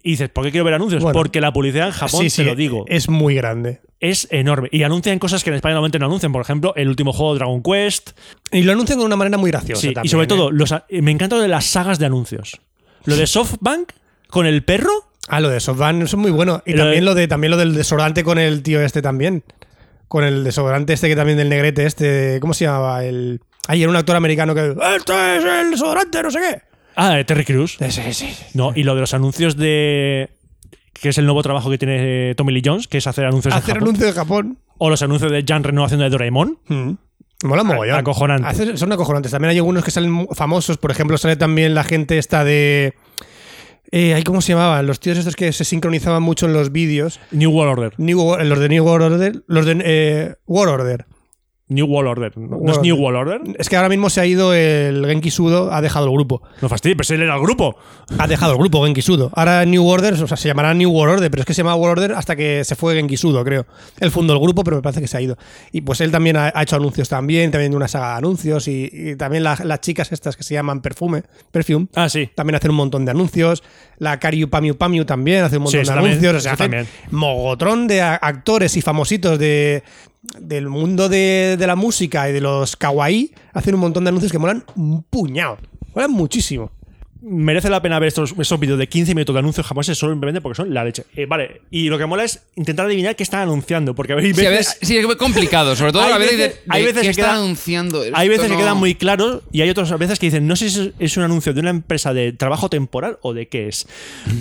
[SPEAKER 3] Y dices, ¿por qué quiero ver anuncios?
[SPEAKER 1] Bueno.
[SPEAKER 3] Porque la publicidad en Japón,
[SPEAKER 1] sí,
[SPEAKER 3] te
[SPEAKER 1] sí,
[SPEAKER 3] lo digo, es,
[SPEAKER 1] Es muy grande.
[SPEAKER 3] enorme. Y anuncian cosas que en España normalmente no anuncian. Por ejemplo, el último juego Dragon Quest.
[SPEAKER 1] Y lo anuncian de una manera muy graciosa.
[SPEAKER 3] Sí, y
[SPEAKER 1] también,
[SPEAKER 3] sobre
[SPEAKER 1] ¿eh?
[SPEAKER 3] todo, los a- me encanta lo de las sagas de anuncios. Lo de SoftBank con el perro.
[SPEAKER 1] Ah, lo de Softbank es muy bueno. Y
[SPEAKER 3] Lo de-
[SPEAKER 1] también, lo de, también lo del desodorante con el tío este también. Con el desodorante este que también del negrete este. ¿Cómo se llamaba? El... Ay, era un actor americano que. ¡Este es el desodorante, no sé qué!
[SPEAKER 3] Ah, de Terry Crews.
[SPEAKER 1] Sí, sí.
[SPEAKER 3] No, y lo de los anuncios de. que es el nuevo trabajo que tiene eh, Tommy Lee Jones, que es hacer anuncios en
[SPEAKER 1] Hacer
[SPEAKER 3] Japón.
[SPEAKER 1] anuncio de Japón.
[SPEAKER 3] O los anuncios de Jan Reno haciendo de Doraemon.
[SPEAKER 1] Mm. Mola mogollón.
[SPEAKER 3] acojonante.
[SPEAKER 1] Hace- son acojonantes. También hay algunos que salen mu- famosos. Por ejemplo, sale también la gente esta de. Eh, ay, ¿Cómo se llamaban? Los tíos estos que se sincronizaban mucho en los vídeos.
[SPEAKER 3] New World Order.
[SPEAKER 1] New Wor- los de New World Order. Los de eh, World Order.
[SPEAKER 3] New World Order. ¿No, ¿No
[SPEAKER 1] World
[SPEAKER 3] es New
[SPEAKER 1] Order.
[SPEAKER 3] World Order?
[SPEAKER 1] Es que ahora mismo se ha ido el Genki Sudo, ha dejado el grupo.
[SPEAKER 3] No fastidies, pero si él era el grupo.
[SPEAKER 1] Ha dejado el grupo Genki Sudo. Ahora New Order, o sea, se llamará New World Order, pero es que se llamaba World Order hasta que se fue Genki Sudo, creo. Él fundó el grupo, pero me parece que se ha ido. Y pues él también ha, ha hecho anuncios también, también una saga de anuncios y, y también la- las chicas estas que se llaman Perfume, Perfume.
[SPEAKER 3] Ah, sí.
[SPEAKER 1] También hacen un montón de anuncios. La Kariu Pamiu Pamiu también hace un montón
[SPEAKER 3] Sí, eso
[SPEAKER 1] de
[SPEAKER 3] también,
[SPEAKER 1] anuncios. O
[SPEAKER 3] eso
[SPEAKER 1] sea, hacen
[SPEAKER 3] también.
[SPEAKER 1] mogotrón de a- actores y famositos de, del mundo de, de la música y de los kawaii. Hacen un montón de anuncios que molan un puñado. Molan muchísimo.
[SPEAKER 3] merece la pena ver estos, esos vídeos de 15 minutos de anuncios japoneses solo simplemente porque son la leche. Eh, vale, y lo que mola es intentar adivinar qué están anunciando, porque hay
[SPEAKER 6] Sí, a
[SPEAKER 3] veces,
[SPEAKER 6] veces- sí, es complicado, sobre todo
[SPEAKER 3] Hay
[SPEAKER 6] a veces,
[SPEAKER 3] veces-
[SPEAKER 6] de- de
[SPEAKER 3] hay veces
[SPEAKER 6] qué
[SPEAKER 3] que
[SPEAKER 6] está
[SPEAKER 3] queda-
[SPEAKER 6] anunciando.
[SPEAKER 3] hay veces
[SPEAKER 6] Esto
[SPEAKER 3] que quedan
[SPEAKER 6] no-
[SPEAKER 3] muy claros y hay otras veces que dicen, no sé si es- es un anuncio de una empresa de trabajo temporal o de qué es,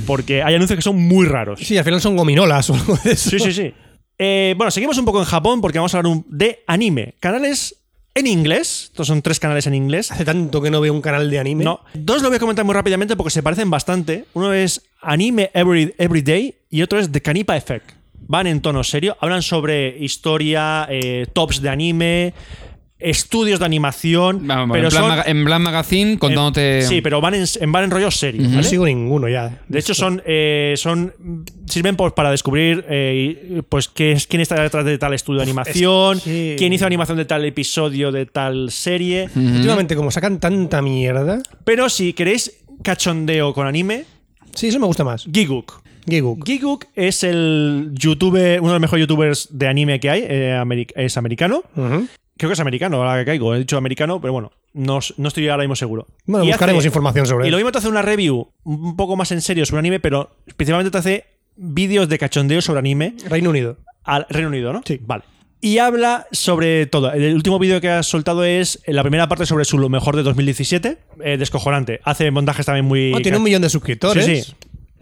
[SPEAKER 3] porque hay anuncios que son muy raros.
[SPEAKER 1] Sí, al final son gominolas o algo de eso.
[SPEAKER 3] Sí, sí, sí. Eh, bueno, seguimos un poco en Japón porque vamos a hablar un- de anime. Canales en inglés, estos son tres canales en inglés.
[SPEAKER 1] Hace tanto que no veo un canal de anime.
[SPEAKER 3] No. Dos lo voy a comentar muy rápidamente porque se parecen bastante. Uno es Anime Every, Everyday y otro es The Canipa Effect. Van en tono serio, hablan sobre historia, eh, tops de anime, estudios de animación.
[SPEAKER 6] Vamos,
[SPEAKER 3] pero
[SPEAKER 6] en, plan
[SPEAKER 3] son- eh,
[SPEAKER 6] maga- en plan magazine contándote.
[SPEAKER 3] Sí, pero van en, en- van en rollo serio.
[SPEAKER 1] No
[SPEAKER 3] ¿vale?
[SPEAKER 1] sigo ninguno ya.
[SPEAKER 3] De hecho, son, eh, son sirven pues, para descubrir eh, y, pues qué es, quién está detrás de tal estudio de animación,
[SPEAKER 1] que-
[SPEAKER 3] quién hizo animación de tal episodio de tal serie.
[SPEAKER 1] Últimamente, como sacan tanta mierda.
[SPEAKER 3] Pero si queréis cachondeo con anime,
[SPEAKER 1] Sí, eso me gusta más.
[SPEAKER 3] Giguk.
[SPEAKER 1] Giguk.
[SPEAKER 3] Giguk es el youtuber, uno de los mejores youtubers de anime que hay, eh, ameri- es americano.
[SPEAKER 1] Ujú.
[SPEAKER 3] Creo que es americano, ahora que caigo, he dicho americano, pero bueno, no, s- no estoy ahora mismo seguro.
[SPEAKER 1] Bueno,
[SPEAKER 3] Y
[SPEAKER 1] buscaremos
[SPEAKER 3] hace-
[SPEAKER 1] información sobre
[SPEAKER 3] Y lo
[SPEAKER 1] él.
[SPEAKER 3] mismo te hace una review un poco más en serio sobre anime, pero principalmente te hace vídeos de cachondeo sobre anime
[SPEAKER 1] Reino Unido.
[SPEAKER 3] al Reino Unido, ¿no?
[SPEAKER 1] Sí.
[SPEAKER 3] Vale. Y habla sobre todo. El último vídeo que ha soltado es eh, la primera parte sobre su lo mejor de 2017. Eh, descojonante. Hace montajes también muy.
[SPEAKER 1] Oh, tiene un millón de suscriptores.
[SPEAKER 3] Sí, sí.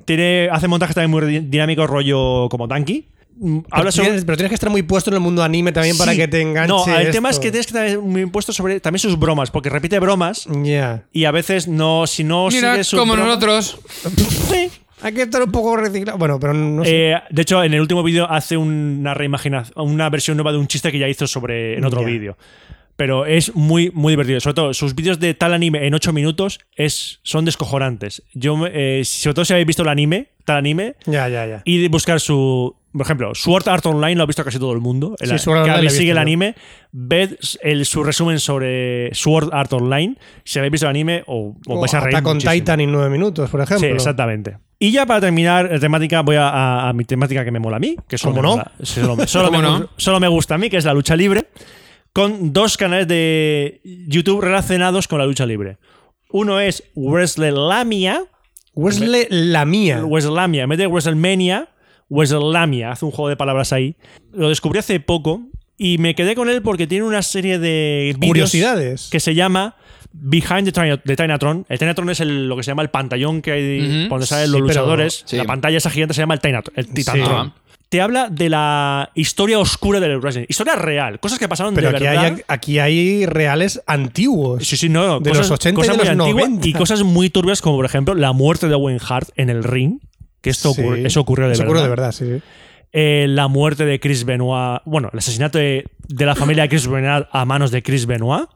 [SPEAKER 3] Tiene, hace montajes también muy di- dinámicos, rollo como tanky. Mm,
[SPEAKER 1] Pero
[SPEAKER 3] Habla sobre.
[SPEAKER 1] tienes, pero tienes que estar muy puesto en el mundo anime también para
[SPEAKER 3] Sí.
[SPEAKER 1] que te enganche.
[SPEAKER 3] No, el tema es
[SPEAKER 1] esto.
[SPEAKER 3] que tienes que tener muy impuesto sobre también sus bromas, porque repite bromas
[SPEAKER 1] Ya.
[SPEAKER 3] y a veces no, si no
[SPEAKER 6] Mira,
[SPEAKER 3] sigues su
[SPEAKER 6] como
[SPEAKER 3] broma-
[SPEAKER 6] nosotros.
[SPEAKER 1] Sí. Hay que estar un poco reciclado. Bueno, pero no sé.
[SPEAKER 3] Eh, de hecho, en el último vídeo hace una reimaginación, una versión nueva de un chiste que ya hizo sobre en otro
[SPEAKER 1] Ya.
[SPEAKER 3] vídeo. Pero es muy, muy divertido. Sobre todo, sus vídeos de tal anime en 8 minutos es, son descojonantes. Yo, me- eh, sobre todo si habéis visto el anime, tal anime,
[SPEAKER 1] ya, ya, ya.
[SPEAKER 3] y de buscar su. Por ejemplo, Sword Art Online lo ha visto casi todo el mundo. El,
[SPEAKER 1] Sí, Sword Art Online lo
[SPEAKER 3] que
[SPEAKER 1] he
[SPEAKER 3] habéis sigue
[SPEAKER 1] visto
[SPEAKER 3] el
[SPEAKER 1] yo.
[SPEAKER 3] anime, ved el, su resumen sobre Sword Art Online. Si habéis visto el anime, o, os vais a reír.
[SPEAKER 1] con
[SPEAKER 3] muchísimo.
[SPEAKER 1] Oh, Titan en nueve minutos, por ejemplo.
[SPEAKER 3] Sí, exactamente. Y ya para terminar, eh, temática, voy a, a- a mi temática que me mola a mí, que solo
[SPEAKER 1] ¿Cómo
[SPEAKER 3] me
[SPEAKER 1] no?
[SPEAKER 3] mola- solo, solo
[SPEAKER 6] ¿Cómo
[SPEAKER 3] me,
[SPEAKER 6] no?
[SPEAKER 3] gu- solo me gusta a mí, que es la lucha libre, con dos canales de YouTube relacionados con la lucha libre. Uno es Wrestlemania,
[SPEAKER 1] Wesley la mía.
[SPEAKER 3] Wrestlemania, en vez de WrestleMania, Wrestlemania, hace un juego de palabras ahí. Lo descubrí hace poco y me quedé con él porque tiene una serie de vídeos
[SPEAKER 1] Curiosidades.
[SPEAKER 3] que se llama Behind the, Tiny- the Tinatron. El Tinatron es el- lo que se llama el pantallón que hay
[SPEAKER 6] Ujú.
[SPEAKER 3] por donde salen
[SPEAKER 1] Sí,
[SPEAKER 3] los
[SPEAKER 1] pero-
[SPEAKER 3] luchadores.
[SPEAKER 6] sí.
[SPEAKER 3] La pantalla esa gigante se llama el Tinatron. El Titanatron.
[SPEAKER 6] Ah.
[SPEAKER 3] Te habla de la historia oscura del wrestling. Historia real, cosas que pasaron
[SPEAKER 1] Pero
[SPEAKER 3] de
[SPEAKER 1] aquí
[SPEAKER 3] verdad.
[SPEAKER 1] hay, aquí hay reales antiguos.
[SPEAKER 3] Sí, sí, no, no,
[SPEAKER 1] De los 80 y
[SPEAKER 3] cosas
[SPEAKER 1] de los
[SPEAKER 3] muy antiguas
[SPEAKER 1] 90.
[SPEAKER 3] y cosas muy turbias como por ejemplo la muerte de Owen Hart en el ring, que esto
[SPEAKER 1] Sí.
[SPEAKER 3] ocurre- eso ocurrió de
[SPEAKER 1] Eso
[SPEAKER 3] verdad.
[SPEAKER 1] ocurrió de verdad, sí. sí.
[SPEAKER 3] Eh, la muerte de Chris Benoit, bueno, el asesinato de, de la familia de Chris Benoit a manos de Chris Benoit.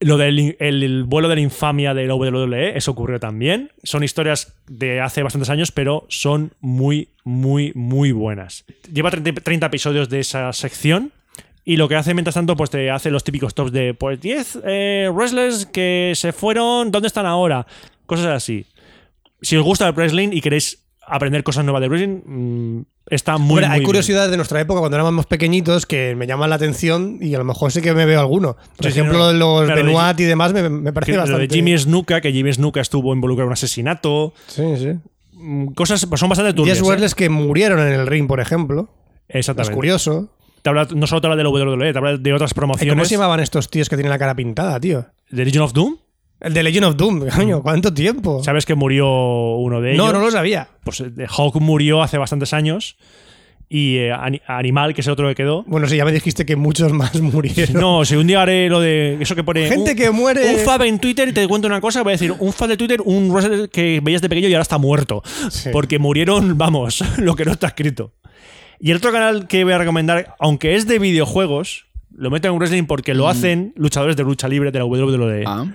[SPEAKER 3] Lo del in- el, el vuelo de la infamia del WWE, eso ocurrió también. Son historias de hace bastantes años, pero son muy, muy, muy buenas. Lleva 30, 30 episodios de esa sección. Y lo que hace mientras tanto, pues te hace los típicos tops de pues 10 eh, wrestlers que se fueron, ¿dónde están ahora? Cosas así. Si os gusta el wrestling y queréis aprender cosas nuevas de wrestling, mm, está muy,
[SPEAKER 1] Hombre,
[SPEAKER 3] muy
[SPEAKER 1] hay
[SPEAKER 3] bien.
[SPEAKER 1] curiosidades de nuestra época cuando éramos más pequeñitos que me llaman la atención y a lo mejor sí que me veo alguno. Por
[SPEAKER 3] Sí, sí,
[SPEAKER 1] ejemplo,
[SPEAKER 3] no.
[SPEAKER 1] lo de los
[SPEAKER 3] Pero de
[SPEAKER 1] Benoit y demás me, me parece
[SPEAKER 3] Que Lo
[SPEAKER 1] bastante.
[SPEAKER 3] de Jimmy Snuka, que Jimmy Snuka estuvo involucrado en un asesinato.
[SPEAKER 1] Sí, sí.
[SPEAKER 3] Mm, Cosas pues, son bastante turbias.
[SPEAKER 1] Diez
[SPEAKER 3] ¿eh?
[SPEAKER 1] wrestlers que murieron en el ring, por ejemplo. Es
[SPEAKER 3] Exactamente.
[SPEAKER 1] curioso.
[SPEAKER 3] Te habla- no solo te habla de la WWE, te habla de otras
[SPEAKER 1] Eh, ¿Cómo
[SPEAKER 3] promociones.
[SPEAKER 1] se llamaban estos tíos que tienen la cara pintada, tío?
[SPEAKER 3] ¿The Legion of Doom?
[SPEAKER 1] El de Legend of Doom, coño, ¿cuánto tiempo?
[SPEAKER 3] ¿Sabes que murió uno de ellos?
[SPEAKER 1] No, no lo sabía.
[SPEAKER 3] Pues eh, Hawk murió hace bastantes años. Y eh, Ani- Animal, que es el otro que quedó.
[SPEAKER 1] Bueno, sí, ya me dijiste que muchos más murieron.
[SPEAKER 3] No, si un día haré lo de eso que pone.
[SPEAKER 1] Gente
[SPEAKER 3] un-
[SPEAKER 1] que muere-
[SPEAKER 3] Un fab en Twitter y te cuento una cosa: voy a decir, un fab de Twitter, un wrestler que veías de pequeño y ahora está muerto.
[SPEAKER 1] Sí.
[SPEAKER 3] Porque murieron, vamos, lo que no está escrito. Y el otro canal que voy a recomendar, aunque es de videojuegos, Lo meten en wrestling porque
[SPEAKER 1] Mm.
[SPEAKER 3] lo hacen luchadores de lucha libre de la E. WWE.
[SPEAKER 6] Ah.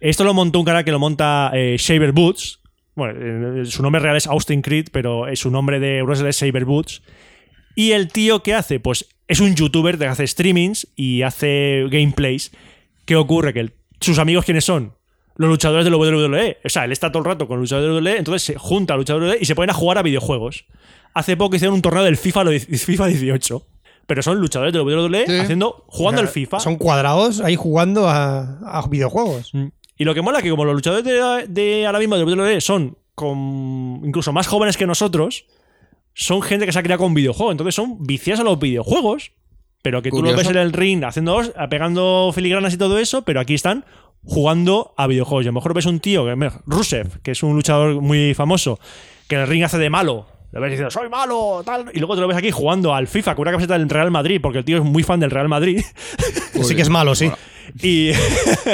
[SPEAKER 3] Esto lo montó un cara que lo monta eh, Shaver Boots. Bueno, eh, su nombre real es Austin Creed, pero eh, su nombre de wrestler es Shaver Boots. Y el tío que hace, pues es un youtuber que hace streamings y hace gameplays. ¿Qué ocurre? Que el- sus amigos, ¿quiénes son? Los luchadores de la WWE. O sea, él está todo el rato con luchadores de WWE, entonces se junta a luchadores de WWE y se ponen a jugar a videojuegos. Hace poco hicieron un torneo del FIFA, lo- FIFA 18. Pero son luchadores de la WWE
[SPEAKER 6] Sí.
[SPEAKER 3] haciendo, jugando al FIFA.
[SPEAKER 1] Son cuadrados ahí jugando a, a videojuegos.
[SPEAKER 3] Mm. Y lo que mola es que como los luchadores de, de ahora mismo de WWE son con- incluso más jóvenes que nosotros, son gente que se ha criado con videojuegos. Entonces son viciados a los videojuegos. Pero que tú
[SPEAKER 6] Curioso.
[SPEAKER 3] los ves en el ring haciendo, pegando filigranas y todo eso, pero aquí están jugando a videojuegos. Y a lo mejor ves un tío, que mira, Rusev, que es un luchador muy famoso, que en el ring hace de malo. Lo ves diciendo, soy malo, tal. Y luego te lo ves aquí jugando al FIFA con una camiseta del Real Madrid, porque el tío es muy fan del Real Madrid.
[SPEAKER 1] sí que es malo, sí.
[SPEAKER 3] Y,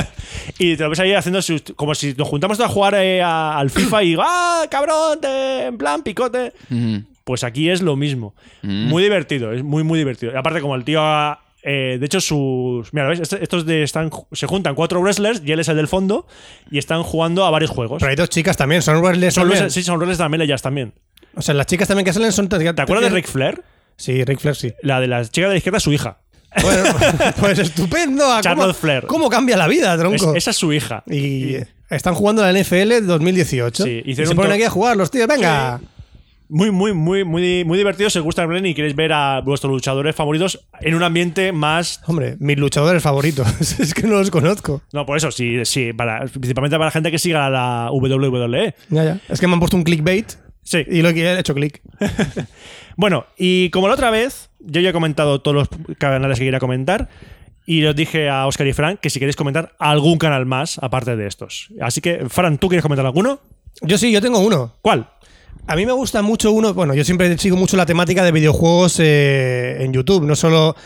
[SPEAKER 3] y te lo ves ahí haciendo sus- como si nos juntamos a jugar eh, a- al FIFA y ¡ah, cabrón! te- en plan, picote.
[SPEAKER 1] Mm.
[SPEAKER 6] Ujú.
[SPEAKER 3] Pues aquí es lo mismo.
[SPEAKER 6] Mm.
[SPEAKER 3] Muy divertido, es muy, muy divertido. Y aparte, como el tío. ha- eh, de hecho, sus. Mira, ¿ves? Est- Estos de, están, se juntan cuatro wrestlers y él es el del fondo y están jugando a varios juegos.
[SPEAKER 1] Pero hay dos chicas también, son wrestlers
[SPEAKER 3] Son
[SPEAKER 1] también.
[SPEAKER 3] wrestlers, sí, son wrestlers también, ellas también.
[SPEAKER 1] O sea, las chicas también que salen son.
[SPEAKER 3] ¿Te acuerdas de Ric Flair?
[SPEAKER 1] Sí, Rick Flair, sí.
[SPEAKER 3] La de la chica de la izquierda es su hija.
[SPEAKER 1] Bueno, pues estupendo. ¿a
[SPEAKER 3] Charlotte
[SPEAKER 1] cómo-
[SPEAKER 3] Flair.
[SPEAKER 1] ¿Cómo cambia la vida,
[SPEAKER 3] Es-
[SPEAKER 1] tronco?
[SPEAKER 3] esa es su hija.
[SPEAKER 1] Y están jugando la NFL 2018.
[SPEAKER 3] Sí,
[SPEAKER 1] y
[SPEAKER 3] hicieron
[SPEAKER 1] se
[SPEAKER 3] un
[SPEAKER 1] ponen
[SPEAKER 3] tor-
[SPEAKER 1] aquí a jugar los tíos. Venga.
[SPEAKER 3] Muy, muy, muy, muy, muy divertido. Si os gusta el wrestling y queréis ver a vuestros luchadores favoritos en un ambiente más.
[SPEAKER 1] Hombre, mis luchadores favoritos. es que no los conozco.
[SPEAKER 3] No, por eso, sí, sí, para, principalmente para la gente que siga la WWE.
[SPEAKER 1] Ya, ya. Es que me han puesto un clickbait
[SPEAKER 3] Sí.
[SPEAKER 1] y lo que he hecho click.
[SPEAKER 3] Bueno, y como la otra vez, yo ya he comentado todos los canales que quería comentar. Y os dije a Oscar y Fran que si queréis comentar algún canal más aparte de estos. Así que, Fran, ¿tú quieres comentar alguno?
[SPEAKER 1] Yo sí, yo tengo uno.
[SPEAKER 3] ¿Cuál?
[SPEAKER 1] A mí me gusta mucho uno, bueno, yo siempre sigo mucho la temática de videojuegos eh, en YouTube, no solo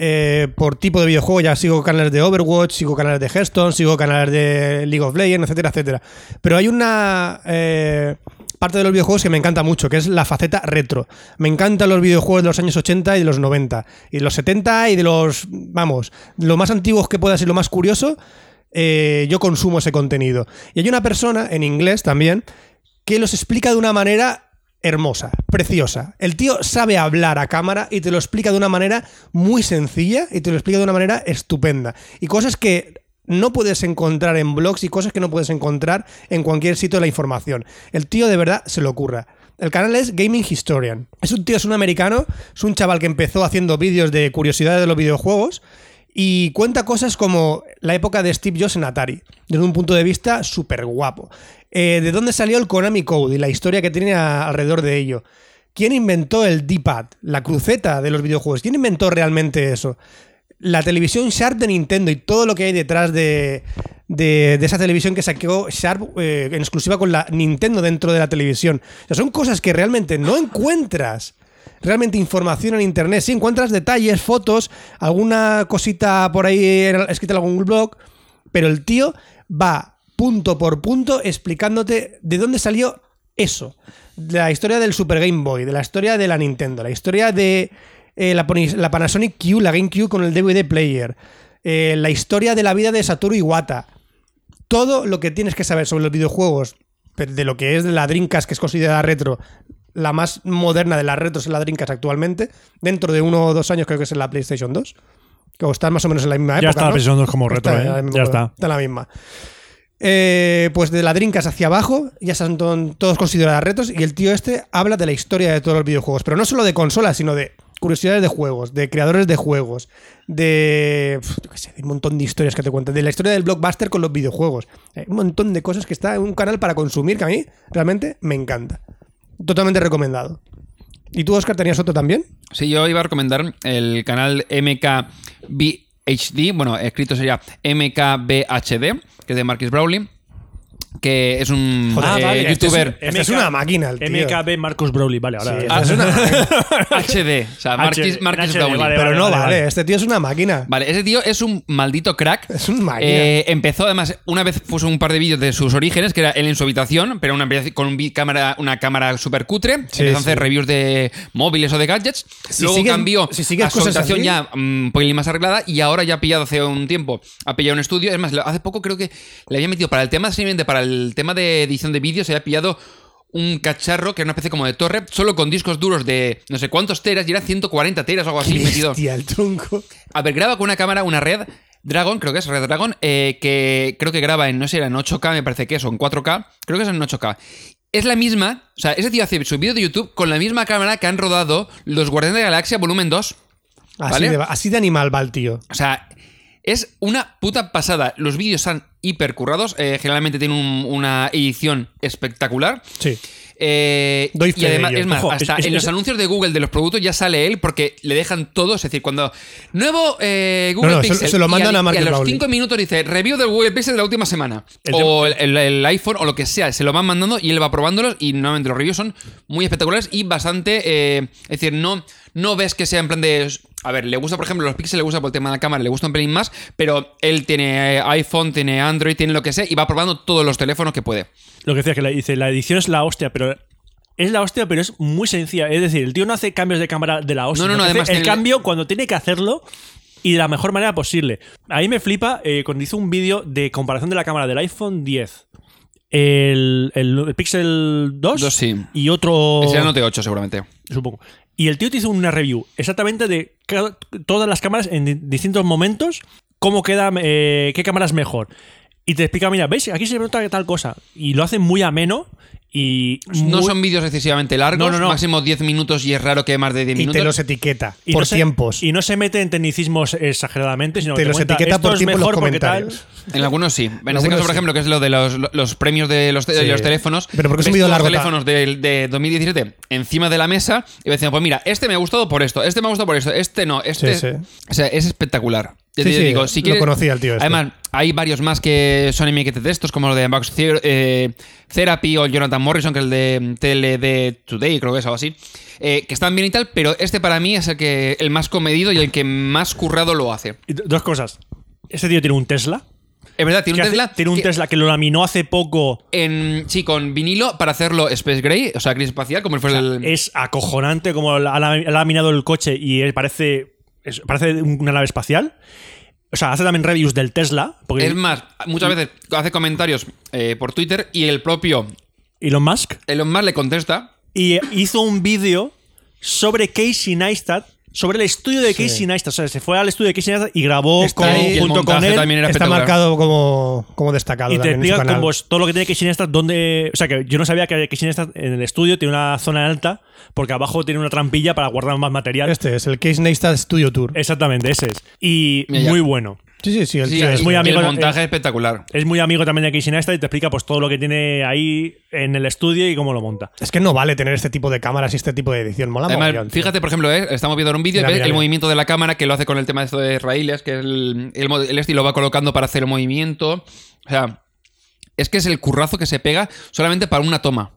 [SPEAKER 1] eh, por tipo de videojuego, ya sigo canales de Overwatch, sigo canales de Hearthstone, sigo canales de League of Legends, etcétera, etcétera. Pero hay una eh, parte de los videojuegos que me encanta mucho, que es la faceta retro. Me encantan los videojuegos de los años 80 y de los 90, y de los 70 y de los, vamos, lo más antiguos que pueda ser, lo más curioso, eh, yo consumo ese contenido. Y hay una persona, en inglés también, que los explica de una manera hermosa, preciosa. El tío sabe hablar a cámara y te lo explica de una manera muy sencilla y te lo explica de una manera estupenda. Y cosas que no puedes encontrar en blogs y cosas que no puedes encontrar en cualquier sitio de la información. El tío de verdad se lo ocurra. El canal es Gaming Historian. Es un tío, es un americano, es un chaval que empezó haciendo vídeos de curiosidades de los videojuegos y cuenta cosas como la época de Steve Jobs en Atari, desde un punto de vista súper guapo. ¿De dónde salió el Konami Code y la historia que tiene a- alrededor de ello? ¿Quién inventó el D-pad, la cruceta de los videojuegos? ¿Quién inventó realmente eso? La televisión Sharp de Nintendo y todo lo que hay detrás de, de- de esa televisión que sacó Sharp eh, en exclusiva con la Nintendo dentro de la televisión. O sea, son cosas que realmente no encuentras realmente información en internet. Si encuentras detalles, fotos, alguna cosita por ahí en- escrita en algún blog, pero el tío va punto por punto explicándote de dónde salió eso. De la historia del Super Game Boy, de la historia de la Nintendo, la historia de eh, la, Poni- la Panasonic Q, la GameCube con el DVD player, eh, la historia de la vida de Satoru Iwata todo lo que tienes que saber sobre los videojuegos, pero de lo que es la Dreamcast, que es considerada retro, la más moderna de las retros en la Dreamcast actualmente, dentro de uno o dos años creo que es en la PlayStation 2, que o están más o menos en la misma época.
[SPEAKER 5] está la
[SPEAKER 1] ¿no?
[SPEAKER 5] PlayStation 2 como retro, ¿eh?
[SPEAKER 1] en la misma
[SPEAKER 5] Ya
[SPEAKER 1] época,
[SPEAKER 5] está.
[SPEAKER 1] en la misma. Eh, pues de la Dreamcast hacia abajo ya son to- todos consideradas retos y el tío este habla de la historia de todos los videojuegos, pero no solo de consolas, sino de curiosidades de juegos, de creadores de juegos, de, pf, yo qué sé, de un montón de historias que te cuentan, de la historia del blockbuster con los videojuegos, Hay un montón de cosas que está en un canal para consumir que a mí realmente me encanta. Totalmente recomendado. ¿Y tú, Oscar, tenías otro también?
[SPEAKER 6] Sí, yo iba a recomendar el canal MKBHD, bueno, escrito sería MKBHD, que es de Marcus Browley. que es un
[SPEAKER 1] Joder,
[SPEAKER 6] eh,
[SPEAKER 1] ah, vale, este
[SPEAKER 6] youtuber
[SPEAKER 1] es un- este es una máquina, el tío.
[SPEAKER 3] MKB Marcus Broly, vale, ahora.
[SPEAKER 1] Sí,
[SPEAKER 3] ahora.
[SPEAKER 1] este es una máquina.
[SPEAKER 6] HD. O sea, Marquis,
[SPEAKER 3] HD,
[SPEAKER 6] Marquis
[SPEAKER 3] vale,
[SPEAKER 6] Brownlee.
[SPEAKER 3] vale.
[SPEAKER 1] Pero no
[SPEAKER 3] vale,
[SPEAKER 1] vale,
[SPEAKER 3] vale.
[SPEAKER 1] este tío es una máquina.
[SPEAKER 6] Vale, ese tío es un maldito crack.
[SPEAKER 1] Es un máquina.
[SPEAKER 6] Eh, empezó, además, una vez puso un par de vídeos de sus orígenes, que era él en su habitación, pero una, vez con un vi- cámara, una cámara súper cutre.
[SPEAKER 1] Sí,
[SPEAKER 6] empezó a
[SPEAKER 1] sí.
[SPEAKER 6] hacer reviews de móviles o de gadgets.
[SPEAKER 1] Si
[SPEAKER 6] Luego
[SPEAKER 1] sigues-
[SPEAKER 6] cambió
[SPEAKER 1] si sigues
[SPEAKER 6] a su
[SPEAKER 1] cosas
[SPEAKER 6] habitación
[SPEAKER 1] así.
[SPEAKER 6] ya mm, un poquilín más arreglada y ahora ya ha pillado hace un tiempo, ha pillado un estudio. Es más, lo- hace poco creo que le había metido para el tema, simplemente para el tema de edición de vídeos, se había pillado un cacharro que era una especie como de torre, solo con discos duros de no sé cuántos teras y era 140 teras o algo así metido.
[SPEAKER 1] Hostia, el tronco.
[SPEAKER 6] A ver, graba con una cámara, una red Dragon, creo que es Red Dragon, eh, que creo que graba en, no sé, era en 8K, me parece que es, o en 4K, creo que es en 8K. Es la misma, o sea, ese tío hace su vídeo de YouTube con la misma cámara que han rodado los Guardianes de la Galaxia Volumen 2.
[SPEAKER 1] Así,
[SPEAKER 6] ¿Vale?
[SPEAKER 1] de, así de animal va el tío.
[SPEAKER 6] O sea, es una puta pasada. Los vídeos están hipercurrados, eh, generalmente tienen un- una edición espectacular.
[SPEAKER 1] Sí.
[SPEAKER 6] Eh,
[SPEAKER 1] Doy fe
[SPEAKER 6] y además,
[SPEAKER 1] de ello.
[SPEAKER 6] es más,
[SPEAKER 3] Ojo,
[SPEAKER 6] hasta
[SPEAKER 3] es- es-
[SPEAKER 6] en los
[SPEAKER 3] es-
[SPEAKER 6] anuncios de Google de los productos ya sale él porque le dejan todos. Es decir, cuando nuevo eh, Google
[SPEAKER 1] No, no, se-
[SPEAKER 6] Pixel.
[SPEAKER 1] se lo
[SPEAKER 6] y
[SPEAKER 1] mandan
[SPEAKER 6] al-
[SPEAKER 1] a Marcus
[SPEAKER 6] y a los
[SPEAKER 1] Brownlee.
[SPEAKER 6] 5 minutos dice review del Google Pixel de la última semana.
[SPEAKER 3] El
[SPEAKER 6] o el, el- el iPhone o lo que sea. Se lo van mandando y él va probándolos. Y nuevamente los reviews son muy espectaculares y bastante. eh, es decir, no, no ves que sea en plan de. A ver, le gusta, por ejemplo, los Pixel le gusta por el tema de la cámara, le gusta un pelín más, pero él tiene eh, iPhone, tiene Android, tiene lo que sea, y va probando todos los teléfonos que puede.
[SPEAKER 3] Lo que decía que la, dice, la edición es la hostia, pero. Es la hostia, pero es muy sencilla. Es decir, el tío no hace cambios de cámara de la hostia.
[SPEAKER 6] No, no,
[SPEAKER 3] sino
[SPEAKER 6] no,
[SPEAKER 3] que hace
[SPEAKER 6] además
[SPEAKER 3] El
[SPEAKER 6] tiene-
[SPEAKER 3] cambio cuando tiene que hacerlo y de la mejor manera posible. A mí me flipa eh, cuando hizo un vídeo de comparación de la cámara del iPhone 10, el, el- el Pixel 2,
[SPEAKER 6] Dos, sí.
[SPEAKER 3] y otro.
[SPEAKER 6] Ese era Note 8, seguramente.
[SPEAKER 3] supongo. Y el tío te hizo una review exactamente de cada- todas las cámaras en di- distintos momentos, cómo queda, eh, qué cámara es mejor. Y te explica, mira, ¿veis? Aquí se nota tal cosa. Y lo hace muy ameno y...
[SPEAKER 6] No
[SPEAKER 3] muy-
[SPEAKER 6] son vídeos excesivamente largos,
[SPEAKER 3] No, no, no.
[SPEAKER 6] máximo 10 minutos y es raro que más de 10
[SPEAKER 1] Y
[SPEAKER 6] minutos.
[SPEAKER 1] te los etiqueta
[SPEAKER 3] y
[SPEAKER 1] por
[SPEAKER 3] no se-
[SPEAKER 1] tiempos.
[SPEAKER 3] Y no se mete en tecnicismos exageradamente, sino
[SPEAKER 1] Te
[SPEAKER 3] que
[SPEAKER 1] los
[SPEAKER 3] cuenta,
[SPEAKER 1] etiqueta
[SPEAKER 3] "Esto
[SPEAKER 1] por
[SPEAKER 3] es
[SPEAKER 1] tiempo en los
[SPEAKER 3] mejor porque tal".
[SPEAKER 1] comentarios.
[SPEAKER 6] En algunos sí. En este
[SPEAKER 1] algunos
[SPEAKER 6] caso, por
[SPEAKER 1] sí.
[SPEAKER 6] ejemplo, que es lo de los, los premios de los, de
[SPEAKER 1] Sí.
[SPEAKER 6] los teléfonos.
[SPEAKER 1] Pero porque es un
[SPEAKER 6] Ves
[SPEAKER 1] vídeo
[SPEAKER 6] todos
[SPEAKER 1] largo,
[SPEAKER 6] Los teléfonos del- de, 2017 encima de la mesa y diciendo, pues mira, este me ha gustado por esto, este me ha gustado por esto, este no, este.
[SPEAKER 1] Sí,
[SPEAKER 6] O sea, es espectacular. Ya
[SPEAKER 1] Sí,
[SPEAKER 6] te
[SPEAKER 1] sí,
[SPEAKER 6] digo, si
[SPEAKER 1] lo
[SPEAKER 6] quieres-
[SPEAKER 1] conocía el tío este.
[SPEAKER 6] Además, hay varios más que son MQT de estos, como el de Max Thier- eh, Therapy o Jonathan Morrison, que es el de Tele de Today, creo que es algo así, eh, que están bien y tal, pero este para mí es el, que, el más comedido y el que más currado lo hace.
[SPEAKER 3] Y do- Dos cosas. Este tío tiene un Tesla.
[SPEAKER 6] Es verdad, tiene
[SPEAKER 3] que
[SPEAKER 6] un
[SPEAKER 3] hace-
[SPEAKER 6] Tesla.
[SPEAKER 3] tiene un
[SPEAKER 6] que-
[SPEAKER 3] Tesla que lo laminó hace poco.
[SPEAKER 6] en, sí, con vinilo para hacerlo Space Gray, o sea, gris espacial, como fue el.
[SPEAKER 3] Es acojonante como la- la- ha laminado el coche y él parece, es- parece una nave espacial. O sea, hace también reviews del Tesla. Porque
[SPEAKER 6] Es más, muchas veces hace comentarios eh, por Twitter y el propio
[SPEAKER 3] Elon Musk.
[SPEAKER 6] Elon Musk le contesta.
[SPEAKER 3] Y hizo un vídeo sobre Casey Neistat. Sobre el estudio de Casey Neistat. O sea, se fue al estudio de Casey Neistat y grabó
[SPEAKER 6] Está
[SPEAKER 3] con-
[SPEAKER 6] ahí, y el
[SPEAKER 3] junto con
[SPEAKER 6] montaje
[SPEAKER 3] él.
[SPEAKER 6] también era
[SPEAKER 1] Está
[SPEAKER 6] espectacular.
[SPEAKER 1] marcado como, como destacado.
[SPEAKER 3] Y te
[SPEAKER 1] también en su
[SPEAKER 3] explica
[SPEAKER 1] canal.
[SPEAKER 3] con vos todo lo que tiene Casey Neistat, dónde... O sea, que yo no sabía que Casey Neistat en el estudio tiene una zona alta porque abajo tiene una trampilla para guardar más material.
[SPEAKER 1] Este es el Case Neistat Studio Tour.
[SPEAKER 3] Eh, Exactamente, ese es. Y
[SPEAKER 6] Mira ya.
[SPEAKER 3] muy bueno.
[SPEAKER 1] sí, sí, sí. El
[SPEAKER 6] Sí,
[SPEAKER 1] tío
[SPEAKER 6] es
[SPEAKER 1] es-
[SPEAKER 3] muy
[SPEAKER 6] muy
[SPEAKER 3] amigo-
[SPEAKER 6] El montaje es espectacular.
[SPEAKER 3] Es muy amigo también de Casey Neistat y te explica pues todo lo que tiene ahí en el estudio y cómo lo monta.
[SPEAKER 1] Es que no vale tener este tipo de cámaras y este tipo de edición. Mola
[SPEAKER 6] Además,
[SPEAKER 1] mogollón, tío.
[SPEAKER 6] fíjate, por ejemplo, eh, estamos viendo ahora un vídeo,
[SPEAKER 1] Mira,
[SPEAKER 6] ves
[SPEAKER 1] mira,
[SPEAKER 6] el
[SPEAKER 1] mira.
[SPEAKER 6] movimiento de la cámara que lo hace con el tema de esto de raíles, que el, el, mo- el este y lo va colocando para hacer el movimiento. O sea, es que es el currazo que se pega solamente para una toma.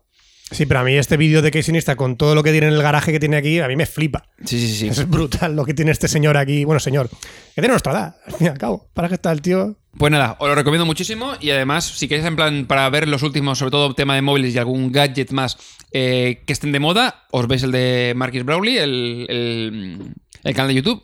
[SPEAKER 1] Sí, pero a mí este vídeo de Casey Neistat con todo lo que tiene en el garaje que tiene aquí, a mí me flipa.
[SPEAKER 6] Sí, sí, sí.
[SPEAKER 1] Eso es brutal lo que tiene este señor aquí. Bueno, señor, que tiene nuestra edad, al fin y al cabo. Para que está el tío.
[SPEAKER 6] Pues nada, os lo recomiendo muchísimo y además, si queréis en plan para ver los últimos, sobre todo tema de móviles y algún gadget más eh, que estén de moda, os veis el de Marcus Browley, el, el- el canal de YouTube,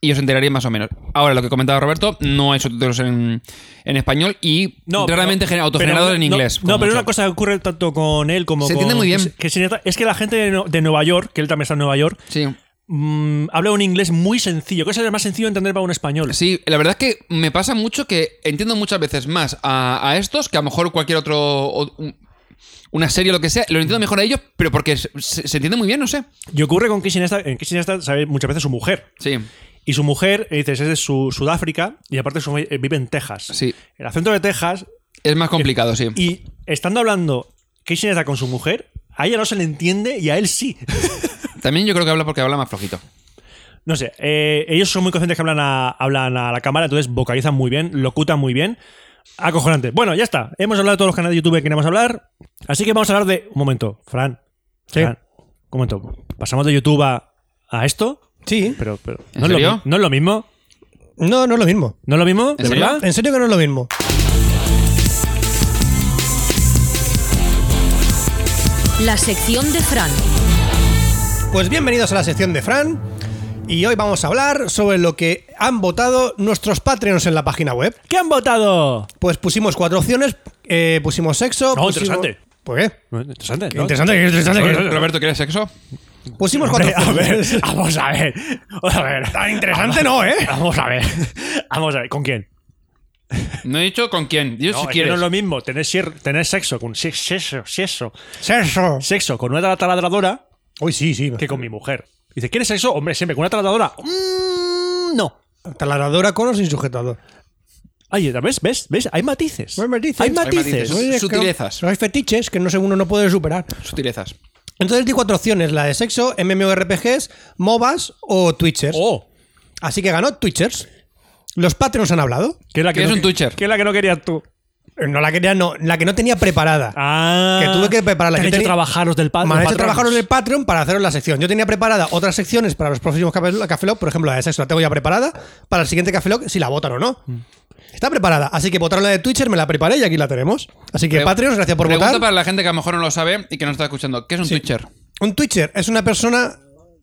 [SPEAKER 6] y os enteraréis más o menos. Ahora, lo que comentaba Roberto, no hay subtítulos en, en español y raramente
[SPEAKER 3] pero-
[SPEAKER 6] genera- autogenerados
[SPEAKER 3] pero
[SPEAKER 6] en
[SPEAKER 3] no-
[SPEAKER 6] inglés.
[SPEAKER 3] No,
[SPEAKER 6] como
[SPEAKER 3] pero
[SPEAKER 6] mucho.
[SPEAKER 3] una cosa que ocurre tanto con él como
[SPEAKER 6] Se
[SPEAKER 3] con.
[SPEAKER 6] entiende muy bien.
[SPEAKER 3] que se nota- es que la gente de, Nu- de Nueva York, que él también está en Nueva York,
[SPEAKER 6] Sí.
[SPEAKER 3] mm, habla un inglés muy sencillo, que es el más sencillo de entender para un español.
[SPEAKER 6] Sí, la verdad es que me pasa mucho que entiendo muchas veces más a, a estos que a lo mejor cualquier otro. o- un- una serie o lo que sea, lo entiendo mejor a ellos, pero porque se, se- se entiende muy bien, no sé.
[SPEAKER 3] Y ocurre con Casey Neistat. En Casey Neistat sabe muchas veces su mujer.
[SPEAKER 6] Sí.
[SPEAKER 3] Y su mujer, eh, dices, es de Su- Sudáfrica y aparte su- eh, vive en Texas.
[SPEAKER 6] Sí.
[SPEAKER 3] El acento de Texas
[SPEAKER 6] Es más complicado, sí.
[SPEAKER 3] Y estando hablando Casey Neistat con su mujer, a ella no se le entiende y a él sí.
[SPEAKER 6] También yo creo que habla porque habla más flojito.
[SPEAKER 3] No sé, eh, ellos son muy conscientes que hablan a, hablan a la cámara, entonces vocalizan muy bien, locutan muy bien. Acojonante. Bueno, ya está. Hemos hablado de todos los canales de YouTube que queremos hablar. Así que vamos a hablar de. Un momento, Fran. Fran, un momento. Pasamos de YouTube a, a esto.
[SPEAKER 1] Sí.
[SPEAKER 3] Pero, pero.
[SPEAKER 6] ¿En
[SPEAKER 3] ¿no, es lo
[SPEAKER 6] serio?
[SPEAKER 3] mi- no es lo mismo?
[SPEAKER 1] No, no es lo mismo.
[SPEAKER 3] ¿No es lo mismo? ¿De
[SPEAKER 6] ¿En serio?
[SPEAKER 3] verdad?
[SPEAKER 1] En serio que no es lo mismo.
[SPEAKER 9] La sección de Fran.
[SPEAKER 1] Pues bienvenidos a la sección de Fran. Y hoy vamos a hablar sobre lo que han votado nuestros Patreons en la página web.
[SPEAKER 3] ¿Qué han votado?
[SPEAKER 1] Pues pusimos cuatro opciones, eh, pusimos sexo.
[SPEAKER 3] No,
[SPEAKER 1] pusimos-
[SPEAKER 3] interesante.
[SPEAKER 1] ¿Por qué?
[SPEAKER 3] Bueno, Interesante. ¿no?
[SPEAKER 1] Interesante, qué interesante. qué-
[SPEAKER 6] Eh, Roberto, ¿quieres sexo?
[SPEAKER 1] Pusimos cuatro
[SPEAKER 3] Hombre, a ver,
[SPEAKER 1] opciones.
[SPEAKER 3] vamos a ver. Vamos a ver.
[SPEAKER 1] Tan interesante no, ¿eh?
[SPEAKER 3] Vamos a ver. Vamos a ver. ¿Con quién?
[SPEAKER 6] No he dicho con quién. Yo
[SPEAKER 3] No, es
[SPEAKER 6] si
[SPEAKER 3] que no
[SPEAKER 6] quieres.
[SPEAKER 3] es lo mismo tener, sier- tener sexo con si- sexo, sexo,
[SPEAKER 1] Sexo.
[SPEAKER 3] sexo con una taladradora
[SPEAKER 1] Uy, sí, sí.
[SPEAKER 3] que con mi mujer. Dice, ¿quieres sexo? Hombre, siempre con una taladradora. Mm, no.
[SPEAKER 1] Taladradora con o sin sujetador.
[SPEAKER 3] Ay, ¿ves? ¿Ves? ¿Ves? Hay matices.
[SPEAKER 1] Hay matices.
[SPEAKER 3] Hay matices.
[SPEAKER 6] Hay matices.
[SPEAKER 1] Oye, es que
[SPEAKER 6] Sutilezas.
[SPEAKER 1] Hay fetiches que no sé, uno no puede superar.
[SPEAKER 6] Sutilezas.
[SPEAKER 1] Entonces di cuatro opciones, la de sexo, MMORPGs, MOBAs o Twitchers.
[SPEAKER 3] Oh,
[SPEAKER 1] Así que ganó Twitchers. Los Patreons han hablado.
[SPEAKER 3] que es la que
[SPEAKER 6] ¿Qué es
[SPEAKER 3] no-
[SPEAKER 6] un Twitcher?
[SPEAKER 3] Que es la que no querías tú.
[SPEAKER 1] No la quería, no, la que no tenía preparada.
[SPEAKER 3] Ah.
[SPEAKER 1] Que tuve que prepararla.
[SPEAKER 3] Te han
[SPEAKER 1] Yo
[SPEAKER 3] hecho
[SPEAKER 1] tenía-
[SPEAKER 3] trabajar los del padre.
[SPEAKER 1] Me han hecho trabajar los del Patreon para haceros la sección. Yo tenía preparada otras secciones para los próximos Café Café Lock, por ejemplo, la de sexo la tengo ya preparada. Para el siguiente Café Lock, si la votan o
[SPEAKER 3] Mm.
[SPEAKER 1] no. Está preparada. Así que votaron la de Twitcher, me la preparé y aquí la tenemos. Así que
[SPEAKER 6] Pre-
[SPEAKER 1] Patreons, gracias por
[SPEAKER 6] Pregunta
[SPEAKER 1] votar.
[SPEAKER 6] para la gente que a lo mejor no lo sabe y que no está escuchando. ¿Qué es un Twitcher?
[SPEAKER 1] Un Twitcher es una persona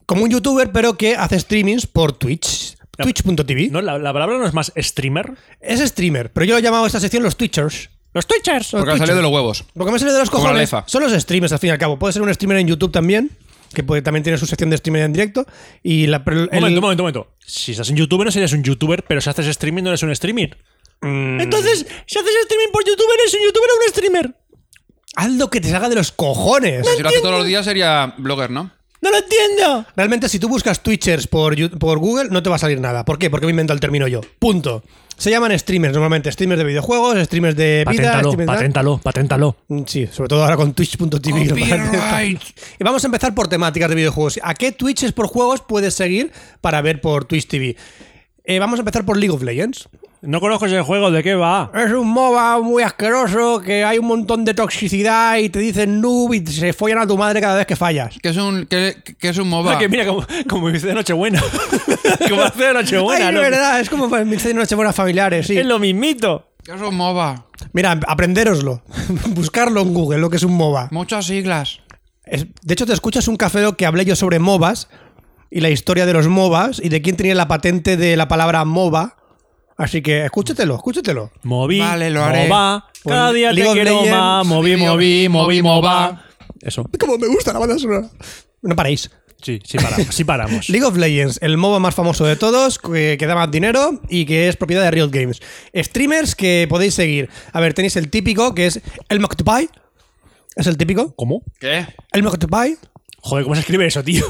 [SPEAKER 1] como un youtuber, pero que hace streamings por Twitch. Twitch.tv.
[SPEAKER 3] No, la, la palabra no es más streamer.
[SPEAKER 1] Es streamer, pero yo lo he llamado a esta sección los Twitchers.
[SPEAKER 3] Los Twitchers.
[SPEAKER 1] Los
[SPEAKER 6] Porque ha salido
[SPEAKER 1] Twitchers.
[SPEAKER 6] de los huevos.
[SPEAKER 1] Lo que me sale de los
[SPEAKER 6] Como la
[SPEAKER 1] cojones
[SPEAKER 6] lefa.
[SPEAKER 1] son los streamers, al fin y al cabo. Puede ser un streamer en YouTube también, que puede- también tiene su sección de streamer en directo. Y la, pero el-
[SPEAKER 3] Un momento, un momento, un momento. Si estás en YouTube no serías un youtuber, pero si haces streaming no eres un streamer.
[SPEAKER 1] Mm.
[SPEAKER 3] Entonces, si haces streaming por YouTube eres un youtuber o un streamer.
[SPEAKER 1] Haz lo que te salga de los cojones.
[SPEAKER 6] Si lo hace todos los días sería blogger, ¿no?
[SPEAKER 3] No lo entiendo.
[SPEAKER 1] Realmente, si tú buscas Twitchers por, Yu- por Google, no te va a salir nada. ¿Por qué? Porque me invento el término yo. Punto. Se llaman streamers normalmente. Streamers de videojuegos, streamers de vida.
[SPEAKER 3] Paténtalo,
[SPEAKER 1] streamers de-
[SPEAKER 3] paténtalo, paténtalo.
[SPEAKER 1] Mm, Sí, sobre todo ahora con Twitch.tv. lo patenta. Y vamos a empezar por temáticas de videojuegos. ¿A qué Twitches por juegos puedes seguir para ver por Twitch TV? Eh, vamos a empezar por League of Legends.
[SPEAKER 3] No conozco ese juego, ¿de qué va?
[SPEAKER 1] Es un MOBA muy asqueroso, que hay un montón de toxicidad y te dicen noob y se follan a tu madre cada vez que fallas.
[SPEAKER 6] ¿Qué es un, qué, qué es un MOBA?
[SPEAKER 3] Ah, que mira, como, como hice de Nochebuena. como hace de Nochebuena,
[SPEAKER 1] Ay,
[SPEAKER 3] ¿no?
[SPEAKER 1] de verdad, es como para mis seis nochebuenas familiares, sí.
[SPEAKER 3] Es lo mismito.
[SPEAKER 6] ¿Qué es un MOBA?
[SPEAKER 1] Mira, aprendéroslo. Buscarlo en Google, lo que es un MOBA.
[SPEAKER 6] Muchas siglas.
[SPEAKER 1] Es- de hecho, te escuchas un café Lock que hablé yo sobre MOBAs y la historia de los MOBAs y de quién tenía la patente de la palabra MOBA. Así que escúchatelo, escúchatelo.
[SPEAKER 3] Moví,
[SPEAKER 6] Vale, lo haré.
[SPEAKER 3] mová, cada
[SPEAKER 1] Pues,
[SPEAKER 3] día
[SPEAKER 1] League
[SPEAKER 3] te
[SPEAKER 1] of
[SPEAKER 3] quiero
[SPEAKER 1] Legends,
[SPEAKER 3] más, moví,
[SPEAKER 6] League of-
[SPEAKER 3] moví, moví,
[SPEAKER 6] moví,
[SPEAKER 3] mová.
[SPEAKER 6] mová.
[SPEAKER 3] Eso,
[SPEAKER 1] Como me gusta la banda sonora. No paréis.
[SPEAKER 3] sí, sí paramos, sí paramos.
[SPEAKER 1] League of Legends, el MOBA más famoso de todos, que, que da más dinero y que es propiedad de Riot Games. Streamers que podéis seguir. A ver, tenéis el típico que es el Moctupy. ¿Es el típico?
[SPEAKER 3] ¿Cómo?
[SPEAKER 6] ¿Qué?
[SPEAKER 1] El Moctupy.
[SPEAKER 3] Joder, ¿cómo se escribe eso, tío?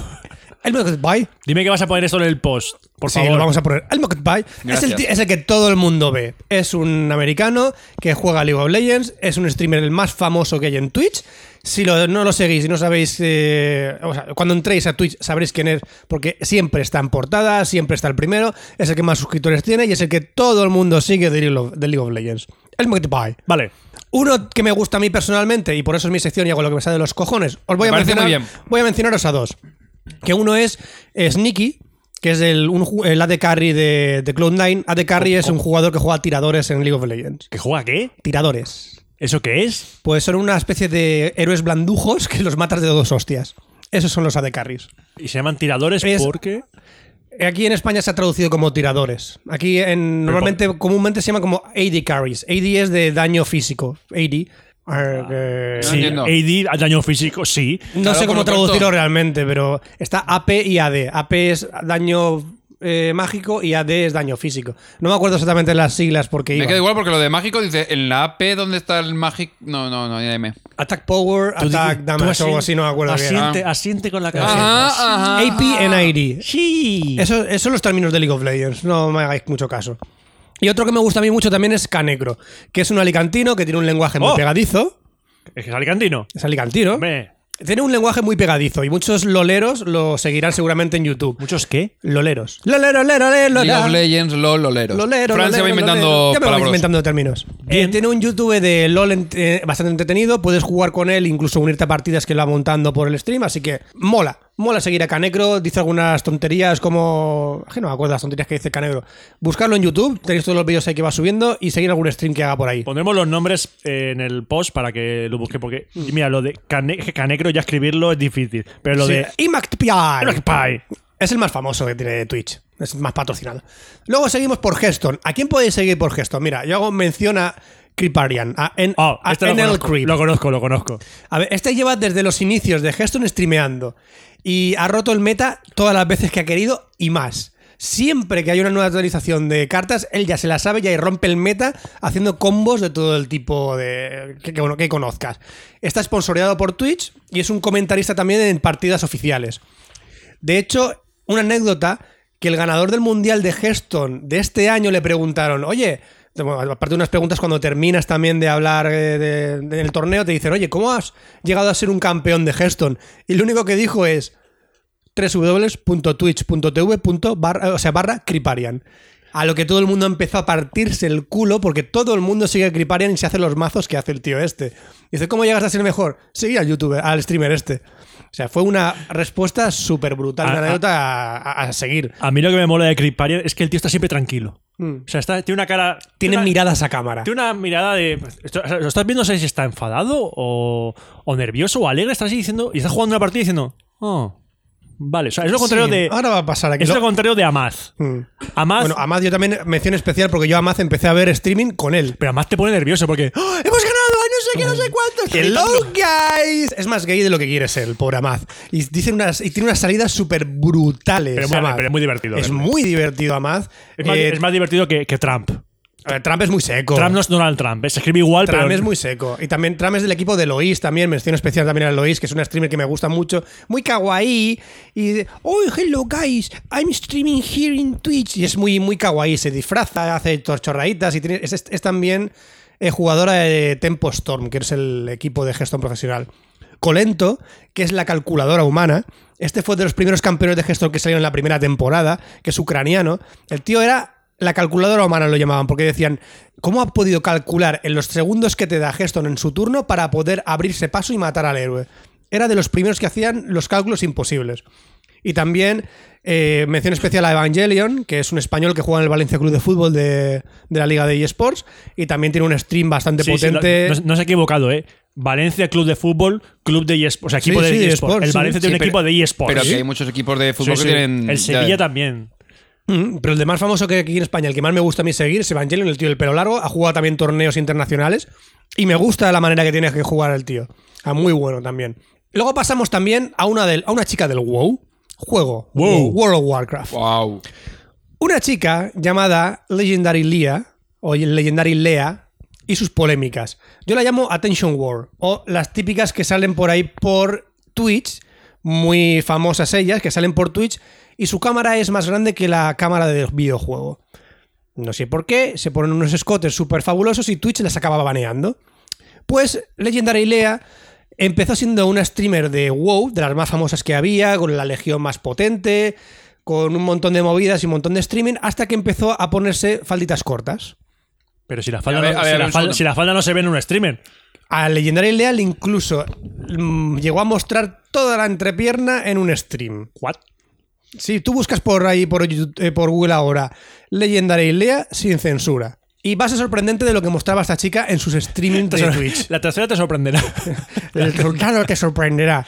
[SPEAKER 1] El Moctupy.
[SPEAKER 3] Dime que vas a poner esto en el post, por
[SPEAKER 1] Sí,
[SPEAKER 3] favor.
[SPEAKER 1] lo vamos a poner. El Mocket Pie es el,
[SPEAKER 6] Gracias.
[SPEAKER 1] ti- es el que todo el mundo ve. Es un americano que juega League of Legends, es un streamer el más famoso que hay en Twitch. Si lo- no lo seguís y no sabéis, eh, o sea, cuando entréis a Twitch sabréis quién es, porque siempre está en portada, siempre está el primero, es el que más suscriptores tiene y es el que todo el mundo sigue de League of, de League of Legends. El Mocket Pie.
[SPEAKER 3] Vale.
[SPEAKER 1] Uno que me gusta a mí personalmente, y por eso es mi sección y hago lo que me sale de los cojones. Os voy,
[SPEAKER 6] Me
[SPEAKER 1] a
[SPEAKER 6] parece
[SPEAKER 1] mencionar,
[SPEAKER 6] muy bien.
[SPEAKER 1] voy a mencionaros a dos. Que uno es eh, Sneaky, que es el, un ju- el AD Carry de, de Cloud9. AD Carry es un jugador que juega tiradores en League of Legends.
[SPEAKER 3] ¿Que juega qué?
[SPEAKER 1] Tiradores.
[SPEAKER 3] ¿Eso qué es?
[SPEAKER 1] Pues son una especie de héroes blandujos que los matas de dos hostias. Esos son los AD Carries.
[SPEAKER 3] Y se llaman tiradores
[SPEAKER 1] Es-
[SPEAKER 3] porque.
[SPEAKER 1] Aquí en España se ha traducido como tiradores. Aquí en, normalmente, comúnmente se llama como AD Carries. AD es de daño físico. AD. eh,
[SPEAKER 6] No
[SPEAKER 3] Sí,
[SPEAKER 6] entiendo.
[SPEAKER 3] AD, a daño físico, sí.
[SPEAKER 1] No sé
[SPEAKER 6] Claro, por
[SPEAKER 1] cómo
[SPEAKER 6] lo tanto-
[SPEAKER 1] traducirlo realmente, pero está AP y AD. AP es daño eh, mágico y AD es daño físico. No me acuerdo exactamente las siglas porque
[SPEAKER 6] Me
[SPEAKER 1] iba.
[SPEAKER 6] queda igual porque lo de mágico dice en la AP ¿dónde está el mágico? No, no, no, ya M.
[SPEAKER 1] Attack Power,
[SPEAKER 3] Tú dices-
[SPEAKER 1] Attack
[SPEAKER 3] tú Ah.
[SPEAKER 1] Damage o algo
[SPEAKER 3] asien-
[SPEAKER 1] así, no me acuerdo bien.
[SPEAKER 3] Asiente, asiente con la
[SPEAKER 6] Ah,
[SPEAKER 3] cabeza.
[SPEAKER 6] Ajá, ajá.
[SPEAKER 1] AP and ID.
[SPEAKER 3] Sí.
[SPEAKER 1] Eso, esos son los términos de League of Legends, no me hagáis mucho caso. Y otro que me gusta a mí mucho también es Canecro, que es un alicantino que tiene un lenguaje muy
[SPEAKER 3] Oh.
[SPEAKER 1] pegadizo.
[SPEAKER 3] Es que es alicantino.
[SPEAKER 1] Es alicantino.
[SPEAKER 3] Hombre,
[SPEAKER 1] Tiene un lenguaje muy pegadizo y muchos loleros lo seguirán seguramente en YouTube.
[SPEAKER 3] ¿Muchos qué?
[SPEAKER 1] Loleros. Lolero, lolero, lolero.
[SPEAKER 6] League of Legends, LOL, Loleros.
[SPEAKER 1] Lolero,
[SPEAKER 6] Fran se va
[SPEAKER 1] lolero,
[SPEAKER 6] inventando
[SPEAKER 1] lolero. Ya me voy
[SPEAKER 6] palabras.
[SPEAKER 1] inventando términos.
[SPEAKER 3] Bien.
[SPEAKER 1] Eh, tiene un YouTube de LOL ent- eh, bastante entretenido. Puedes jugar con él, incluso unirte a partidas que lo va montando por el stream. Así que mola. Mola seguir a Canecro. Dice algunas tonterías como. ay, no me acuerdo las tonterías que dice Canecro. Buscarlo en YouTube. Tenéis todos los vídeos ahí que va subiendo y seguir algún stream que haga por ahí.
[SPEAKER 3] Pondremos los nombres eh, en el post para que lo busque, porque y mira, lo de cane- Canecro ya escribirlo es difícil, pero lo
[SPEAKER 1] Sí.
[SPEAKER 3] de
[SPEAKER 1] Y MacPie.
[SPEAKER 3] MacPie.
[SPEAKER 1] Es el más famoso que tiene Twitch. Es el más patrocinado. Luego seguimos por Geston. ¿A quién podéis seguir por Geston? Mira, yo hago mención a Creeparian, a, en,
[SPEAKER 3] Oh,
[SPEAKER 1] a
[SPEAKER 3] este lo
[SPEAKER 1] NL
[SPEAKER 3] conozco,
[SPEAKER 1] Creep.
[SPEAKER 3] lo conozco, lo conozco.
[SPEAKER 1] A ver, este lleva desde los inicios de Geston streameando y ha roto el meta todas las veces que ha querido y más. Siempre que hay una nueva actualización de cartas, él ya se la sabe ya y rompe el meta haciendo combos de todo el tipo de que, que, bueno, que conozcas. Está sponsoreado por Twitch y es un comentarista también en partidas oficiales. De hecho, una anécdota que el ganador del Mundial de Geston de este año le preguntaron, oye, bueno, aparte de unas preguntas cuando terminas también de hablar eh, de- de- del torneo, te dicen, oye, ¿cómo has llegado a ser un campeón de Geston? Y lo único que dijo es www.twitch.tv. barra- o sea, barra Criparian. A lo que todo el mundo empezó a partirse el culo porque todo el mundo sigue a Criparian y se hace los mazos que hace el tío este. Y dice, ¿cómo llegas a ser mejor? Seguí al youtuber, al streamer este. O sea, fue una respuesta súper brutal, una
[SPEAKER 3] A- a-
[SPEAKER 1] anécdota a, a- a seguir.
[SPEAKER 3] A mí lo que me mola de Creeparian es que el tío está siempre tranquilo. O sea, está, Mm. tiene una cara.
[SPEAKER 1] Tienen
[SPEAKER 3] una-
[SPEAKER 1] miradas a cámara.
[SPEAKER 3] Tiene una mirada de. esto- o sea, Lo estás viendo, no sé si está enfadado o, o nervioso o alegre. Estás así diciendo. Y estás jugando una partida diciendo. Oh, vale. O sea, es lo contrario
[SPEAKER 1] Sí,
[SPEAKER 3] de.
[SPEAKER 1] Ahora va a pasar aquí.
[SPEAKER 3] es lo
[SPEAKER 1] Lo-
[SPEAKER 3] contrario de Amaz.
[SPEAKER 1] Mm.
[SPEAKER 3] Amaz.
[SPEAKER 1] Bueno, Amad, yo también mención especial porque yo Amad empecé a ver streaming con él.
[SPEAKER 3] pero Amaz te pone nervioso porque. ¡Ah!
[SPEAKER 1] ¡Hemos ganado! ¡Ay, no sé qué, no sé cuántos! ¡Hello, guys! Es más gay de lo que quiere ser, el pobre Amaz. Y, dicen unas, y tiene unas salidas súper brutales.
[SPEAKER 3] Pero muy-
[SPEAKER 1] Amaz.
[SPEAKER 3] pero es muy divertido
[SPEAKER 1] Es
[SPEAKER 3] verlo.
[SPEAKER 1] muy divertido, Amaz.
[SPEAKER 3] Es más,
[SPEAKER 1] Eh,
[SPEAKER 3] es más divertido que, que Trump.
[SPEAKER 1] a ver, Trump es muy seco.
[SPEAKER 3] Trump no es Donald Trump. eh, Se escribe igual,
[SPEAKER 1] Tram
[SPEAKER 3] pero.
[SPEAKER 1] es muy seco. Y también Tram es del equipo de Lois, también. Mención especial también a Lois, que es una streamer que me gusta mucho. Muy kawaii. Y de, oh, hello guys, I'm streaming here in Twitch. Y es muy, muy kawaii. Se disfraza, hace torchorraditas y tiene- es, es- es también eh, jugadora de Tempo Storm, que es el equipo de gestión profesional. Colento, que es la calculadora humana. Este fue de los primeros campeones de gestor que salieron en la primera temporada, que es ucraniano. El tío era la calculadora humana, lo llamaban, porque decían, ¿cómo ha podido calcular en los segundos que te da Geston en su turno para poder abrirse paso y matar al héroe? Era de los primeros que hacían los cálculos imposibles. Y también eh, mención especial a Evangelion, que es un español que juega en el Valencia Club de Fútbol de, de la Liga de eSports. Y también tiene un stream bastante
[SPEAKER 3] Sí, sí,
[SPEAKER 1] potente.
[SPEAKER 3] no, no se ha equivocado, ¿eh? Valencia, club de fútbol, club de eSports. O sea, equipo
[SPEAKER 1] Sí, sí,
[SPEAKER 3] de
[SPEAKER 1] de
[SPEAKER 3] eSports.
[SPEAKER 1] eSports,
[SPEAKER 3] el
[SPEAKER 1] sí.
[SPEAKER 3] Valencia tiene
[SPEAKER 6] Sí,
[SPEAKER 3] un equipo
[SPEAKER 6] pero-
[SPEAKER 3] de eSports.
[SPEAKER 6] Pero
[SPEAKER 3] Sí.
[SPEAKER 6] que hay muchos equipos de fútbol
[SPEAKER 3] Sí, sí.
[SPEAKER 6] que tienen.
[SPEAKER 3] El Sevilla
[SPEAKER 6] ya-
[SPEAKER 3] también.
[SPEAKER 1] Mm, Pero el de más famoso que hay aquí en España, el que más me gusta a mí seguir, es Evangelion, el tío del pelo largo. Ha jugado también torneos internacionales. Y me gusta la manera que tiene que jugar el tío. Ah, muy bueno también. Luego pasamos también a una, del, a una chica del WoW. Juego.
[SPEAKER 3] WoW.
[SPEAKER 1] World of Warcraft.
[SPEAKER 6] Wow.
[SPEAKER 1] Una chica llamada Legendary Lea o Legendary Lea y sus polémicas. Yo la llamo Attention War o las típicas que salen por ahí por Twitch, muy famosas ellas, que salen por Twitch y su cámara es más grande que la cámara del videojuego. No sé por qué, se ponen unos escotes súper fabulosos y Twitch las acaba baneando. Pues Legendary Lea empezó siendo una streamer de WoW, de las más famosas que había, con la legión más potente, con un montón de movidas y un montón de streaming, hasta que empezó a ponerse falditas cortas.
[SPEAKER 3] Pero si la falda,
[SPEAKER 6] A ver,
[SPEAKER 3] no,
[SPEAKER 6] a ver,
[SPEAKER 3] si
[SPEAKER 6] a ver,
[SPEAKER 3] la
[SPEAKER 6] un
[SPEAKER 3] falda-
[SPEAKER 6] segundo.
[SPEAKER 3] si la falda no se ve en un streamer.
[SPEAKER 1] A Legendary Lea le incluso mm, llegó a mostrar toda la entrepierna en un stream.
[SPEAKER 3] ¿What?
[SPEAKER 1] Si tú buscas por ahí, por, YouTube- eh, por Google ahora, Legendary Lea sin censura. Y va a ser sorprendente de lo que mostraba esta chica en sus streaming de Twitch.
[SPEAKER 3] La tercera te sorprenderá.
[SPEAKER 1] El resultado te sorprenderá.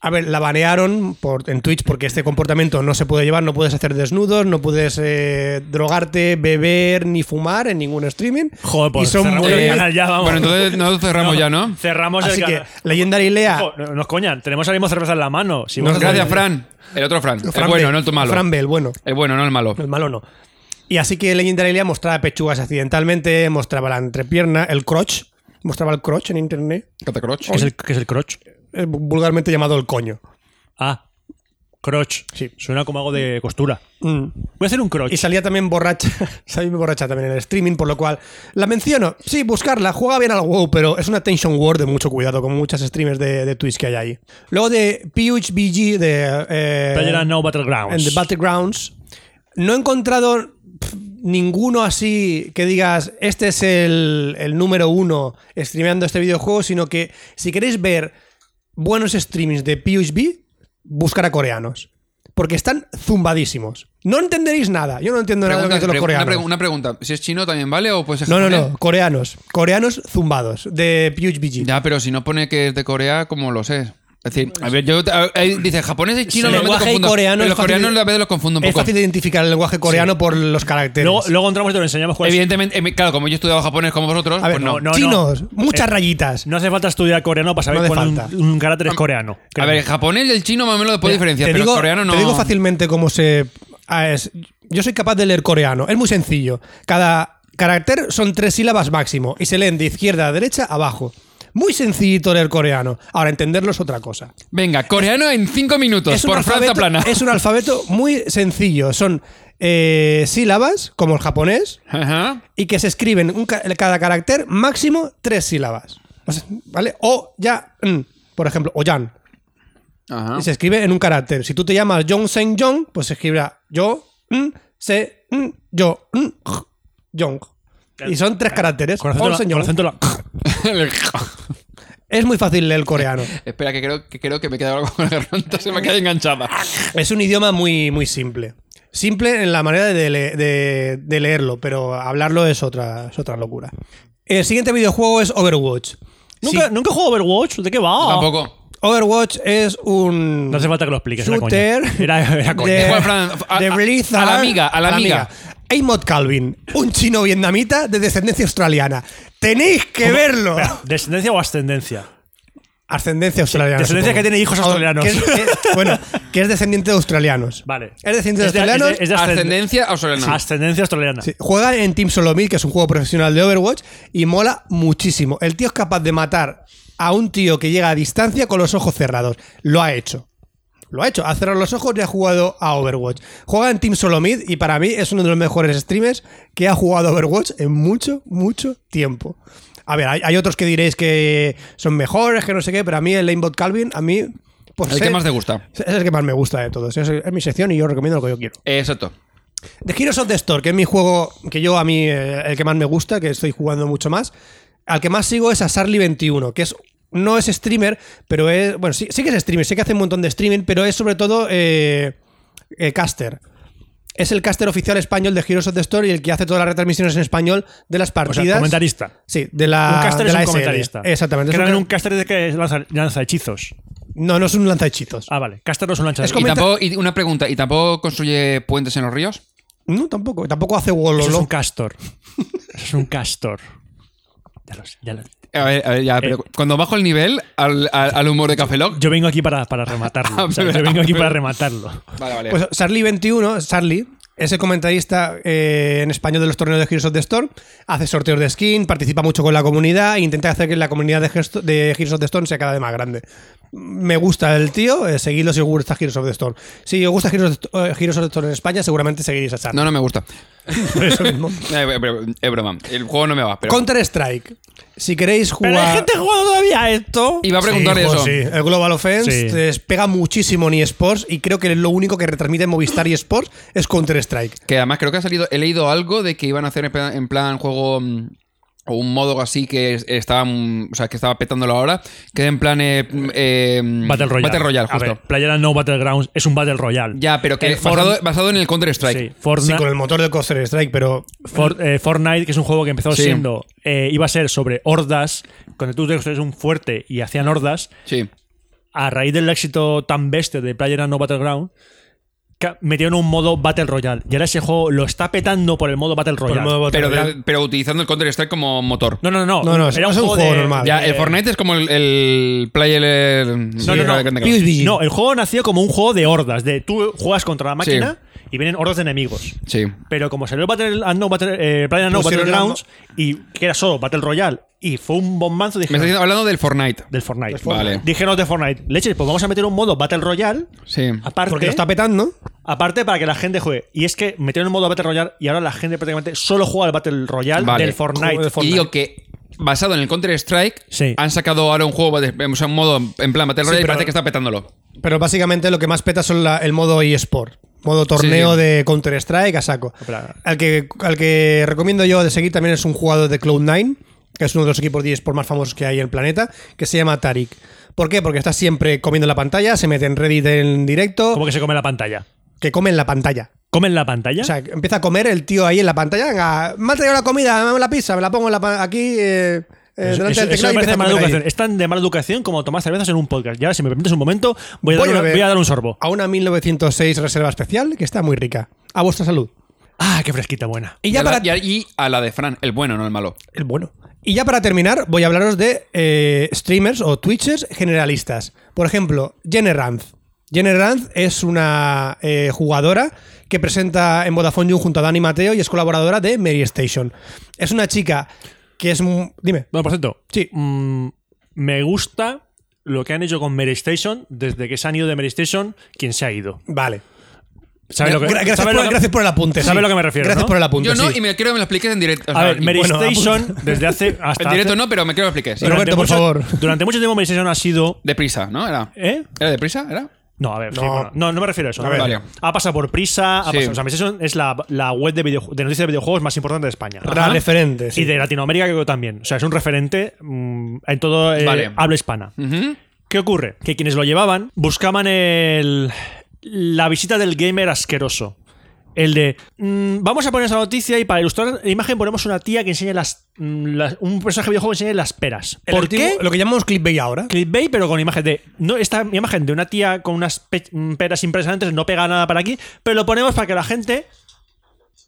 [SPEAKER 1] A ver, la banearon por, en Twitch porque este comportamiento no se puede llevar, no puedes hacer desnudos, no puedes eh, drogarte, beber ni fumar en ningún streaming.
[SPEAKER 3] Joder,
[SPEAKER 1] y
[SPEAKER 3] pues
[SPEAKER 1] son
[SPEAKER 3] cerramos el
[SPEAKER 1] muy-
[SPEAKER 3] canal ya, vamos.
[SPEAKER 6] Bueno, entonces nosotros cerramos ya, ¿no?
[SPEAKER 3] Cerramos
[SPEAKER 1] Así
[SPEAKER 3] el
[SPEAKER 1] que,
[SPEAKER 3] canal.
[SPEAKER 1] Legendary Lea,
[SPEAKER 3] Ojo, no, no os coñan, tenemos ahora mismo cerveza en la mano. Si
[SPEAKER 1] No,
[SPEAKER 3] vos-
[SPEAKER 6] Gracias, Fran. El otro Fran.
[SPEAKER 1] Fran
[SPEAKER 6] el bueno,
[SPEAKER 1] Bell,
[SPEAKER 6] no el malo.
[SPEAKER 1] Fran Bell, bueno.
[SPEAKER 6] El bueno, no el malo.
[SPEAKER 1] El malo no. Y así que Legendary Lea mostraba pechugas accidentalmente, mostraba la entrepierna, el crotch, mostraba el crotch en internet,
[SPEAKER 6] Catacroch.
[SPEAKER 3] ¿Qué es, el, qué es el crotch?
[SPEAKER 1] eh, vulgarmente llamado el coño.
[SPEAKER 3] Ah, Crotch.
[SPEAKER 1] Sí.
[SPEAKER 3] Suena como algo de costura.
[SPEAKER 1] Mm.
[SPEAKER 3] Voy a hacer un crotch.
[SPEAKER 1] Y salía también borracha, salía muy borracha también en el streaming, por lo cual la menciono. Sí, buscarla, juega bien al WoW, pero es una tension war de mucho cuidado, como muchas streamers de, de Twitch que hay ahí. Luego de PUBG, de... eh,
[SPEAKER 3] Player No
[SPEAKER 1] en
[SPEAKER 3] Battlegrounds.
[SPEAKER 1] The
[SPEAKER 6] Pues-
[SPEAKER 1] Battlegrounds. No he encontrado pff, ninguno así que digas, este es el, el número uno streameando este videojuego, sino que si queréis ver buenos streamings de PUBG, buscar a coreanos. Porque están zumbadísimos. No entenderéis nada. Yo no entiendo nada de lo que
[SPEAKER 6] Pregunta-
[SPEAKER 1] dicen los
[SPEAKER 6] pre- una,
[SPEAKER 1] coreanos.
[SPEAKER 6] pregu- una pregunta. Si es chino también vale o pues
[SPEAKER 1] No, no, no. Coreanos. Coreanos zumbados de PUBG.
[SPEAKER 6] Ya, pero si no pone que es de Corea, ¿cómo lo sé? Es decir, a ver, yo a- a- dice japonés y chino
[SPEAKER 1] el
[SPEAKER 6] normalmente
[SPEAKER 1] lenguaje
[SPEAKER 6] confundo.
[SPEAKER 1] coreano
[SPEAKER 6] Pero
[SPEAKER 1] es
[SPEAKER 6] los
[SPEAKER 1] fácil
[SPEAKER 6] coreanos
[SPEAKER 1] de-
[SPEAKER 6] a veces los confundo un
[SPEAKER 1] Es
[SPEAKER 6] poco.
[SPEAKER 1] fácil de identificar el lenguaje coreano por los caracteres.
[SPEAKER 3] Luego, luego entramos y te lo enseñamos cuál es.
[SPEAKER 6] Evidentemente, em, claro, como yo he estudiado japonés como vosotros,
[SPEAKER 1] a ver,
[SPEAKER 6] pues no. Eh,
[SPEAKER 3] no, no.
[SPEAKER 1] chinos, muchas rayitas.
[SPEAKER 3] No hace falta estudiar coreano para saber
[SPEAKER 1] No hace
[SPEAKER 3] cuál
[SPEAKER 1] falta.
[SPEAKER 3] un, un carácter es coreano.
[SPEAKER 6] A
[SPEAKER 3] Créeme.
[SPEAKER 6] ver, japonés y el chino más o menos lo puedo diferenciar,
[SPEAKER 1] te
[SPEAKER 6] pero
[SPEAKER 1] digo,
[SPEAKER 6] coreano no.
[SPEAKER 1] Te digo fácilmente cómo se. ah, es- yo soy capaz de leer coreano. Es muy sencillo. Cada carácter son tres sílabas máximo y se leen de izquierda a derecha abajo. Muy sencillito leer coreano. Ahora, entenderlo es otra cosa.
[SPEAKER 6] Venga, coreano en cinco minutos,
[SPEAKER 1] un
[SPEAKER 6] por Franza
[SPEAKER 1] alfabeto-
[SPEAKER 6] Plana.
[SPEAKER 1] Es un alfabeto muy sencillo. Son eh, sílabas, como el japonés,
[SPEAKER 6] Ajá.
[SPEAKER 1] y que se escriben un ca- cada carácter máximo tres sílabas. O sea, ¿Vale? O ya, mm, por ejemplo, o yan.
[SPEAKER 6] Ajá.
[SPEAKER 1] Y se escribe en un carácter. Si tú te llamas John Saint John, pues se escribirá yo, mm, se, mm, yo, mm, j, Jong. Y son tres caracteres.
[SPEAKER 3] Con acento
[SPEAKER 1] John
[SPEAKER 3] la-
[SPEAKER 1] Saint
[SPEAKER 3] con
[SPEAKER 1] Jong.
[SPEAKER 3] acento la-
[SPEAKER 1] Es muy fácil leer el coreano.
[SPEAKER 6] Espera, que creo que, creo que me queda algo con la garganta, se me queda enganchada.
[SPEAKER 1] es un idioma muy, muy simple. Simple en la manera de, le- de- de leerlo, pero hablarlo es otra, es otra locura. El siguiente videojuego es Overwatch.
[SPEAKER 3] ¿Nunca,
[SPEAKER 1] Sí,
[SPEAKER 3] nunca he jugado Overwatch. ¿De qué va?
[SPEAKER 6] Tampoco.
[SPEAKER 1] Overwatch es un...
[SPEAKER 3] No hace falta que lo expliques. era coña.
[SPEAKER 1] Shooter.
[SPEAKER 3] Era, era coña.
[SPEAKER 1] De,
[SPEAKER 6] Juan Fran, a-
[SPEAKER 1] de
[SPEAKER 6] a-
[SPEAKER 1] Blizzard.
[SPEAKER 6] a la amiga, a la amiga.
[SPEAKER 1] Amod Calvin, un chino vietnamita de descendencia australiana. Tenéis que verlo.
[SPEAKER 3] ¿Descendencia o ascendencia?
[SPEAKER 1] Ascendencia australiana.
[SPEAKER 3] descendencia
[SPEAKER 1] supongo.
[SPEAKER 3] que tiene hijos australianos.
[SPEAKER 1] Que es- que- bueno, que es descendiente de australianos.
[SPEAKER 3] Vale.
[SPEAKER 1] Es descendiente de
[SPEAKER 3] Es de-
[SPEAKER 1] australianos.
[SPEAKER 3] es de- es de ascend-
[SPEAKER 6] Ascendencia o
[SPEAKER 3] Sí.
[SPEAKER 6] solena.
[SPEAKER 3] Ascendencia australiana.
[SPEAKER 1] Sí, Juega en Team Solomil, que es un juego profesional de Overwatch, y mola muchísimo. El tío es capaz de matar a un tío que llega a distancia con los ojos cerrados. Lo ha hecho. Lo ha hecho. Ha cerrado los ojos y ha jugado a Overwatch. Juega en Team Solomid y para mí es uno de los mejores streamers que ha jugado a Overwatch en mucho, mucho tiempo. A ver, hay, hay otros que diréis que son mejores, que no sé qué, pero a mí el Lanebot Calvin, a mí... por
[SPEAKER 6] El que
[SPEAKER 1] ser-
[SPEAKER 6] más te gusta.
[SPEAKER 1] Es el que más me gusta de todos. Es, es mi sección y yo recomiendo lo que yo quiero.
[SPEAKER 6] Eh, Exacto.
[SPEAKER 1] The Heroes of the Storm, que es mi juego que yo a mí, eh, el que más me gusta, que estoy jugando mucho más. Al que más sigo es a Sarly21, que es no es streamer, pero es. Bueno, sí, sí que es streamer, sí que hace un montón de streaming, pero es sobre todo eh, eh, caster. Es el caster oficial español de Heroes of the Storm y el que hace todas las retransmisiones en español de las
[SPEAKER 3] O
[SPEAKER 1] partidas.
[SPEAKER 3] sea, comentarista.
[SPEAKER 1] Sí, de la.
[SPEAKER 3] un caster
[SPEAKER 1] de
[SPEAKER 3] es
[SPEAKER 1] la
[SPEAKER 3] un
[SPEAKER 1] SL.
[SPEAKER 3] comentarista.
[SPEAKER 1] Exactamente.
[SPEAKER 3] Que
[SPEAKER 1] Es un
[SPEAKER 3] era un
[SPEAKER 1] ca-
[SPEAKER 3] caster que lanza, lanza hechizos.
[SPEAKER 1] No, no es un lanzahechitos.
[SPEAKER 3] Ah, vale. Caster no es un lanza
[SPEAKER 1] Es
[SPEAKER 6] Y
[SPEAKER 1] Comenta-
[SPEAKER 6] tampoco, y una pregunta, ¿y tampoco construye puentes en los ríos?
[SPEAKER 1] No, tampoco. Tampoco hace
[SPEAKER 3] Eso es un
[SPEAKER 1] Wololo.
[SPEAKER 3] castor. Eso es un castor. Ya lo sé, ya lo-
[SPEAKER 6] A ver, a ver, ya,
[SPEAKER 1] Eh.
[SPEAKER 6] pero cuando bajo el nivel al, al- al humor de Café Lock.
[SPEAKER 3] Yo vengo aquí para, para rematarlo. O sea, yo vengo aquí para rematarlo.
[SPEAKER 6] Vale, vale.
[SPEAKER 1] Pues Sarly21, Charlie, es el comentarista eh, en español de los torneos de Heroes of the Storm, hace sorteos de skin, participa mucho con la comunidad e intenta hacer que la comunidad de, Gesto- de Heroes of the Storm sea cada vez más grande. Me gusta el tío, eh, seguidlo si os gusta Heroes of the Storm. Si os gusta Heroes of, the- eh, Heroes of the Storm en España, seguramente seguiréis a Charlie.
[SPEAKER 6] no, no me gusta.
[SPEAKER 1] Por eso mismo.
[SPEAKER 6] Eh, br- br- Es broma. El juego no me va, pero.
[SPEAKER 1] Counter-Strike. Si queréis jugar...
[SPEAKER 3] Pero hay gente jugando todavía a esto.
[SPEAKER 6] Iba a preguntarle
[SPEAKER 1] Sí,
[SPEAKER 6] eso. Eh,
[SPEAKER 1] joder, sí. El Global Offense
[SPEAKER 3] pues Sí.
[SPEAKER 1] te despega muchísimo en eSports y creo que lo único que retransmite en Movistar y eSports es Counter-Strike.
[SPEAKER 6] Que además creo que ha salido. He leído algo de que iban a hacer en plan, en plan juego. mm, O un modo así que es- estaba, mm, o sea, que estaba petándolo ahora. Que en plan. eh, mm, eh, mm,
[SPEAKER 3] Battle Royale.
[SPEAKER 6] Battle Royale,
[SPEAKER 3] A
[SPEAKER 6] justo.
[SPEAKER 3] ver, Playera No Battlegrounds es un Battle Royale.
[SPEAKER 6] ya, pero que
[SPEAKER 3] El
[SPEAKER 6] basado,
[SPEAKER 3] Fortnite-
[SPEAKER 6] basado en el Counter-Strike.
[SPEAKER 3] sí,
[SPEAKER 1] Sí,
[SPEAKER 3] Fortnite,
[SPEAKER 1] con el motor de Counter-Strike, pero
[SPEAKER 3] For- eh, Fortnite, que es un juego que empezó
[SPEAKER 6] Sí.
[SPEAKER 3] siendo. eh, iba a ser sobre hordas. Cuando tú eres un fuerte y hacían hordas.
[SPEAKER 6] Sí.
[SPEAKER 3] a raíz del éxito tan bestia de Player No Battleground, ca- metieron un modo Battle Royale. Y ahora ese juego lo está petando por el modo Battle
[SPEAKER 1] por
[SPEAKER 3] Royale.
[SPEAKER 1] el modo Battle
[SPEAKER 6] Pero, de-
[SPEAKER 1] Royale.
[SPEAKER 6] pero utilizando el Counter-Strike como motor.
[SPEAKER 3] No, no, no.
[SPEAKER 1] No, no,
[SPEAKER 3] era
[SPEAKER 1] es
[SPEAKER 3] un
[SPEAKER 1] un
[SPEAKER 3] juego,
[SPEAKER 1] juego
[SPEAKER 3] de-
[SPEAKER 1] normal.
[SPEAKER 6] ya, el
[SPEAKER 3] eh,
[SPEAKER 6] Fortnite es como el, el player.
[SPEAKER 3] No, no, no.
[SPEAKER 1] PUBG.
[SPEAKER 3] No, el juego nació como un juego de hordas. De tú juegas contra la máquina y vienen hordas de enemigos.
[SPEAKER 6] Sí.
[SPEAKER 3] Pero como salió Battle, and no Battle, eh, Player No
[SPEAKER 1] Pusieron
[SPEAKER 3] Battlegrounds y que era solo Battle Royale y fue un bombazo.
[SPEAKER 6] Me
[SPEAKER 3] Dijeron,
[SPEAKER 6] estás diciendo- hablando del Fortnite.
[SPEAKER 3] Del Fortnite.
[SPEAKER 6] Fortnite. Vale.
[SPEAKER 3] Dijeron de Fortnite. Leches, pues vamos a meter un modo Battle Royale.
[SPEAKER 6] Sí.
[SPEAKER 3] Aparte,
[SPEAKER 1] Porque lo está petando.
[SPEAKER 3] aparte para que la gente juegue. Y es que metieron un modo Battle Royale y ahora la gente prácticamente solo juega al Battle Royale
[SPEAKER 6] Vale.
[SPEAKER 3] del Fortnite.
[SPEAKER 6] Y digo que basado en el Counter Strike
[SPEAKER 3] Sí.
[SPEAKER 6] han sacado ahora un juego, de- o sea, un modo en plan Battle Royale y
[SPEAKER 1] pero-
[SPEAKER 6] parece que está petándolo.
[SPEAKER 1] Pero básicamente lo que más peta son la- el modo eSport. Modo torneo
[SPEAKER 6] Sí, sí.
[SPEAKER 1] de Counter-Strike a saco.
[SPEAKER 3] Espera.
[SPEAKER 1] Al que, al que recomiendo yo de seguir también es un jugador de Cloud9, que es uno de los equipos de eSport más famosos que hay en el planeta, que se llama Tarik. ¿Por qué? Porque está siempre comiendo la pantalla, se mete en Reddit en directo,
[SPEAKER 3] Como que se come la pantalla.
[SPEAKER 1] que come en la pantalla.
[SPEAKER 3] ¿Comen la pantalla?
[SPEAKER 1] O sea, eh, que empieza a comer el tío ahí en la pantalla. Venga, me ha traído la comida, me la pizza, me la pongo en la pa- aquí eh, eh,
[SPEAKER 3] Eso-
[SPEAKER 1] delante
[SPEAKER 3] eso-
[SPEAKER 1] del teclado
[SPEAKER 3] eso me
[SPEAKER 1] y
[SPEAKER 3] parece
[SPEAKER 1] empieza a
[SPEAKER 3] mala
[SPEAKER 1] comer ahí.
[SPEAKER 3] educación. Es tan de mala educación como tomar cervezas en un podcast. Y ahora, si me permites un momento, voy a, dar,
[SPEAKER 1] Voy a
[SPEAKER 3] una-
[SPEAKER 1] beber.
[SPEAKER 3] voy a dar un sorbo.
[SPEAKER 1] A una 1906 reserva especial que está muy rica. A vuestra salud.
[SPEAKER 3] Ah, qué fresquita buena.
[SPEAKER 1] Y
[SPEAKER 6] Y
[SPEAKER 1] ya
[SPEAKER 6] a, la,
[SPEAKER 1] para
[SPEAKER 6] y a- y a la de Fran, el bueno, no el malo.
[SPEAKER 1] El bueno. Y ya para terminar, voy a hablaros de eh, streamers o twitchers generalistas. Por ejemplo, Jenny Ranz. Jenny Ranz es una eh, jugadora que presenta en Vodafone You junto a Dani Mateo y es colaboradora de Mary Station. Es una chica que es... un- Dime.
[SPEAKER 3] Bueno, por cierto,
[SPEAKER 1] Sí.
[SPEAKER 3] mm, me gusta lo que han hecho con Mary Station desde que se han ido de Mary Station quien se ha ido.
[SPEAKER 1] Vale.
[SPEAKER 3] ¿Sabes lo que,
[SPEAKER 1] Gra- gracias,
[SPEAKER 3] sabe
[SPEAKER 1] por,
[SPEAKER 3] lo que-
[SPEAKER 1] gracias por el apunte.
[SPEAKER 3] sabe
[SPEAKER 1] sí.
[SPEAKER 3] lo que me refiero,
[SPEAKER 1] Gracias
[SPEAKER 3] ¿no?
[SPEAKER 1] por el apunte.
[SPEAKER 6] Yo no,
[SPEAKER 1] sí.
[SPEAKER 6] y me quiero que me lo expliques en directo. o
[SPEAKER 3] A
[SPEAKER 6] sea,
[SPEAKER 3] ver,
[SPEAKER 6] y-
[SPEAKER 3] Mary
[SPEAKER 1] bueno,
[SPEAKER 3] Station desde hace hasta
[SPEAKER 6] en directo
[SPEAKER 3] hace-
[SPEAKER 6] no, pero me quiero que lo expliques.
[SPEAKER 1] Pero-
[SPEAKER 3] durante
[SPEAKER 1] Roberto, por
[SPEAKER 3] mucho-
[SPEAKER 1] favor.
[SPEAKER 3] Durante mucho tiempo Mary Station ha sido
[SPEAKER 6] Deprisa, ¿no? Era.
[SPEAKER 3] ¿Eh?
[SPEAKER 6] ¿Era deprisa? ¿Era?
[SPEAKER 3] No, a ver, sí,
[SPEAKER 1] No.
[SPEAKER 3] bueno, no, no me refiero a eso.
[SPEAKER 1] A
[SPEAKER 3] no
[SPEAKER 1] ver.
[SPEAKER 3] me refiero. Ha pasado por prisa, ha
[SPEAKER 6] Sí.
[SPEAKER 3] pasado- o sea, Mary Station es la, la web de, videoju- de noticias de videojuegos más importante de España.
[SPEAKER 1] Ra- referente, sí.
[SPEAKER 3] Y de Latinoamérica creo que también. O sea, es un referente mm, en todo eh,
[SPEAKER 6] Vale.
[SPEAKER 3] habla hispana.
[SPEAKER 6] Ujú.
[SPEAKER 3] ¿Qué ocurre? Que quienes lo llevaban buscaban el, la visita del gamer asqueroso. El de, mm, vamos a poner esa noticia y para ilustrar la imagen ponemos una tía que enseña las, mm, las- un personaje de videojuego que enseña las peras.
[SPEAKER 1] El
[SPEAKER 3] ¿Por
[SPEAKER 1] antiguo-
[SPEAKER 3] qué?
[SPEAKER 1] Lo que llamamos clickbait ahora.
[SPEAKER 3] clickbait, pero con imagen de. No, esta imagen de una tía con unas pe- mm, peras impresionantes no pega nada para aquí, pero lo ponemos para que la gente.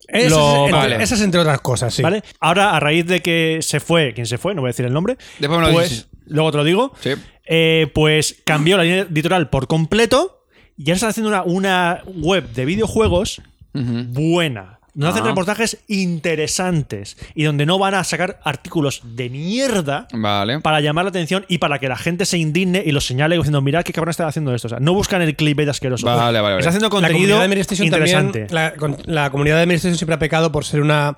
[SPEAKER 1] Esas,
[SPEAKER 3] lo-
[SPEAKER 1] entre,
[SPEAKER 6] vale.
[SPEAKER 1] esas entre otras cosas, sí.
[SPEAKER 3] ¿Vale? Ahora, a raíz de que se fue, ¿quién se fue? No voy a decir el nombre.
[SPEAKER 6] Después me lo
[SPEAKER 3] pues,
[SPEAKER 6] dices.
[SPEAKER 3] Luego te lo digo.
[SPEAKER 6] Sí.
[SPEAKER 3] Eh, pues cambió la línea editorial por completo y ahora están haciendo una, una web de videojuegos buena. Donde hacen
[SPEAKER 6] Ah.
[SPEAKER 3] reportajes interesantes y donde no van a sacar artículos de mierda
[SPEAKER 6] Vale.
[SPEAKER 3] para llamar la atención y para que la gente se indigne y lo señale diciendo, mirad qué cabrón está haciendo esto. O sea, no buscan el clickbait asqueroso.
[SPEAKER 6] Vale, vale, vale.
[SPEAKER 3] Está haciendo
[SPEAKER 1] La
[SPEAKER 3] contenido
[SPEAKER 1] comunidad de Mary Station
[SPEAKER 3] interesante.
[SPEAKER 1] también- la, con- la comunidad de Mary Station siempre ha pecado por ser una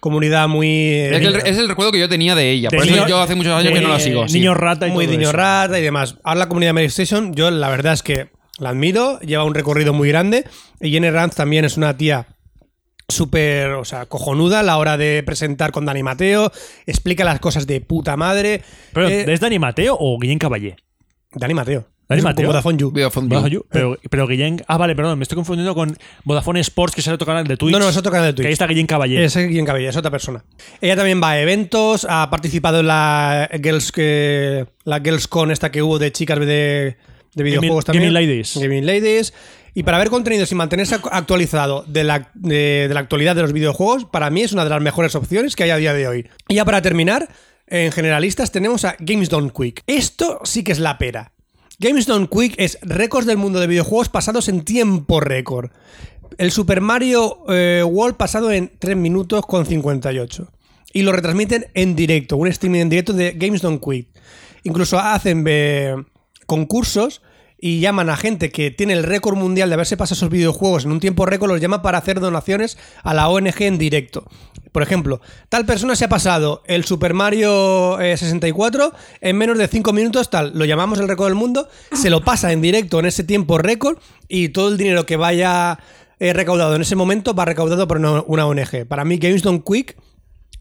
[SPEAKER 1] comunidad muy. eh,
[SPEAKER 6] Es, que el, es el recuerdo que yo tenía de ella.
[SPEAKER 3] De
[SPEAKER 6] Por eso
[SPEAKER 3] niño-
[SPEAKER 6] yo hace muchos años
[SPEAKER 3] de
[SPEAKER 6] que no la sigo. sí.
[SPEAKER 3] Niño rata y
[SPEAKER 1] muy
[SPEAKER 3] todo
[SPEAKER 1] niño
[SPEAKER 3] eso.
[SPEAKER 1] rata y demás. Ahora la comunidad de Mary Station, yo la verdad es que la admiro, lleva un recorrido muy grande. Y Jenny Ranz también es una tía súper, o sea, cojonuda a la hora de presentar con Dani Mateo, explica las cosas de puta madre.
[SPEAKER 3] Pero,
[SPEAKER 1] Eh,
[SPEAKER 3] ¿Es Dani Mateo o Guillén Caballé?
[SPEAKER 1] Dani Mateo.
[SPEAKER 3] ¿Dani
[SPEAKER 1] Con Eh.
[SPEAKER 3] Mateo?
[SPEAKER 1] Vodafone You.
[SPEAKER 6] Vodafone You.
[SPEAKER 3] Vodafone You. Pero, pero Guillén. Ah, vale, perdón, me estoy confundiendo con Vodafone Sports, que es el otro canal de Twitch.
[SPEAKER 1] No, no, es otro canal de Twitch.
[SPEAKER 3] Que ahí está Guillén Caballé.
[SPEAKER 1] Es quien cabella, es otra persona. Ella también va a eventos, ha participado en la Girls que la Girls Con esta que hubo de chicas de, de videojuegos
[SPEAKER 3] Gaming-
[SPEAKER 1] también.
[SPEAKER 3] Gaming Ladies.
[SPEAKER 1] Gaming Ladies. Y para ver contenidos y mantenerse ac- actualizado de la, de, de la actualidad de los videojuegos, para mí es una de las mejores opciones que hay a día de hoy. Y ya para terminar, en generalistas tenemos a Games Done Quick. Esto sí que es la pera. Games Done Quick es récords del mundo de videojuegos pasados en tiempo récord. El Super Mario eh, World pasado en 3 minutos con 58. Y lo retransmiten en directo, un streaming en directo de Games Don't Quit. Incluso hacen eh, concursos y llaman a gente que tiene el récord mundial de haberse pasado esos videojuegos en un tiempo récord, los llama para hacer donaciones a la ONG en directo. Por ejemplo, tal persona se ha pasado el Super Mario eh, 64 en menos de 5 minutos, tal, lo llamamos el récord del mundo, se lo pasa en directo en ese tiempo récord y todo el dinero que vaya eh, recaudado en ese momento va recaudado por una, una ONG. Para mí, Games Don't Quick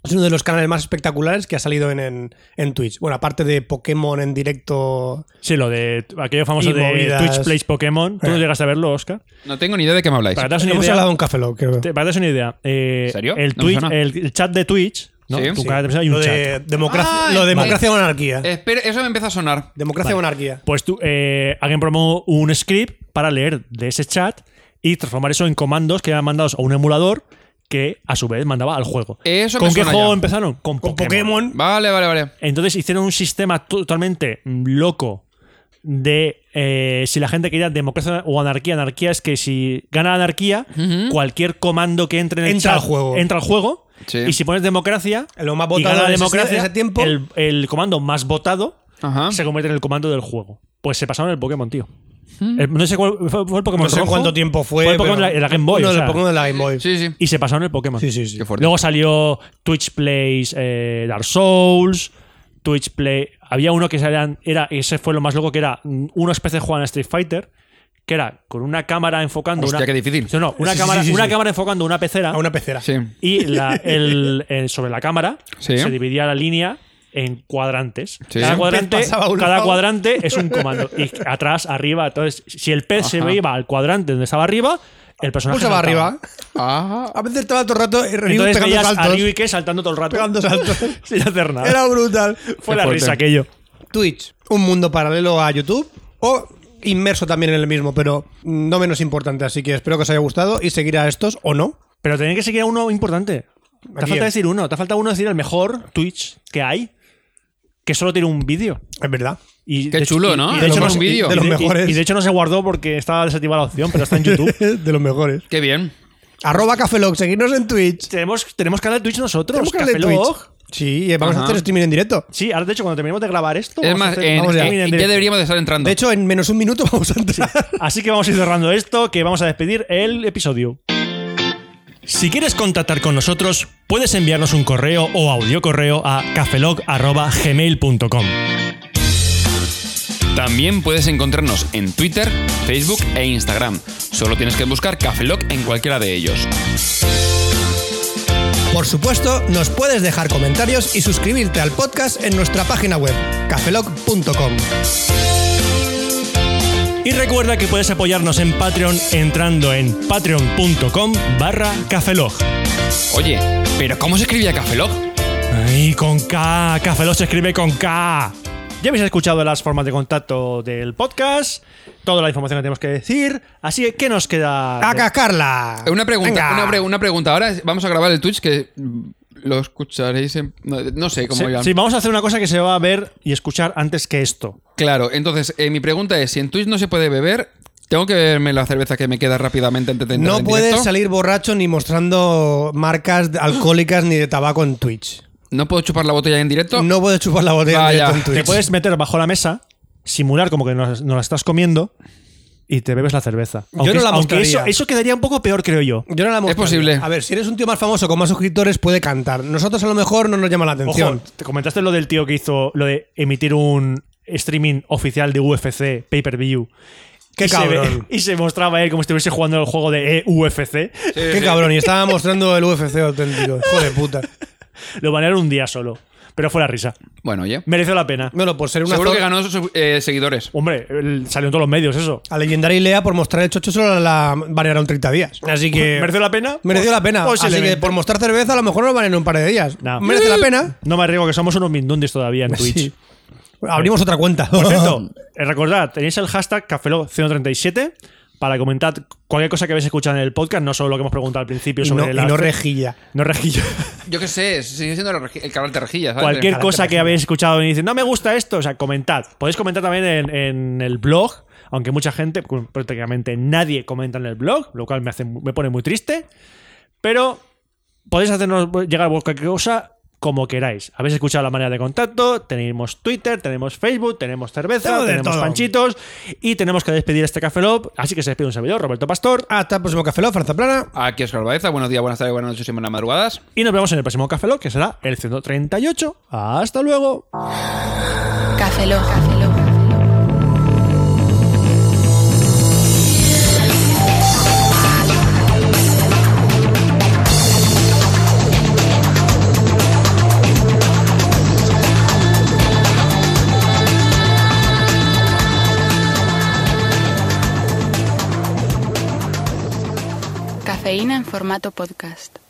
[SPEAKER 1] es uno de los canales más espectaculares que ha salido en, en, en Twitch. Bueno, aparte de Pokémon en directo.
[SPEAKER 3] Sí, lo de aquello famoso
[SPEAKER 1] Y
[SPEAKER 3] de
[SPEAKER 1] movidas.
[SPEAKER 3] Twitch Plays Pokémon. Tú no
[SPEAKER 1] Eh. llegaste
[SPEAKER 3] llegaste a verlo, Oscar.
[SPEAKER 6] No tengo ni idea de qué me habláis.
[SPEAKER 3] Para daros
[SPEAKER 1] Lo
[SPEAKER 3] una
[SPEAKER 1] hemos
[SPEAKER 3] idea-
[SPEAKER 1] hablado en Café Lock, creo.
[SPEAKER 3] te- para daros una idea. eh,
[SPEAKER 6] ¿En serio?
[SPEAKER 3] El,
[SPEAKER 6] No me
[SPEAKER 3] Twitch,
[SPEAKER 6] suena.
[SPEAKER 3] el, el chat de Twitch. ¿no?
[SPEAKER 6] Sí.
[SPEAKER 3] Tu
[SPEAKER 6] Sí.
[SPEAKER 3] canal de televisión y
[SPEAKER 1] Lo
[SPEAKER 3] un chat.
[SPEAKER 1] de democracia,
[SPEAKER 6] Ah,
[SPEAKER 1] lo de
[SPEAKER 6] vale.
[SPEAKER 1] democracia o anarquía.
[SPEAKER 6] Espera, eso me empieza a sonar.
[SPEAKER 1] Eh, democracia o anarquía.
[SPEAKER 3] Pues tú, eh, alguien programó un script para leer de ese chat y transformar eso en comandos que eran mandados a un emulador que a su vez mandaba al juego.
[SPEAKER 6] Eso me
[SPEAKER 3] ¿Con qué
[SPEAKER 6] suena
[SPEAKER 3] juego
[SPEAKER 6] ya.
[SPEAKER 3] empezaron? Con Pokémon.
[SPEAKER 1] Pokémon.
[SPEAKER 6] Vale, vale, vale.
[SPEAKER 3] Entonces hicieron un sistema to- totalmente mm, loco de eh, si la gente quería democracia o anarquía. Anarquía es que si gana la anarquía, cualquier comando que entre en el
[SPEAKER 1] Entra
[SPEAKER 3] chat
[SPEAKER 1] al juego.
[SPEAKER 3] Entra al juego.
[SPEAKER 6] Sí.
[SPEAKER 3] Y si pones democracia,
[SPEAKER 1] Lo más
[SPEAKER 3] y
[SPEAKER 1] votado
[SPEAKER 3] gana la
[SPEAKER 1] en ese-
[SPEAKER 3] democracia,
[SPEAKER 1] ese tiempo.
[SPEAKER 3] El, el comando más votado
[SPEAKER 6] Ajá.
[SPEAKER 3] se convierte en el comando del juego. Pues se pasaron el Pokémon, tío. El- no sé cuál fue, fue el Pokémon
[SPEAKER 1] No sé
[SPEAKER 3] rojo,
[SPEAKER 1] cuánto tiempo fue.
[SPEAKER 3] el Pokémon
[SPEAKER 1] pero-
[SPEAKER 3] de la- de la Game Boy,
[SPEAKER 1] Uno
[SPEAKER 3] o
[SPEAKER 1] de los
[SPEAKER 3] sea.
[SPEAKER 1] Pokémon de la Game Boy.
[SPEAKER 6] Sí, sí.
[SPEAKER 3] Y se pasaron el Pokémon.
[SPEAKER 1] Sí, sí, sí.
[SPEAKER 6] Qué fuerte.
[SPEAKER 3] Luego salió Twitch Plays eh, Dark Souls, Twitch Play. Había uno que salían- era, ese fue lo más loco, que era mm, una especie de juego a Street Fighter, que era con una cámara enfocando.
[SPEAKER 6] Hostia,
[SPEAKER 3] una,
[SPEAKER 6] qué difícil.
[SPEAKER 3] No, no, una,
[SPEAKER 1] Sí, sí,
[SPEAKER 3] cámara,
[SPEAKER 1] sí, sí,
[SPEAKER 3] una
[SPEAKER 1] sí.
[SPEAKER 3] cámara enfocando una pecera
[SPEAKER 1] A una pecera.
[SPEAKER 6] Sí.
[SPEAKER 3] y la- el- el- sobre la cámara
[SPEAKER 6] Sí.
[SPEAKER 3] se dividía la línea en cuadrantes.
[SPEAKER 6] Sí.
[SPEAKER 3] Cada,
[SPEAKER 6] Un pez
[SPEAKER 3] cuadrante,
[SPEAKER 1] pasaba a un
[SPEAKER 3] cada
[SPEAKER 1] lado.
[SPEAKER 3] cuadrante es un comando. Y atrás, arriba. Entonces, si el pez
[SPEAKER 6] Ajá.
[SPEAKER 3] se iba al cuadrante donde estaba arriba, el personaje.
[SPEAKER 1] Pulsaba
[SPEAKER 3] saltaba.
[SPEAKER 1] Pues arriba.
[SPEAKER 6] Ah,
[SPEAKER 1] A veces estaba todo el rato Ryu
[SPEAKER 3] Entonces
[SPEAKER 1] pegando
[SPEAKER 3] veías
[SPEAKER 1] saltos.
[SPEAKER 3] a Ryu y que saltando todo el rato.
[SPEAKER 1] Pegando saltos.
[SPEAKER 3] sin hacer nada.
[SPEAKER 1] Era brutal.
[SPEAKER 3] Fue la
[SPEAKER 6] fuerte.
[SPEAKER 3] risa aquello.
[SPEAKER 1] Twitch, un mundo paralelo a YouTube o inmerso también en el mismo, pero no menos importante. Así que espero que os haya gustado y seguir a estos o no.
[SPEAKER 3] Pero tenía que seguir a uno importante. Te
[SPEAKER 1] ¿A
[SPEAKER 3] falta
[SPEAKER 1] quién?
[SPEAKER 3] decir uno. Te falta uno decir el mejor Twitch que hay. Que solo tiene un vídeo.
[SPEAKER 1] Es verdad.
[SPEAKER 3] Y
[SPEAKER 6] Qué
[SPEAKER 3] de hecho-
[SPEAKER 6] chulo,
[SPEAKER 3] y-
[SPEAKER 6] ¿no?
[SPEAKER 3] y
[SPEAKER 6] De
[SPEAKER 3] hecho
[SPEAKER 6] los
[SPEAKER 3] se-
[SPEAKER 6] más vídeos.
[SPEAKER 3] y-
[SPEAKER 1] De los
[SPEAKER 3] y-
[SPEAKER 1] mejores.
[SPEAKER 3] Y de hecho no se guardó porque estaba desactivada la opción, pero está en YouTube.
[SPEAKER 1] De los mejores.
[SPEAKER 6] qué bien.
[SPEAKER 1] Arroba Cafelog, seguirnos en Twitch.
[SPEAKER 3] tenemos, tenemos canal de Twitch nosotros.
[SPEAKER 1] Tenemos canal
[SPEAKER 3] Café
[SPEAKER 1] de Twitch.
[SPEAKER 3] Log.
[SPEAKER 1] Sí, eh, vamos
[SPEAKER 6] Ajá.
[SPEAKER 1] a hacer streaming en directo.
[SPEAKER 3] Sí, ahora de hecho cuando terminemos de grabar esto.
[SPEAKER 6] Es
[SPEAKER 3] vamos a
[SPEAKER 6] más,
[SPEAKER 3] hacer-
[SPEAKER 6] en-
[SPEAKER 3] vamos a
[SPEAKER 6] eh,
[SPEAKER 3] terminar en
[SPEAKER 6] ya
[SPEAKER 3] directo.
[SPEAKER 6] deberíamos de estar entrando.
[SPEAKER 1] De hecho, en menos un minuto vamos a entrar.
[SPEAKER 3] Así que vamos a ir cerrando esto, que vamos a despedir el episodio. Si quieres contactar con nosotros, puedes enviarnos un correo o audio correo a cafelog.gmail.com.
[SPEAKER 6] También puedes encontrarnos en Twitter, Facebook e Instagram. Solo tienes que buscar Cafeloc en cualquiera de ellos.
[SPEAKER 1] Por supuesto, nos puedes dejar comentarios y suscribirte al podcast en nuestra página web, cafelog.com.
[SPEAKER 3] Y recuerda que puedes apoyarnos en Patreon entrando en patreon.com barra cafelog.
[SPEAKER 6] Oye, ¿pero cómo se escribía Cafeloc?
[SPEAKER 3] Ay, con K, Cafelog se escribe con K. Ya habéis escuchado las formas de contacto del podcast, toda la información que tenemos que decir, así que ¿qué nos queda?
[SPEAKER 1] ¡A cascarla!
[SPEAKER 6] Una pregunta,
[SPEAKER 1] Venga.
[SPEAKER 6] una, pre- una pregunta. Ahora vamos a grabar el Twitch que mm, lo escucharéis en... No, no sé cómo
[SPEAKER 3] Sí,
[SPEAKER 6] irán.
[SPEAKER 3] sí, vamos a hacer una cosa que se va a ver y escuchar antes que esto.
[SPEAKER 6] Claro, entonces eh, mi pregunta es, si en Twitch no se puede beber, ¿tengo que beberme la cerveza que me queda rápidamente antes de entrar
[SPEAKER 1] No
[SPEAKER 6] en
[SPEAKER 1] puedes
[SPEAKER 6] directo?
[SPEAKER 1] salir borracho ni mostrando marcas de- alcohólicas ni de tabaco en Twitch.
[SPEAKER 6] ¿No puedo chupar la botella en directo?
[SPEAKER 1] No puedes chupar la botella
[SPEAKER 6] Vaya.
[SPEAKER 1] en directo en Twitch.
[SPEAKER 3] Te puedes meter bajo la mesa, simular como que nos, nos la estás comiendo y te bebes la cerveza.
[SPEAKER 1] no la
[SPEAKER 3] aunque
[SPEAKER 1] mostraría.
[SPEAKER 3] eso, eso quedaría un poco peor, creo yo.
[SPEAKER 1] Yo no la mostraría.
[SPEAKER 6] posible.
[SPEAKER 1] A ver, si eres un tío más famoso con más suscriptores, puede cantar. Nosotros a lo mejor no nos llama la atención.
[SPEAKER 3] Ojo, te comentaste lo del tío que hizo lo de emitir un streaming oficial de UFC pay-per-view.
[SPEAKER 1] Qué
[SPEAKER 3] y se
[SPEAKER 1] cabrón.
[SPEAKER 3] ve- y se mostraba él como si estuviese jugando el juego de E UFC.
[SPEAKER 1] Qué cabrón. Y estaba mostrando el UFC auténtico. Hijo de puta.
[SPEAKER 3] Lo banearon un día solo. Pero fue la risa.
[SPEAKER 6] Bueno, oye.
[SPEAKER 3] Mereció la pena.
[SPEAKER 1] Bueno, por ser una
[SPEAKER 6] Seguro
[SPEAKER 1] zor-
[SPEAKER 6] que ganó sus, eh, seguidores.
[SPEAKER 3] Hombre, él- salió en todos los medios eso.
[SPEAKER 1] A Legendaria Ilea por mostrar el chocho solo la banearon 30 días. Así que.
[SPEAKER 3] ¿Mereció la pena?
[SPEAKER 1] Mereció la pena. Así que
[SPEAKER 3] Posiblemente.
[SPEAKER 1] por mostrar cerveza a lo mejor nos van en un par de días.
[SPEAKER 3] Pues No.
[SPEAKER 1] Merece la pena.
[SPEAKER 3] No me arriesgo que somos unos mindundis todavía en Twitch.
[SPEAKER 1] Sí. Abrimos otra cuenta.
[SPEAKER 3] Por cierto, eh, recordad, tenéis el hashtag CafeLog137 para comentar cualquier cosa que habéis escuchado en el podcast, no solo lo que hemos preguntado al principio
[SPEAKER 1] Y
[SPEAKER 3] sobre
[SPEAKER 1] no, y
[SPEAKER 3] la-
[SPEAKER 1] no rejilla.
[SPEAKER 3] no rejilla.
[SPEAKER 6] Yo qué sé, sigue siendo la reji- el canal de rejillas. ¿sabes?
[SPEAKER 3] cualquier cosa que habéis escuchado y dices, no me gusta esto, o sea, comentad. Podéis comentar también en, en el blog, aunque mucha gente, pues, prácticamente nadie comenta en el blog, lo cual me, hace, me pone muy triste. Pero podéis hacernos llegar cualquier cosa como queráis. Habéis escuchado la manera de contacto, tenemos Twitter, tenemos Facebook, tenemos cerveza,
[SPEAKER 1] Tenemos de
[SPEAKER 3] tenemos
[SPEAKER 1] todo.
[SPEAKER 3] panchitos y tenemos que despedir este Café Lob, así que se despide un servidor, Roberto Pastor,
[SPEAKER 1] Hasta el próximo Café Lock, Franza Plana.
[SPEAKER 6] Aquí Oscar Baeza, buenos días, buenas tardes, buenas noches y buenas madrugadas.
[SPEAKER 3] y nos vemos en el próximo Café Lob, que será el 138. Hasta luego.
[SPEAKER 7] Café Lock. Café Lock. Cafeína en formato podcast.